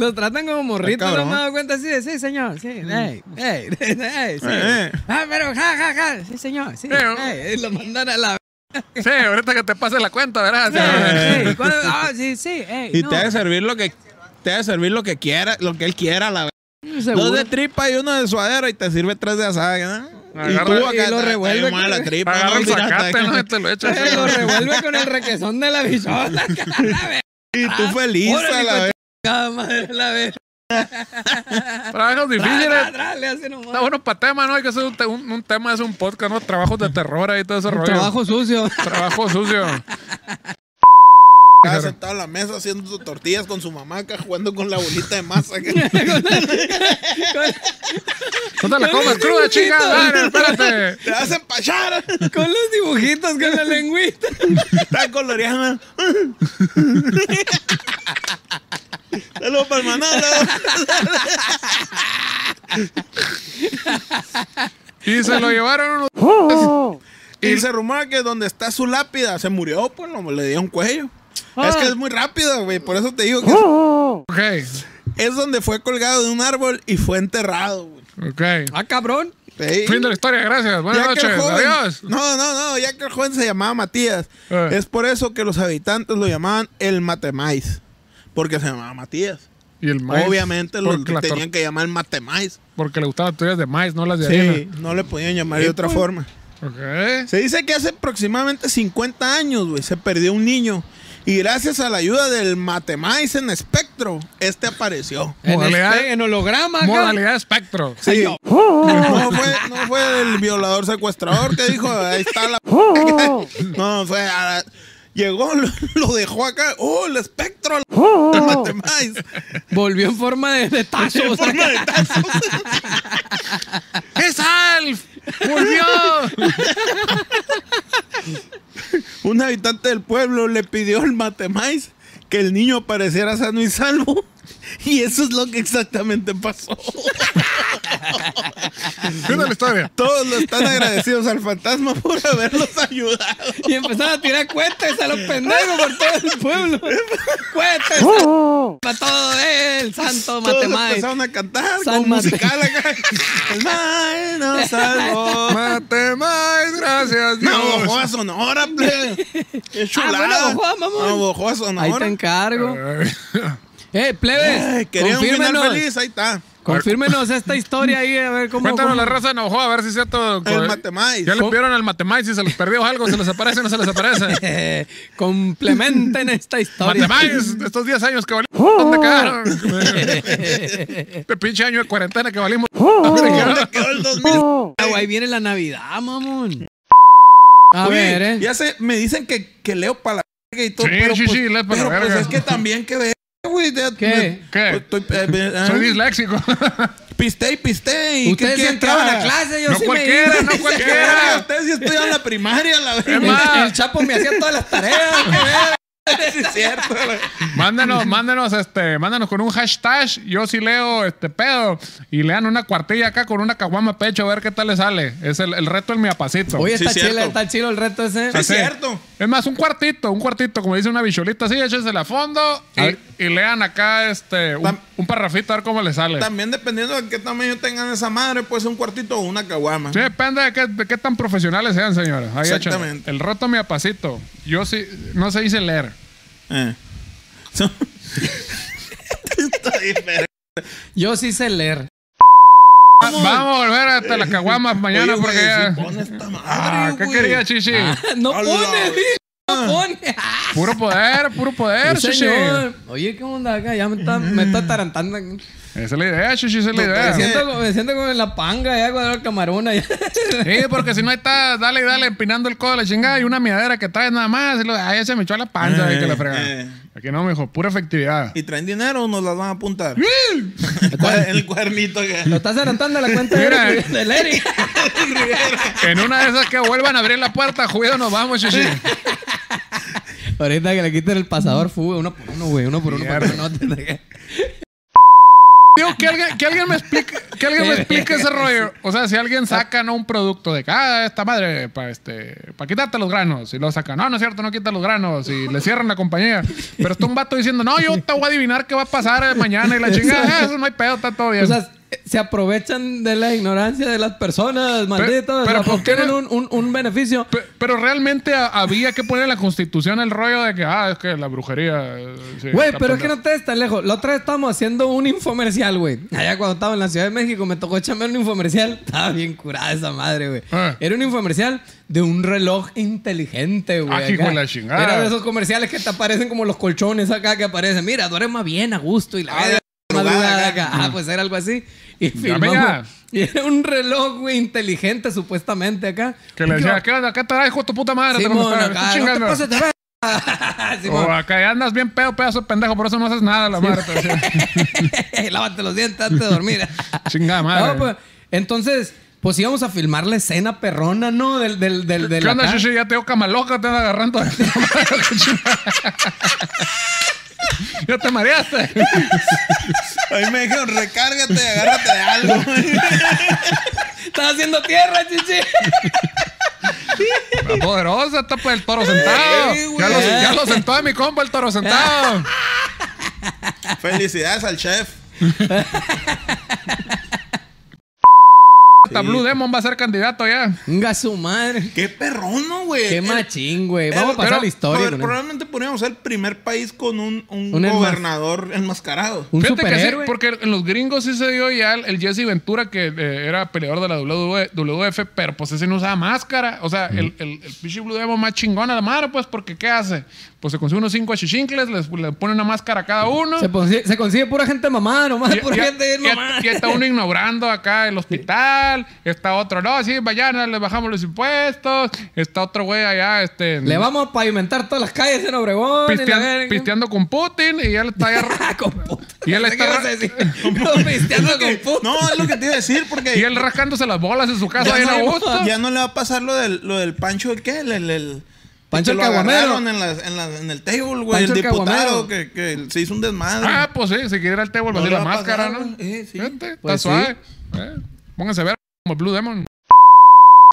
S6: Los tratan como morritos,
S8: Está
S6: no
S8: cabrón.
S6: me he dado cuenta así de, sí, señor, sí, ey, ey, (laughs) ey, sí.
S8: Eh.
S6: Ah, pero ja, ja, ja, sí, señor, sí,
S7: Pero-
S6: ey, lo mandan a
S7: (laughs)
S6: la...
S7: sí, ahorita que te pase la cuenta, ¿verdad?
S6: Ey, ¿cuál- Ah, sí, sí, ey,
S8: Y
S6: no,
S8: te ha de servir lo que te ha de servir lo que quiera, lo que él quiera, la verga.
S6: seguro.
S8: Dos de tripa y uno de suadero y te sirve tres de asada, ¿no?
S7: Agarra-
S6: y lo
S8: ta- ta-
S6: revuelve
S8: ahí mueve
S6: con-
S8: la tripa.
S7: Agarra
S8: pues, ¿no?
S7: el
S8: Mira, ta-
S7: zacate, ¿no? Y te lo echas.
S6: Eh, lo revuelve con el requesón de la bichota, (laughs) cara,
S8: Y
S6: Ah,
S8: tú feliz a la
S6: pues.
S8: vez.
S6: la madre, la vez. Tra,
S7: Trabajos
S6: tra,
S7: difíciles.
S6: tra, le hace nomás.
S7: eh. Está bueno para tema, ¿no? Hay que hacer un, te- un- un tema, es un podcast, ¿no? Trabajos de terror ahí, todo ese rollo.
S6: Trabajo
S7: (laughs)
S6: sucio.
S7: Trabajo
S8: (laughs)
S7: sucio.
S8: Estaba sentado a la mesa haciendo sus tortillas con su mamá acá jugando con la bolita de masa.
S6: (laughs)
S8: que-
S7: No te la comas
S6: Con los
S7: cruda, chica.
S6: dibujitos.
S7: Dale, espérate.
S8: (laughs) ¡Te hacen pachar!
S6: Con los dibujitos, con la lengüita.
S8: Está coloreana. Saludos para el manolo.
S7: se lo llevaron unos.
S8: Y se rumora que donde está su lápida se murió, pues lo- le dio un cuello.
S6: Ah.
S8: Es que es muy rápido, güey. Por eso te digo que
S7: Ok,
S8: es donde fue colgado de un árbol y fue enterrado, güey.
S7: ok.
S6: (laughs) Ah, cabrón.
S8: Sí.
S7: Fin de la historia, gracias. Buenas
S8: Ya que el
S7: noches,
S8: joven-
S7: adiós.
S8: No, no, no, ya que el joven se llamaba Matías.
S7: Eh.
S8: Es por eso que los habitantes lo llamaban el Matemais. Porque se llamaba Matías.
S7: Y el maíz.
S8: Obviamente lo
S7: porque, la tor-
S8: tenían que llamar Matemais.
S7: porque le gustaban las teorías de maíz, no las de
S8: Sí,
S7: harina.
S8: no le podían llamar de
S7: pues.
S8: otra forma.
S7: Ok.
S8: Se dice que hace aproximadamente 50 años, güey, se perdió un niño. Y gracias a la ayuda del Matemais en espectro, este apareció.
S6: En,
S7: Modalidad-
S6: espe- en holograma. acá.
S7: Modalidad espectro.
S8: Sí. (laughs)
S7: Oh.
S8: No, fue, no fue el violador secuestrador que dijo, ahí está la...
S7: Oh.
S8: p-". (laughs) No, fue... a- Llegó, lo, lo dejó acá. ¡Oh, el espectro!
S7: Oh.
S8: El (laughs) Matemais.
S6: Volvió en forma de, de tazo. o sea, (laughs)
S8: Forma de tazo.
S7: ¡Es Alf! ¡Volvió!
S8: (laughs) Un habitante del pueblo le pidió al Matemais que el niño apareciera sano y salvo. Y eso es lo que exactamente pasó.
S7: Fin de la historia.
S8: Todos lo están agradecidos al fantasma por haberlos ayudado.
S6: Y empezaron a tirar cuetes a los pendejos por todo el (laughs) pueblo. Cuetes. a- Para todo el santo
S8: Todos
S6: Matemai.
S8: empezaron a cantar
S6: San
S8: con
S6: Mate- (laughs)
S8: musical acá. El mal nos salvó.
S7: Mate maíz, gracias Dios.
S8: Navajo a Sonora, plebe.
S6: Ah,
S8: Qué chulada.
S6: Navojoa, mamón.
S8: Navojoa a
S6: Ahí
S8: Sonora.
S6: te encargo.
S7: (laughs) Cuéntanos
S6: Eh, plebes.
S8: Ay, Quería un final
S6: confírmenos.
S8: feliz, ahí está.
S6: Confírmenos esta historia ahí, a ver cómo. cómo-
S7: la raza de Navajoa, a ver si es cierto.
S8: El Matemais.
S7: Ya le pidieron al Matemais si se les perdió algo, se les aparece o no se
S6: (laughs)
S7: les aparece.
S6: Eh, (laughs) complementen esta historia. (laughs)
S7: Matemais, estos 10 años que valimos, ¿dónde quedaron? Este pinche año de cuarentena que valimos.
S6: (laughs)
S7: ¿Dónde quedaron?
S8: Quedó el 2000.
S6: Ah, güey, viene la Navidad, mamón. A
S8: Oye,
S6: ver, eh.
S8: Ya sé, me dicen que, que leo para la verga y todo.
S7: Sí,
S8: pero
S7: sí,
S8: pues,
S7: sí, lees pa' la
S8: pero,
S7: verga.
S8: pues es que también que ver, güey. de-
S6: ¿Qué?
S8: me-
S7: ¿Qué?
S8: Estoy, eh, eh, ah,
S7: (laughs) Soy disléxico.
S8: Pisté y pisté. ¿Y
S6: Ustedes sí
S8: quieren que
S6: entraban
S7: (laughs)
S8: haga?
S6: a clase, yo
S7: No
S6: (laughs) sí me
S7: cualquiera,
S6: iba.
S7: no cualquiera.
S8: Ustedes sí estudian la primaria,
S6: (laughs)
S8: la
S7: Es
S8: verga.
S7: más,
S6: El, el Chapo me hacía todas las tareas. qué ver.
S8: Sí, es cierto. la-
S6: (laughs)
S7: Mándanos, mándanos, este, mándanos con un hashtag. Yo sí leo este pedo. Y lean una cuartilla acá con una caguama pecho a ver qué tal le sale. Es el, el reto del miapacito.
S6: Oye, está,
S8: Sí,
S6: chila,
S8: cierto.
S6: está chido el reto ese.
S8: Sí, es
S7: Sí.
S8: cierto.
S7: Es más, un cuartito, un cuartito, como dice una bicholita así, échensela a fondo
S6: ver.
S7: y, y lean acá este un,
S8: Tam-
S7: un parrafito a ver cómo le sale.
S8: También dependiendo de qué tamaño tengan esa madre, puede ser un cuartito o una caguama.
S7: Sí, depende de qué, de qué tan profesionales sean, señores. Ahí échenle.
S8: Exactamente.
S7: El roto mi apacito. Yo sí, no se dice leer.
S8: Eh. Son- (laughs) Está bien, verga.
S6: Yo sí sé leer.
S7: Vamos, a volver hasta
S8: (laughs)
S7: las caguamas mañana
S8: Oye,
S7: porque
S8: güey,
S7: ya-
S8: si pone esta madre,
S7: Ah, ¿Qué
S8: güey. Ah.
S7: quería, Chichi?
S6: No
S8: Hola.
S6: pone, bicho, no pone.
S7: Puro poder, puro poder,
S6: Sí,
S7: Chichi. Esa
S6: señor. Oye, ¿qué onda acá? Ya me está, me está atarantando. aquí.
S7: es la idea, Chichi, esa es la
S6: Me
S7: idea.
S6: siento, como- me siento como en la panga, ya cuando el camarón.
S8: (laughs)
S6: allá.
S7: Sí, porque si no está, dale y dale, empinando el codo a la chingada y una miadera que traes nada más. Y lo, ay, ya se me echó a la panza, ahí que la fregada.
S8: eh.
S7: Aquí no, mijo, pura efectividad.
S8: ¿Y traen dinero o nos las van a apuntar? en el cuadernito
S6: Lo
S8: que...
S6: estás adelantando a la cuenta de
S7: Mira,
S6: Eric- del
S8: (laughs)
S6: Eric.
S7: En una de esas que vuelvan a abrir la puerta, juido, nos vamos, chichi.
S6: Ahorita que le quiten el pasador, fue uno por uno, güey. Uno por uno. Para que no te...
S7: Digo, que alguien, que alguien me explique, que alguien me explique ese rollo. O sea, si alguien saca ¿no? un producto de cada esta madre para este, para quitarte los granos y lo sacan, no, no es cierto, no quita los granos y le cierran la compañía. Pero está un vato diciendo, no, yo te voy a adivinar qué va a pasar eh, mañana y la chingada, "Eh, eso no hay pedo, está todo bien.
S6: O sea, se aprovechan de la ignorancia de las personas, malditos.
S7: pero
S6: o sea,
S7: ¿por qué
S6: obtienen
S7: no?
S6: un, un, un beneficio.
S7: Pe- Pero realmente a- había que poner en la constitución el rollo de que, ah, es que la brujería. eh, sí,
S6: Güey,
S7: está
S6: pero es que
S7: pendeja.
S6: no te ves tan lejos. La otra vez estábamos haciendo un infomercial, güey. Allá cuando estaba en la Ciudad de México me tocó echarme un infomercial. (laughs) Estaba bien curada esa madre, güey.
S7: Ah.
S6: Era un infomercial de un reloj inteligente, güey.
S7: Ah, hijo
S6: acá.
S7: de la chingada.
S6: Era de esos comerciales que te aparecen como los colchones acá que aparecen. Mira, duerma bien a gusto y la
S8: Ah,
S6: verga,
S8: de madrugada
S6: madrugada
S8: acá.
S6: acá. Ah, pues era algo así. Y
S7: Ya,
S6: filmamos. (laughs)
S7: venga.
S6: Y era un reloj, güey, inteligente supuestamente acá.
S7: Que
S6: Y
S7: le decía,
S6: yo,
S7: ¿qué onda? ¿Qué traes, hijo de tu puta madre? Te
S6: Simón,
S7: contestaba,
S6: acá,
S7: "Estoy
S6: no te
S7: chingando".
S6: pases de verga. (laughs) Simón.
S7: O acá ya andas bien pedo, pedazo de pendejo, por eso no haces nada, la madre. te
S6: (laughs)
S7: decía.
S6: Eh, Lávate los dientes antes de dormir.
S7: (laughs) Chingada madre.
S6: No, pues, entonces, pues íbamos a filmar la escena perrona, ¿no? Del, del, del, del
S7: ¿Qué onda,
S6: acá.
S7: Shishi? Ya te digo camaloca, te andas agarrando. (laughs) ya te mareaste. (laughs)
S8: Ahí me dijeron, recárgate, agárrate de algo.
S6: Estás haciendo tierra, chichi.
S7: (laughs) Está poderosa, está pues, el toro sentado.
S6: Ey, güey.
S7: Ya lo, ya lo sentó a mi compa el
S6: (laughs)
S7: toro sentado.
S8: Felicidades al chef.
S7: Hasta Blue Demon va a ser candidato ya.
S6: Venga, su madre.
S8: Qué perrón, ¿no, güey.
S7: Eh,
S6: Qué
S8: El-
S6: machín, güey. Vamos a
S8: el-
S6: pasar
S8: pero,
S6: la historia.
S8: joder,
S6: con él.
S8: probablemente podríamos ser el primer país con un, un
S6: Un enmas-
S8: gobernador enmascarado.
S6: Un
S7: Fíjate que sí,
S6: superhéroe.
S7: porque en los gringos sí se dio ya el, el Jesse Ventura, que eh, era peleador de la WWE, WWF, pero pues ese no usaba máscara. O sea, el, el, el pinche Blue Demon más chingón a la madre, pues, porque ¿qué hace? Pues se consigue unos cinco achichincles, les, le pone una máscara a cada uno.
S6: Se, consigue, se consigue pura gente mamada, nomás.
S7: Y-
S6: pura
S7: y-
S6: gente bien
S7: y-
S6: mamada.
S7: y está uno ignorando acá el hospital. Está otro, no, sí, mañana les bajamos los impuestos. Está otro güey allá, este.
S6: Le vamos a pavimentar todas las calles en Obregón. y la
S7: pistean-
S6: verga. (laughs) Ah,
S7: pisteando con Putin y él está allá.
S6: con puta.
S7: Y él
S6: ¿Qué
S7: está-
S6: vas a
S7: (laughs)
S6: decir? (laughs) No, pisteando con puta.
S8: (laughs) No, es lo que te iba a decir, porque
S7: Y él rascándose las bolas en su casa ahí en
S8: no,
S7: Augusto.
S8: ya no le va a pasar lo del, lo del Pancho, ¿qué? El, el, el-
S6: Pancho
S8: que
S6: el
S8: lo
S6: caguamero.
S8: agarraron en, las- en, las- en el table, güey. El
S6: Pancho el
S8: diputado
S6: caguamero.
S8: que, que se hizo un desmadre.
S7: Ah, pues sí, si quiere ir al table,
S8: No
S7: de
S8: le
S7: la
S8: va a
S7: máscara,
S8: pasar,
S7: ¿no?
S8: güey. Eh, sí.
S7: Fíjate, está
S6: Pues sí.
S7: suave. Eh, pónganse a ver como el Blue Demon.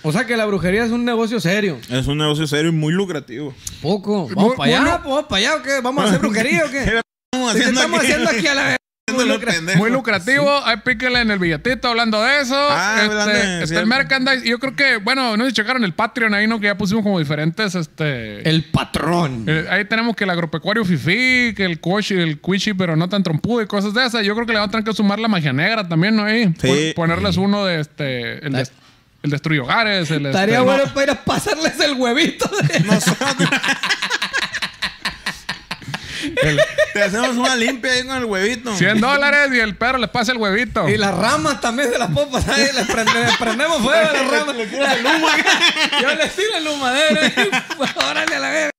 S6: O sea que la brujería es un negocio serio.
S8: Es un negocio serio y muy lucrativo.
S6: Poco. ¿Vamos
S7: Mu-
S6: para allá?
S7: bueno.
S6: pues, ¿Vamos para allá o qué? ¿Vamos a hacer brujería o (laughs) qué?
S8: Estamos
S6: ¿Qué estamos (laughs) haciendo aquí a la vez?
S8: haciéndolo pendejo.
S7: Muy lucrativo. Ahí píquenle en el billetito hablando de eso.
S8: Ah,
S7: este,
S8: hablando de-
S7: está el
S8: cierto.
S7: merchandise. Y Yo creo que, bueno, no sé si checaron el Patreon ahí, ¿no? Que ya pusimos como diferentes, este...
S6: El patrón.
S7: eh, ahí tenemos que el agropecuario fifí, que el cuichi, el cuichi, pero no tan trompudo y cosas de esas. Yo creo que le van a tener que sumar la magia negra también, ¿no? Ahí.
S8: Sí.
S7: Pon- Ponerles uno de este... El, des- el destruye hogares, el...
S6: Estaría
S7: este,
S6: bueno para ir a pasarles el huevito. de-
S8: Nosotros
S7: el-
S8: te hacemos una limpia ahí con el huevito.
S7: 100 dólares y el perro le pasa el huevito.
S6: Y las ramas también se las puedo pasar. y Les, prende- les prendemos fuego (laughs) a las ramas. (laughs) Yo les tiro el humadero. (laughs) Órale a la verga.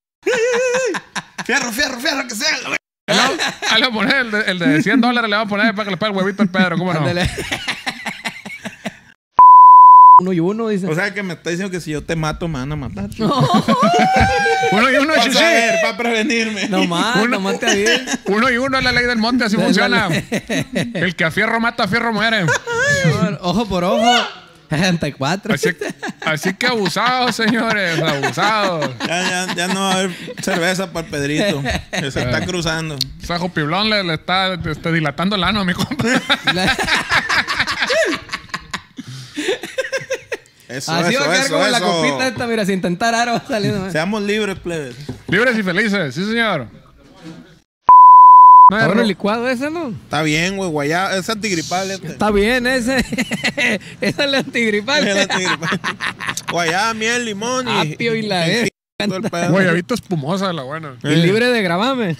S8: Fierro, fierro, fierro, que sea. la verga.
S6: (laughs)
S7: Ahí le vamos a poner el de, el de 100 dólares, le vamos a poner para que le pague el huevito al Pedro, ¿cómo
S6: (laughs)
S7: no?
S6: Ándale. Uno y uno, dice.
S8: O sea que me está diciendo que si yo te mato, me van a matar.
S7: Uno y uno,
S8: Para
S7: chichi.
S6: eh.
S8: saber, para prevenirme.
S6: No (laughs) más,
S7: Uno-
S6: nomás te aviso.
S7: Uno y uno es la ley del monte, así
S6: Es la
S7: funciona.
S6: ley.
S7: El que a fierro mata, a fierro muere.
S6: Señor, Ojo por (laughs) ojo. 64.
S7: Así, así que abusados, señores, abusados.
S8: Ya, ya, ya no va a haber cerveza para el Pedrito. Que
S7: Ah.
S8: se está cruzando.
S7: Sajo Piblón le, le está este, dilatando el ano a
S6: (laughs)
S7: mi compa.
S6: La-
S8: Eso,
S6: Así va Ah, a quedar
S8: eso, eso,
S6: como la
S8: eso.
S6: copita esta, mira, sin intentar aro va a salir, ¿no?
S8: (laughs) Seamos libres, plebes.
S7: Libres y felices, sí, señor. No hay
S6: Está bueno
S7: ro-
S6: el licuado ese, ¿no?
S8: Está bien, güey, guayá. Es
S6: (laughs)
S8: antigripal este. (laughs)
S6: Está bien ese. Esa es la antigripal. (laughs)
S8: Es antigripal. Guayá, miel, limón y...
S6: Apio y
S8: (laughs)
S6: la E. verga.
S8: todo el pedo.
S7: Guayabita espumosa,
S6: (laughs)
S7: la buena.
S6: Y libre de
S8: (laughs)
S6: gravamen.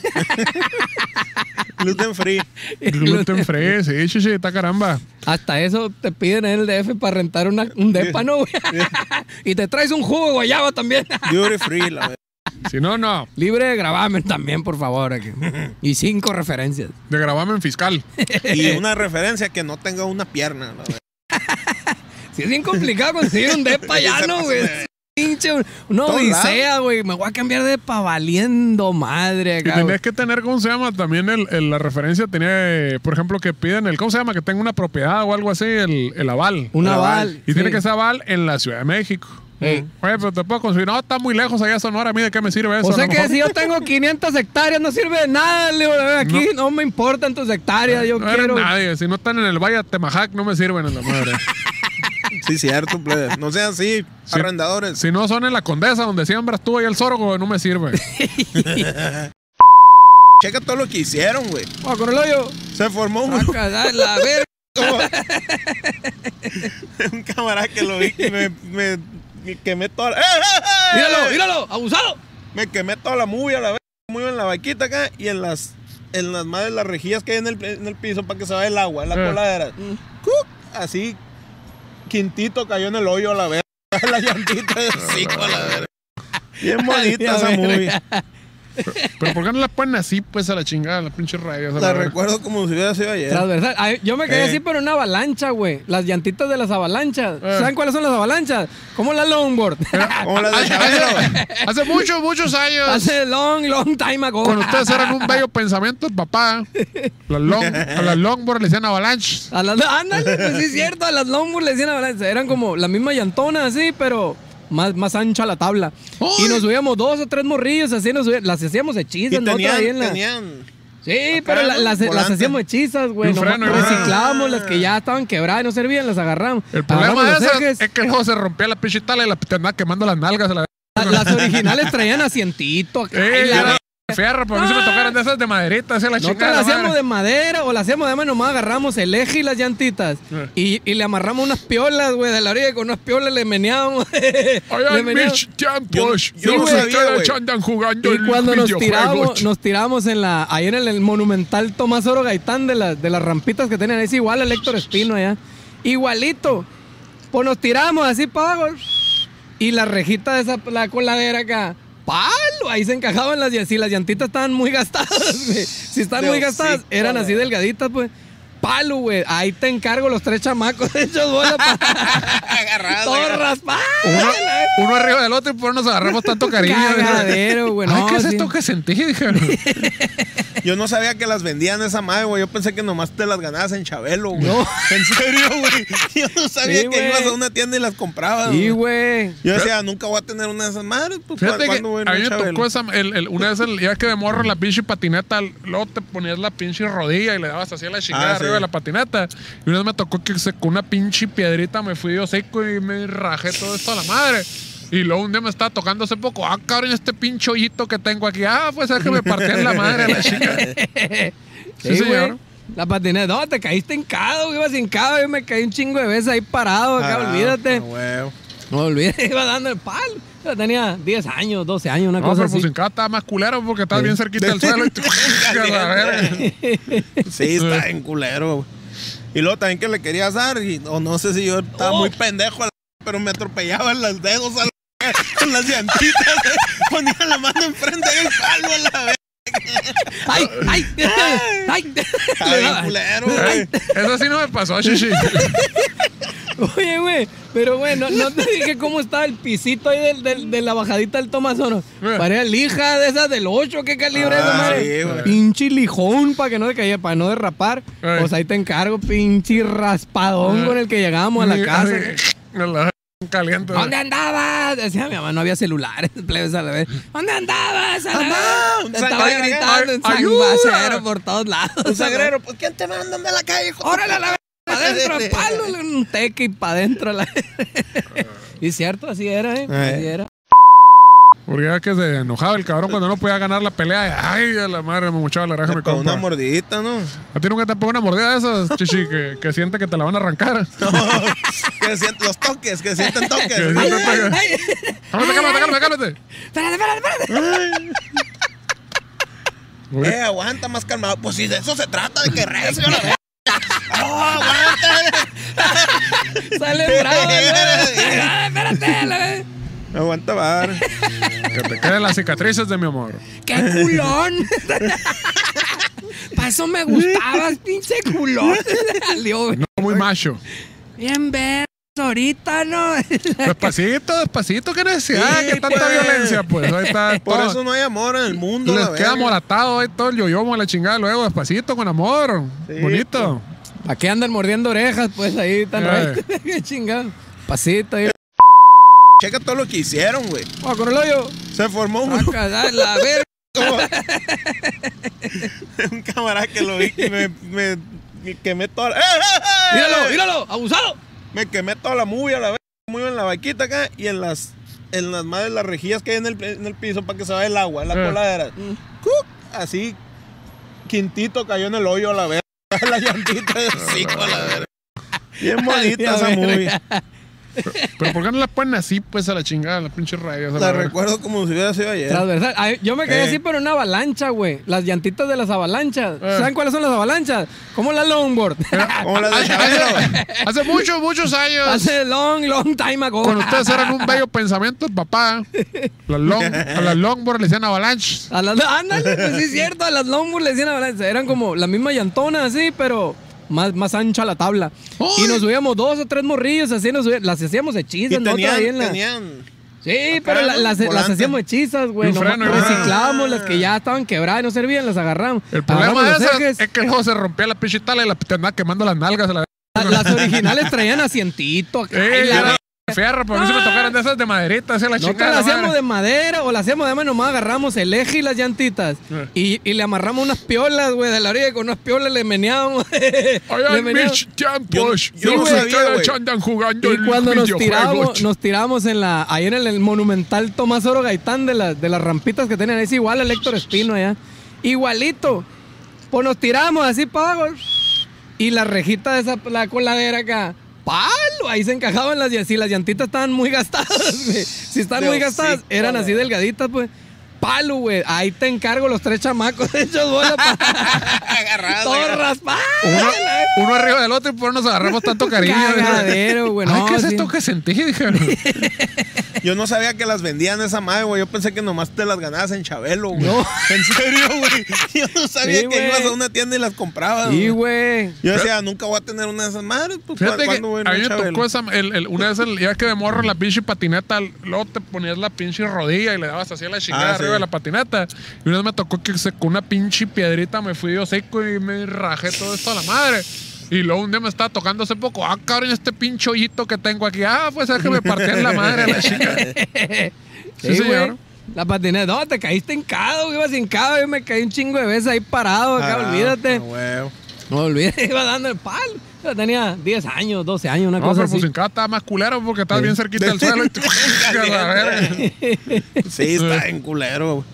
S8: Gluten free.
S7: Gluten free, sí, sí, sí, está caramba.
S6: Hasta eso te piden en el DF para rentar una- un depa, ¿no, güey? (laughs) Y te traes un jugo de guayaba también. (laughs)
S8: Duty free, la verdad.
S7: Si no, no.
S6: Libre de gravamen también, por favor.
S8: (laughs)
S6: aquí. Y cinco referencias.
S7: De gravamen fiscal.
S6: (laughs)
S8: Y una referencia que no tenga una pierna, la verdad.
S6: Si es bien complicado conseguir un depa (laughs) ya, ¿no, güey? Pinche, no
S8: Todos
S6: odisea, güey. Me voy a cambiar de depa valiendo madre
S7: Y
S6: acá, güey.
S7: tenías que tener, ¿cómo se llama? También el, el- la referencia tenía, eh, por ejemplo, que piden el, ¿cómo se llama? Que tenga una propiedad o algo así, el, el aval.
S6: Un
S8: El aval.
S6: aval.
S7: y tiene
S6: sí.
S7: que ser aval en la Ciudad de México.
S6: Ey.
S7: Oye, pero te puedo conseguir. No, está muy lejos allá Sonora. A mí de qué me sirve eso.
S6: O
S7: A
S6: sea
S7: lo
S6: que
S7: mejor-
S6: si yo tengo 500 hectáreas no sirve de nada, le digo, aquí no, me importan tus hectáreas, yo
S7: no eres
S6: quiero...
S7: nadie. Si no están en el Valle de Temajac, no me sirven en la madre.
S6: (laughs)
S8: Sí, cierto, plebes. No sean así,
S7: Sí.
S8: arrendadores. (laughs)
S7: si no son en la Condesa, donde siembras tú y el sorgo, no me sirve.
S8: Checa todo lo que hicieron, güey.
S6: Ah, con el hoyo.
S8: Se formó un
S6: Ah, (laughs)
S8: grupo. (laughs)
S6: caray, la verga.
S8: un camarada que lo vi que me, me- me quemé toda la... ¡Eh, eh, eh!
S6: Míralo, míralo, abusado.
S8: Me quemé toda la movie a la vez. Muy en la vaquita acá y en las... En las madres, las rejillas que hay en el, en el piso para que se vaya el agua, en la
S6: Mm.
S7: Eh.
S8: coladera. ¡Cuc! Así, quintito cayó en el hoyo a (laughs) la vez. La llantita de hocico a la vez. Bien bonita
S6: (laughs) A la
S8: esa movie.
S6: verga.
S7: Pero ¿por qué no la ponen así, pues, a la chingada, a la pinche radio? O sea,
S8: La
S7: la-
S8: recuerdo como si hubiera sido ayer.
S6: Transversal. Ay, yo me quedé
S8: Eh.
S6: así, pero en una avalancha, güey. Las llantitas de las avalanchas.
S7: Eh.
S6: ¿Saben cuáles son las avalanchas? Como la longboard.
S8: Como las de Chabelo.
S7: Hace, hace muchos, muchos
S6: (laughs)
S7: años.
S6: Hace long, long time ago.
S7: Cuando ustedes eran un bello pensamiento, el papá. La long, a la longboard le decían avalanche.
S6: A las, ándale, pues sí es cierto, a las longboard le decían avalancha. Eran como la misma llantona así, pero más, más ancha la tabla.
S7: ¡Ay!
S6: Y nos subíamos dos o tres morrillos, así nos subíamos, las hacíamos hechizas,
S8: Y
S6: ¿no? Todavía en
S8: tenían,
S6: la-
S8: tenían.
S6: Sí,
S8: acá,
S6: pero la-
S8: ¿no?
S6: las, las
S8: Volante.
S6: hacíamos hechizas, güey.
S7: Y un
S6: nomás
S7: freno, y un freno.
S6: reciclábamos las que ya estaban quebradas y no servían, las agarramos.
S7: El problema
S6: Agarramos
S7: de
S6: Ah, los
S7: esas
S6: ejes.
S7: es que luego se rompía la pinche tala y la te andaba quemando las nalgas. a la-
S6: La- Las originales traían asientito. acá,
S7: Eh,
S6: y la-
S7: ya era de fierro, porque a mí se me tocaron de esas de maderita, así a la
S6: Nosotros
S7: chingada.
S6: la
S7: la
S6: hacíamos
S7: madre.
S6: de madera o la hacíamos de mano, nomás agarramos el eje y las llantitas. Y, y le amarramos unas piolas, güey, de la orilla y con unas piolas le meneábamos. (laughs)
S7: Allá
S6: le
S7: en
S6: meneábamos.
S7: mis tiempos,
S8: Yo- yo
S7: los
S8: no sabía,
S7: ustedes
S8: güey.
S7: andan jugando
S6: Y
S7: el
S6: cuando nos
S7: videojuegos.
S6: tiramos,
S7: (laughs)
S6: nos tiramos en la, ahí en el, el monumental Tomás Oro Gaitán de, las de las rampitas que tenían, es igual al Héctor Espino allá. Igualito. Pues nos tiramos así pago. Y la rejita de esa la coladera acá. ¡Palo! Ahí se encajaban las llantitas. Si las llantitas estaban muy gastadas, (laughs) güey. Si estaban
S8: De
S6: muy gastadas,
S8: hocico,
S6: eran así
S8: güey.
S6: delgaditas, pues. ¡Palo, güey! Ahí te encargo los tres chamacos (laughs) hechos bola
S7: (laughs)
S6: para.
S8: Agarradas.
S6: Todos
S8: agarradas.
S6: raspados.
S7: Uno, uno arriba del otro y por eso nos agarramos
S6: (laughs)
S7: tanto cariño.
S6: Cagadero, güey,
S7: Ay,
S6: no,
S7: ¿qué es
S6: sí.
S7: esto que sentí? Dije,
S8: Yo no sabía que las vendían esa madre, güey. Yo pensé que nomás te las ganabas en Chabelo, güey.
S6: No.
S8: (laughs) En serio, güey. Yo no sabía
S6: Sí,
S8: que
S6: güey.
S8: ibas a una tienda y las comprabas.
S6: Y,
S8: güey.
S6: güey.
S8: Yo decía, nunca voy a tener una de esas madres. Pues,
S7: Fíjate que
S8: ¿cuándo voy a ir
S7: a mí me
S8: Chabelo?
S7: tocó esa, el- el- una vez, el, ya que de morro la pinche patineta, luego te ponías la pinche rodilla y le dabas así a la chingada
S8: Ah, sí.
S7: arriba de la patineta. Y una vez me tocó que se- con una pinche piedrita me fui yo seco y me rajé todo esto a la madre. Y luego un día me estaba tocando hace poco, ah, cabrón, este pinche hoyito que tengo aquí. Ah, pues es que me partí en la madre a
S6: (laughs)
S7: la chingada. Sí,
S6: Sí, güey.
S7: señor.
S6: La patineta. No, te caíste hincado, güey, ibas hincado. Yo me caí un chingo de veces ahí parado acá,
S8: Ah,
S6: olvídate.
S8: ah, güey.
S6: No, olvídate, (laughs) iba dando el palo. Yo tenía 10 años, 12 años, una
S7: No,
S6: cosa
S7: pero
S6: así.
S7: pues en cada estaba más culero porque estás bien cerquita
S6: (laughs)
S7: del suelo y
S8: (laughs)
S7: te- (laughs) a la verga.
S8: Sí, está en culero, güey. Y luego también que le querías dar, y- o no sé si yo estaba muy
S7: Oh.
S8: pendejo, a la- pero me atropellaban los dedos a la- con las llantitas. (laughs) Ponía la mano enfrente del palo a la vez.
S6: ¡Ay! ¡Ay! (laughs) ¡Ay!
S8: Está
S6: Le
S8: bien
S6: daba-
S8: culero, güey.
S7: Eso sí no me pasó, chichi.
S6: Oye, güey, pero güey, no, no te dije cómo estaba el pisito ahí del, del- de la bajadita del Tomazono.
S7: Eh.
S6: Parecía lija de esas del 8, qué calibre
S8: Ah,
S6: esa madre.
S8: sí, güey.
S6: pinche lijón para que no te cayera, para no derrapar.
S7: Eh.
S6: Pues ahí te encargo, pinche raspadón
S7: Eh.
S6: con el que llegábamos a la casa.
S7: A la (laughs) caliente.
S6: ¿Dónde andabas? Decía mi mamá, no había celulares, (laughs) plebes a la vez. ¿Dónde andabas? A la
S8: Mamá,
S6: vez?
S8: un
S6: Estaba
S8: sangrero,
S6: gritando
S7: ay,
S6: en San
S7: ayuda.
S6: Basero por todos lados.
S8: Un sagrero, pues ¿quién te manda de la calle? hijo?
S6: (laughs) ¡Órale a la vez! ¡Para adentro! ¡Palo! Un teque y para adentro. a La... (laughs) y cierto, así era, ¿eh?
S8: Eh.
S6: Así era.
S7: Porque era que se enojaba el cabrón cuando no podía ganar la pelea. Ay, a la madre, me mochaba la raja mi
S8: Con una
S7: compa.
S6: (laughs)
S8: mordidita, ¿no?
S7: ¿A ti nunca te pegó una mordida de esas, chichi, que, que siente que te la van a arrancar?
S8: que sienten los toques, que sienten toques.
S7: Que
S6: ¡Ay,
S7: sienten-
S6: ay, ay!
S7: ¡Cálmate, cálmate, cálmate, cálmate!
S6: ¡Espérate, espérate, espérate! pues.
S8: Eh, aguanta más calmado. Pues si de eso se trata, de que recio la vez. No, aguanta.
S6: ¡Sale bravo! ¿no? ¡Espérate! a la vez.
S8: Aguanta, bar.
S6: (laughs)
S7: Que te queden las cicatrices de mi amor.
S6: ¡Qué culón! Para eso me gustabas, pinche culón. (laughs) Salió, güey.
S7: No muy macho.
S6: Bien ver ahorita, ¿no?
S7: Despacito, despacito, qué necesidad,
S8: Sí,
S7: que tanta
S8: pues.
S7: violencia, pues. Ahí está.
S8: (laughs) Por
S7: todo.
S8: eso no hay amor en el mundo.
S7: Les
S8: la
S7: queda
S8: verga.
S7: moratado ahí todo el yoyomo a la chingada luego, despacito, con amor.
S8: Sí, pues.
S7: Bonito.
S6: ¿Para qué andan mordiendo orejas, pues, ahí tan
S7: Eh.
S6: raro? (laughs) ¡Qué chingado! Pasito ahí.
S8: Checa todo lo que hicieron, güey.
S6: ¡Oh, con el hoyo!
S8: Se formó un,
S6: (laughs) Acá, da la verga!
S8: (laughs) un camarada que lo vi y me, me- me quemé toda la. ¡Eh, eh, eh!
S6: ¡Míralo, míralo! ¡Abusado!
S8: Me quemé toda la movie a la vez. Muy en la vaquita acá y en las. En las madres, las rejillas que hay en el, en el piso para que se vaya el agua, en la
S7: Eh.
S8: coladera. ¡Cuc! Así, quintito cayó en el hoyo a la vez. La llantita de hocico a la verga. Bien bonita
S6: A la
S8: esa movie.
S6: verga.
S7: Pero ¿por qué no la ponen así, pues, a la chingada, a la pinche radio? O sea,
S8: La
S7: la-
S8: recuerdo como si hubiera sido ayer.
S6: Transversal. Ay, yo me quedé
S8: Eh.
S6: así por una avalancha, güey. Las llantitas de las avalanchas.
S7: Eh.
S6: ¿Saben cuáles son las avalanchas? Como la longboard.
S8: Como las de Chabelo.
S7: Hace muchos, muchos
S6: (laughs)
S7: años.
S6: Hace long, long time ago.
S7: Con ustedes eran un bello pensamiento, papá. La long, a la longboard le decían avalanche.
S6: (laughs) A las, ándale, pues sí es cierto, a las longboard le decían avalancha. Eran como la misma llantona así, pero más, más ancha la tabla.
S7: ¡Ay!
S6: Y nos subíamos dos o tres morrillos, así nos subíamos, las hacíamos hechizas,
S8: Y
S6: ¿no?
S8: tenían,
S6: Todavía en la-
S8: tenían
S6: Sí,
S8: acá
S6: pero la-
S8: un
S6: las, las
S8: volante.
S6: hacíamos hechizas, güey.
S7: Y un
S6: nomás
S7: freno, y un freno.
S6: Reciclábamos las que ya estaban quebradas y no servían, las agarramos.
S7: El problema de
S6: Agarramos los
S7: esas
S6: ejes.
S7: es que luego se rompía la pinche tala y la te andaba quemando las nalgas. a la-
S6: La- Las originales traían asientito.
S7: (laughs)
S6: acá,
S7: Eh,
S6: y
S7: yo
S6: la- Ah.
S7: era de fierro, pero a mí se me tocaron de esas de maderita, así a la
S6: Nosotros
S7: chingada.
S6: la
S7: madre.
S6: hacíamos de madera o la hacíamos de mano, nomás agarramos el eje y las llantitas
S7: Eh.
S6: y, y le amarramos unas piolas, güey, de la orilla y con unas piolas le meneábamos. (laughs) le
S7: Ay, ay,
S6: meneábamos.
S7: mis tiempos.
S8: Yo- yo
S7: los
S8: no sabía,
S7: ustedes
S8: güey.
S7: andan jugando
S6: Y
S7: el
S6: cuando nos tiramos,
S7: videojuegos.
S6: nos tiramos en la, ahí en el, el monumental Tomás Oro Gaitán de, las de las rampitas que tenían, es igual al Héctor Espino allá. Igualito. Pues nos tiramos así pago. Y la rejita de esa la coladera acá. ¡Palo! Ahí se encajaban las llantitas. Si las llantitas estaban muy gastadas, (laughs) güey. Si estaban
S8: De
S6: muy gastadas,
S8: hocico,
S6: eran así
S8: güey.
S6: delgaditas, pues. ¡Palo, güey! Ahí te encargo los tres chamacos (laughs) hechos bola
S7: (laughs)
S6: para
S8: agarradas.
S6: todos
S8: agarradas.
S6: raspados. (laughs)
S7: Uno, uno arriba del otro y por eso nos agarramos tanto cariño.
S6: Cagadero, güey,
S7: Ay,
S6: no,
S7: ¿qué es
S6: sí.
S7: esto que sentí? Dije,
S8: Yo no sabía que las vendían esa madre, güey. Yo pensé que nomás te las ganabas en Chabelo, güey.
S6: No.
S8: (laughs) En serio, güey. Yo no sabía
S6: Sí,
S8: que
S6: güey.
S8: ibas a una tienda y las comprabas.
S6: Y,
S8: güey.
S6: güey.
S8: Yo decía, nunca voy a tener una de esas madres. Pues,
S7: Fíjate que
S8: ¿cuándo voy a ir
S7: a
S8: a
S7: mí me
S8: Chabelo?
S7: tocó esa, el- el- una vez, el, ya que de morro la pinche patineta, luego te ponías la pinche rodilla y le dabas así a la chingada
S8: Ah, sí.
S7: arriba de la patineta. Y una vez me tocó que se- con una pinche piedrita me fui yo seco y me rajé todo esto a la madre. Y luego un día me estaba tocando hace poco, ah, cabrón, este pinche hoyito que tengo aquí. Ah, pues es que me partí en la madre
S6: (laughs)
S7: a la chica. Sí,
S6: Sí, güey.
S7: señor.
S6: La patineta. No, te caíste hincado, güey, ibas hincado. Yo me caí un chingo de veces ahí parado acá,
S8: Ah,
S6: olvídate.
S8: ah, güey.
S6: No, olvídate, (laughs) iba dando el palo. Yo tenía 10 años, 12 años, una
S7: No,
S6: cosa
S7: pero
S6: así.
S7: pues en cada estaba más culero porque estaba bien cerquita
S6: (laughs)
S7: del suelo. Y (laughs) te- a la verga.
S8: Sí, está en culero, güey.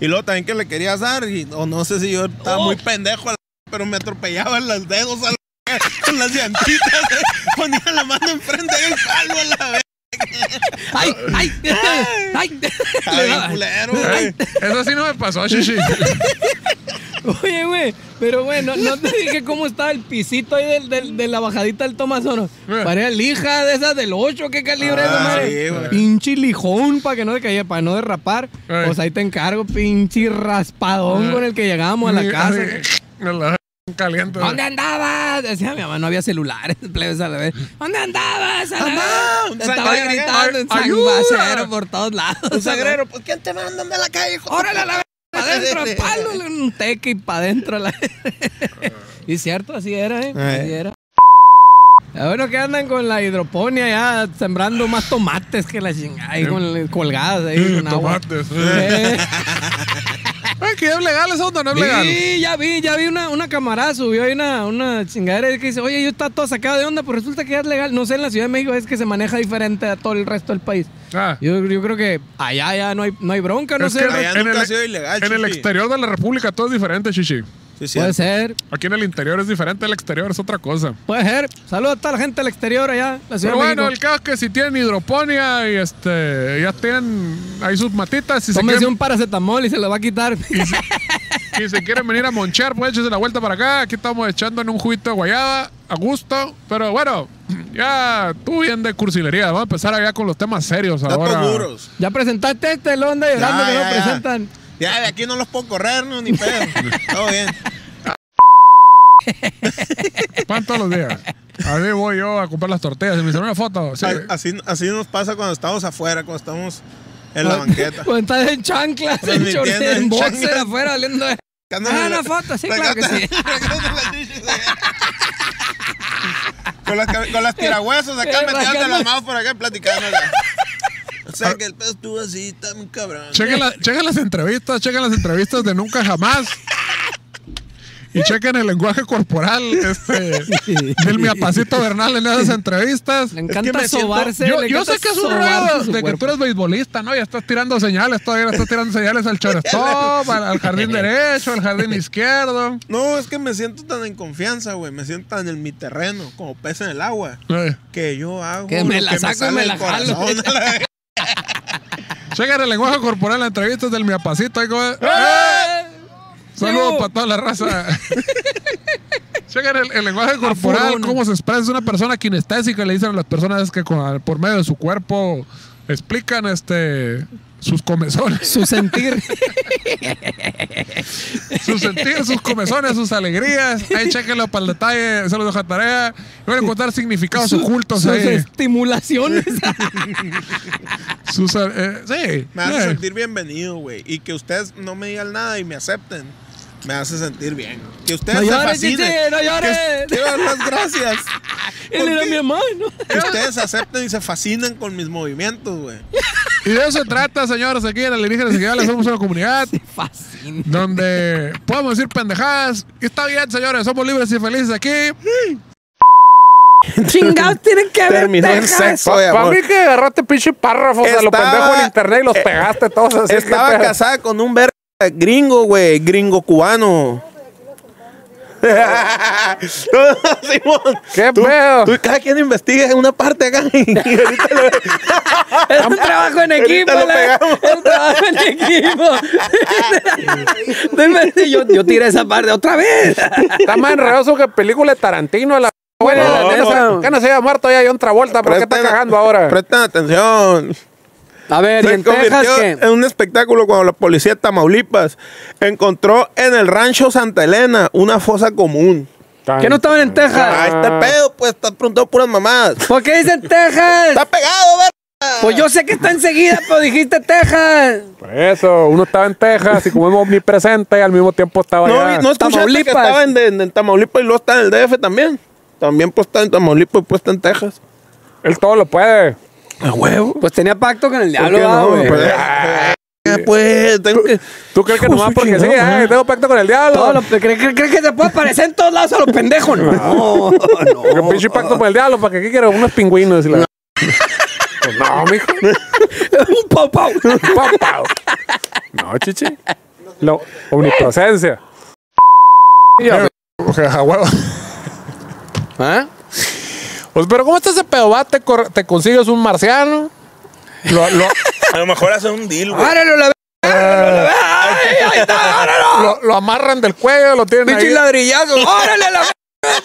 S8: Y luego también que le querías dar, y- o no sé si yo estaba muy pendejo, a la- (laughs) pero me atropellaban los dedos a la- (laughs) con las llantitas. eh. Ponía la mano enfrente del palo a la vez.
S6: ¡Ay! ¡Ay! ¡Ay!
S8: Está
S6: (laughs) Le
S8: bien
S6: daba-
S8: culero, güey.
S7: Eso sí no me pasó, chichi.
S6: Oye, güey, pero güey, no, no te dije cómo estaba el pisito ahí del, del- de la bajadita del Tomazono.
S7: Eh.
S6: Parecía lija de esas del 8, qué calibre esa
S8: Ah,
S6: madre.
S8: sí, güey.
S6: pinche lijón para que no te cayera, para no derrapar.
S7: Eh.
S6: Pues ahí te encargo, pinche raspadón
S7: Eh.
S6: con el que llegábamos a la casa.
S7: (laughs) A la caliente.
S6: ¿Dónde andabas? Decía mi mamá, no había celulares, (laughs) plebes a la vez. ¿Dónde andabas? A la
S8: Mamá,
S6: vez?
S8: un
S6: Te Estaba
S8: sangrero,
S6: gritando
S7: ay,
S6: en
S7: ayuda.
S6: sangbacero por todos lados.
S8: Un sagrero, pues ¿quién te manda de la calle,
S6: (laughs)
S8: hijo?
S6: Órale a la vez, para
S8: (laughs)
S6: adentro, palo, un teque y para adentro. a La... (laughs) y cierto, así era, ¿eh?
S8: Eh.
S6: Así era. Ah, Bueno, que andan con la hidroponía ya sembrando más tomates que la chingada,
S8: Eh.
S6: ahí con, colgadas ahí
S8: (laughs)
S6: con agua.
S7: Tomates.
S6: Eh.
S7: Ay, Ah, que es legal eso, no es legal.
S6: Sí, ya vi, ya vi una, una camarada, subió ahí una, una chingadera que dice, oye, yo estaba todo sacado de onda, pero resulta que ya es legal. No sé, en la Ciudad de México es que se maneja diferente a todo el resto del país.
S7: Ah,
S6: Yo, yo creo que allá ya no hay, no hay bronca, no
S7: es
S6: sé.
S7: que
S8: Allá
S7: en,
S8: nunca
S7: el,
S8: ha sido ilegal,
S7: en el
S8: chichi.
S7: exterior de la República todo es diferente, chichi.
S8: Sí, sí.
S6: Puede ser,
S7: Aquí en el interior es diferente, el exterior es otra cosa.
S6: puede ser. Saludos a toda la gente del exterior allá, la Ciudad
S7: Pero
S6: de
S7: bueno, el
S6: México.
S7: caso es que si tienen hidroponía y este, ya tienen ahí sus matitas, si se,
S6: Tómese
S7: quieren,
S6: un paracetamol y se lo va a quitar. (laughs)
S7: si se quieren venir a monchar, pues échense la vuelta para acá. Aquí estamos echando en un juguito de guayaba, a gusto. Pero bueno, ya tú bien de cursilería. Vamos a empezar allá con los temas serios
S8: Datos
S7: ahora.
S8: duros.
S6: ya presentaste este, lo anda llorando que no
S8: ya.
S6: presentan.
S8: Ya, de aquí no los puedo correr, no,
S6: (laughs)
S8: ni pedo. Todo bien.
S7: Pan todos los
S8: (laughs)
S7: días. Así voy yo a comprar las tortillas. Y me hicieron una foto. Sí.
S8: A- Así, así nos pasa cuando estamos afuera, cuando estamos en
S6: Ah, (laughs)
S8: la banqueta.
S6: Cuando estás en chanclas, en
S8: Transmitiendo
S6: shorts,
S8: en
S6: en boxer
S8: chanclas.
S6: afuera, oliendo de... Ah, una foto, sí, claro que
S8: (laughs)
S6: sí.
S8: con, las, ca- con las tirahuesos acá
S6: Eh,
S8: metiéndote
S6: rascando.
S8: las manos por acá
S6: (laughs)
S8: y platicando. O sea, que el pedo estuvo así, tan cabrón.
S7: Chequen, la- chequen las entrevistas, chequen las entrevistas de Nunca Jamás. y chequen el lenguaje corporal este, del miapacito Bernal en esas entrevistas.
S6: Le
S8: que
S6: encanta
S8: me siento-
S6: sobarse.
S7: Yo,
S6: le
S7: yo
S6: encanta
S7: sé que es un
S6: sobarse
S7: rollo
S6: su
S7: de que
S6: cuerpo.
S7: tú eres beisbolista, ¿no? Ya estás tirando señales, todavía le estás tirando señales al shortstop, al,
S8: (laughs)
S7: al jardín derecho, al jardín izquierdo.
S8: No, es que me siento tan en confianza, güey. Me siento tan en mi terreno, como pez en el agua.
S7: Eh,
S8: Que yo hago.
S6: Que me
S8: lo
S6: la saco y
S8: sale
S6: me
S8: del
S6: la jalo. (laughs)
S8: corazón.
S7: Chequen el lenguaje corporal en las entrevistas del miapacito. ahí como-
S8: ¡Eh!
S6: (laughs)
S7: Saludos
S6: Llegó.
S7: para toda
S8: (laughs)
S7: la raza. Chequen el, el lenguaje corporal,
S6: furona.
S7: cómo se expresa. Es una persona kinestésica, le dicen a las personas que con- por medio de su cuerpo explican este sus
S8: (laughs)
S7: comezones,
S6: Su sentir.
S7: sus sentidos, sus comezones, sus alegrías. Ahí chequenlo para el detalle, se lo dejo a tarea. Y van a encontrar significados
S6: su-
S7: ocultos
S6: sus
S7: ahí.
S8: (laughs)
S6: estimulaciones.
S7: Sus, eh, sí,
S8: Me hace
S7: sí.
S8: sentir bienvenido, güey. Y que ustedes no me digan nada y me acepten. Me hace sentir bien. Que ustedes
S6: No
S8: se
S6: llores,
S8: fascinen.
S6: Chichi, no
S8: Que-
S6: llores.
S8: Quiero dar las gracias.
S6: Él era mi hermano. (laughs)
S8: Que ustedes se acepten y se fascinan con mis movimientos, güey.
S7: Y de eso se trata, señores, aquí en Alienígenas Iguales somos una comunidad
S6: Fascina.
S7: donde podemos decir pendejadas. Y está bien, señores, somos libres y felices aquí.
S6: Chingados tienen que ver.
S8: Terminó el sexo
S10: Para
S8: de eh, amor.
S10: mí que agarraste pinche párrafos de lo
S8: Estaba- eh,
S10: pendejo en internet y los pegaste todos así.
S8: Estaba
S10: que te-
S8: casada con un verga gringo, güey. Gringo cubano. (laughs) No, Simón.
S10: ¿Qué
S8: Tú-
S10: pedo?
S8: tú cada quien investiga en una parte acá. Y ahorita lo-
S10: (laughs)
S6: Es un trabajo en equipo,
S8: lo
S6: la-
S8: pegamos.
S6: Es un trabajo en
S8: (laughs)
S6: equipo. Denme- yo, yo tiré esa parte otra vez.
S10: Está más enredoso que película de Tarantino. La buena,
S8: no,
S10: la neta.
S8: no. este
S10: ¿Qué no se iba muerto ya John Travolta? ¿Por qué está
S8: Presten-
S10: cagando ahora?
S8: Presten atención.
S6: A ver, ¿y
S8: Se
S6: en Texas
S8: convirtió
S6: qué?
S8: en un espectáculo cuando la policía de Tamaulipas encontró en el rancho Santa Elena una fosa común.
S6: ¿Qué no estaban en
S8: Ahí
S6: Texas?
S8: está el pedo, pues, estás preguntando puras mamadas. (laughs)
S6: ¿Por qué dicen Texas?
S8: Está pegado, ver.
S6: Pues yo sé que está enseguida, pero dijiste Texas.
S10: Por eso, uno estaba en Texas y como es omnipresente y al mismo tiempo estaba
S8: No,
S10: allá.
S8: vi- no escuchaste que
S6: Tamaulipas.
S8: estaba en, en- en Tamaulipas y luego está en el DF también. También pues está en Tamaulipas y pues está en Texas.
S10: Él todo lo puede.
S8: A huevo.
S6: Pues tenía pacto con el
S8: ¿Por
S6: diablo,
S8: qué
S6: ah,
S8: no?
S6: güey.
S8: Pues, ah, (laughs) pues, tengo que...
S10: ¿Tú crees que
S8: Hijo
S10: nomás
S8: su
S10: porque sí?
S8: chingada madre.
S10: ay, tengo pacto con el diablo.
S6: Todo lo- ¿cree, cree- cree que se puede aparecer en todos lados a los pendejos? No, no.
S10: Que pinche pacto con el diablo, ¿para qué quiero unos pingüinos? Y la- Pues no, mijo.
S6: Un pau, pau.
S10: Pau, pau. No, chichi. La omnipresencia.
S7: A huevo.
S10: ¿Ah? Pues, pero ¿cómo está ese pedo? Va, te, cor- te consigues un marciano. Lo,
S6: (laughs)
S10: lo,
S8: A lo mejor hace un deal, güey.
S6: Áralo la
S10: lo- lo amarran del cuello, lo tienen ahí,
S6: pinche ladrillazo. ¡Órale la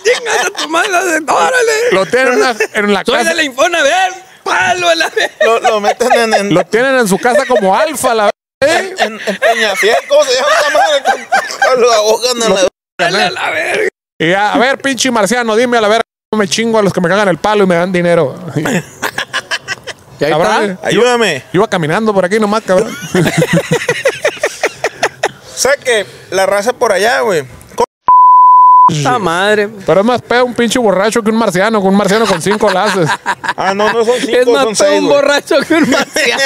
S6: ¡Chingas a tu madre! ¡Órale!
S10: lo tienen en la, en la
S6: Soy
S10: casa,
S6: de la infona, ver. ¡Palo de la
S8: Lo, lo meten en, en,
S10: lo tienen en su casa como alfa, la
S8: en, en Peñafiel, ¿Cómo se llama esa madre? Con- (laughs) con Lo ahogan a la...
S6: verga, la verga!
S10: Y a, a ver, pinche marciano, dime a la verga cómo me chingo a los que me cagan el palo y me dan dinero.
S6: ¿Y ahí
S10: Cabrón, eh.
S8: Ayúdame.
S10: yo iba caminando por aquí nomás, cabrón.
S8: O sea que la raza por allá, güey.
S6: ¡Esta madre!
S10: Pero es más pedo un pinche borracho que un marciano, con un marciano con cinco laces.
S8: Ah, no, no (laughs) son
S6: Es
S8: cinco, son
S6: más todo
S8: seis,
S6: un
S8: güey.
S6: borracho que un marciano.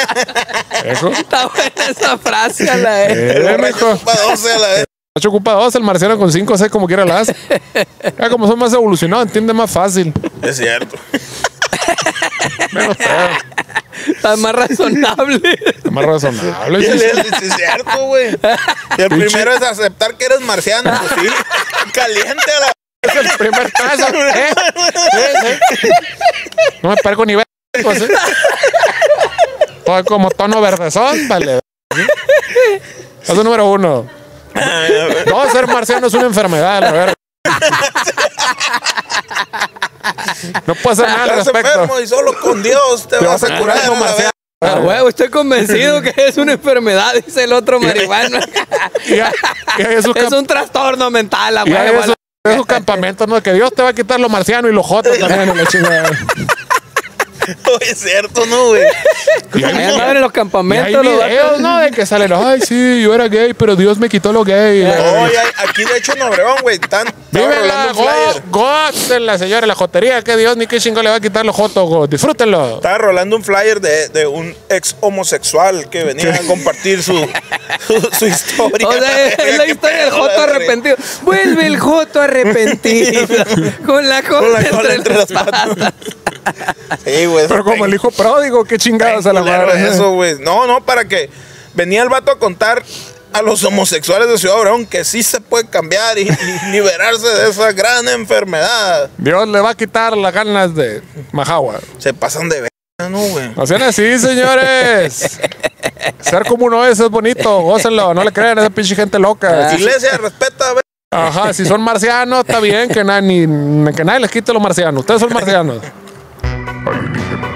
S10: Eso.
S6: Está buena esa frase, a la verga.
S10: Eh, mijo.
S8: Para doce a la vez.
S10: Borracho ocupa dos, el marciano con cinco, seis, como quiera las. Ya como son más evolucionados, entiende más fácil.
S8: (laughs) Es (laughs) cierto.
S10: Menos pedo.
S6: Está más razonable.
S10: Está más razonable.
S8: Es,
S10: sí.
S8: (laughs) es cierto, güey. Y el primero es aceptar que eres marciano, pues sí. (laughs) Caliente a la...
S10: Es el primer caso. ¿eh? Sí, sí. No me perco ni ver. pues, ¿eh? Todo como tono verdezón, vale. ¿sí? Eso número uno.
S8: Ah,
S10: No, ser marciano es una enfermedad, la verdad. No puedo hacer nada al
S8: Estás
S10: respecto.
S8: enfermo y solo con Dios te, vas a curar.
S10: Como
S8: a la
S10: marciano.
S8: vez.
S6: A huevo, estoy convencido que es una enfermedad, dice el otro marihuano.
S10: Y hay- y hay esos
S6: (laughs) es
S10: camp-
S6: un trastorno mental, a
S10: y hay
S6: huevo.
S10: esos- esos campamentos, ¿no? Que Dios te va a quitar lo marciano y lo joto también. y la chingada.
S8: (laughs) Oye, es cierto, ¿no, (laughs) güey?
S7: Y hay-
S6: Allá andaban en los
S7: y hay
S6: campamentos. los vatos.
S7: videos, ¿no? De que salen, ay, sí, yo era gay, pero Dios me quitó lo gay.
S8: Oye, aquí de hecho en Obregón, güey, están estaban
S7: Vive la
S8: rolando un flyer.
S7: la señora, la jotería, que Dios ni qué chingo le va a quitar los jotos, go. disfrútenlo.
S8: Estaba rolando un flyer de, de un ex homosexual que venía a
S6: (laughs)
S8: compartir su, su, su historia.
S6: O
S8: (laughs)
S6: sea, es la
S8: Qué
S6: historia del
S8: pedo,
S6: Joto
S8: la verga.
S6: arrepentido. Vuelve el Joto arrepentido. con la cola,
S8: Con la cola entre las patas. Sí, güey.
S7: Pero como el hijo pródigo, qué chingados a la ¿eh?
S8: culero
S7: madre.
S8: Eso, güey. No, no, para que venía el vato a contar a los homosexuales de Ciudad Obregón que sí se puede cambiar y, y (laughs) liberarse de esa gran enfermedad.
S7: Dios le va a quitar las ganas de Majagua.
S8: Se pasan de verga, ¿no, güey?
S7: No sean así, señores. Ser como uno es, es bonito, gócenlo, no le crean a esa pinche gente
S6: Ah.
S7: loca.
S8: Iglesia, respeta, güey.
S7: Ajá, si son marcianos, está bien que, na- ni- que nadie les quite los marcianos. Ustedes son marcianos.
S1: alienígenas,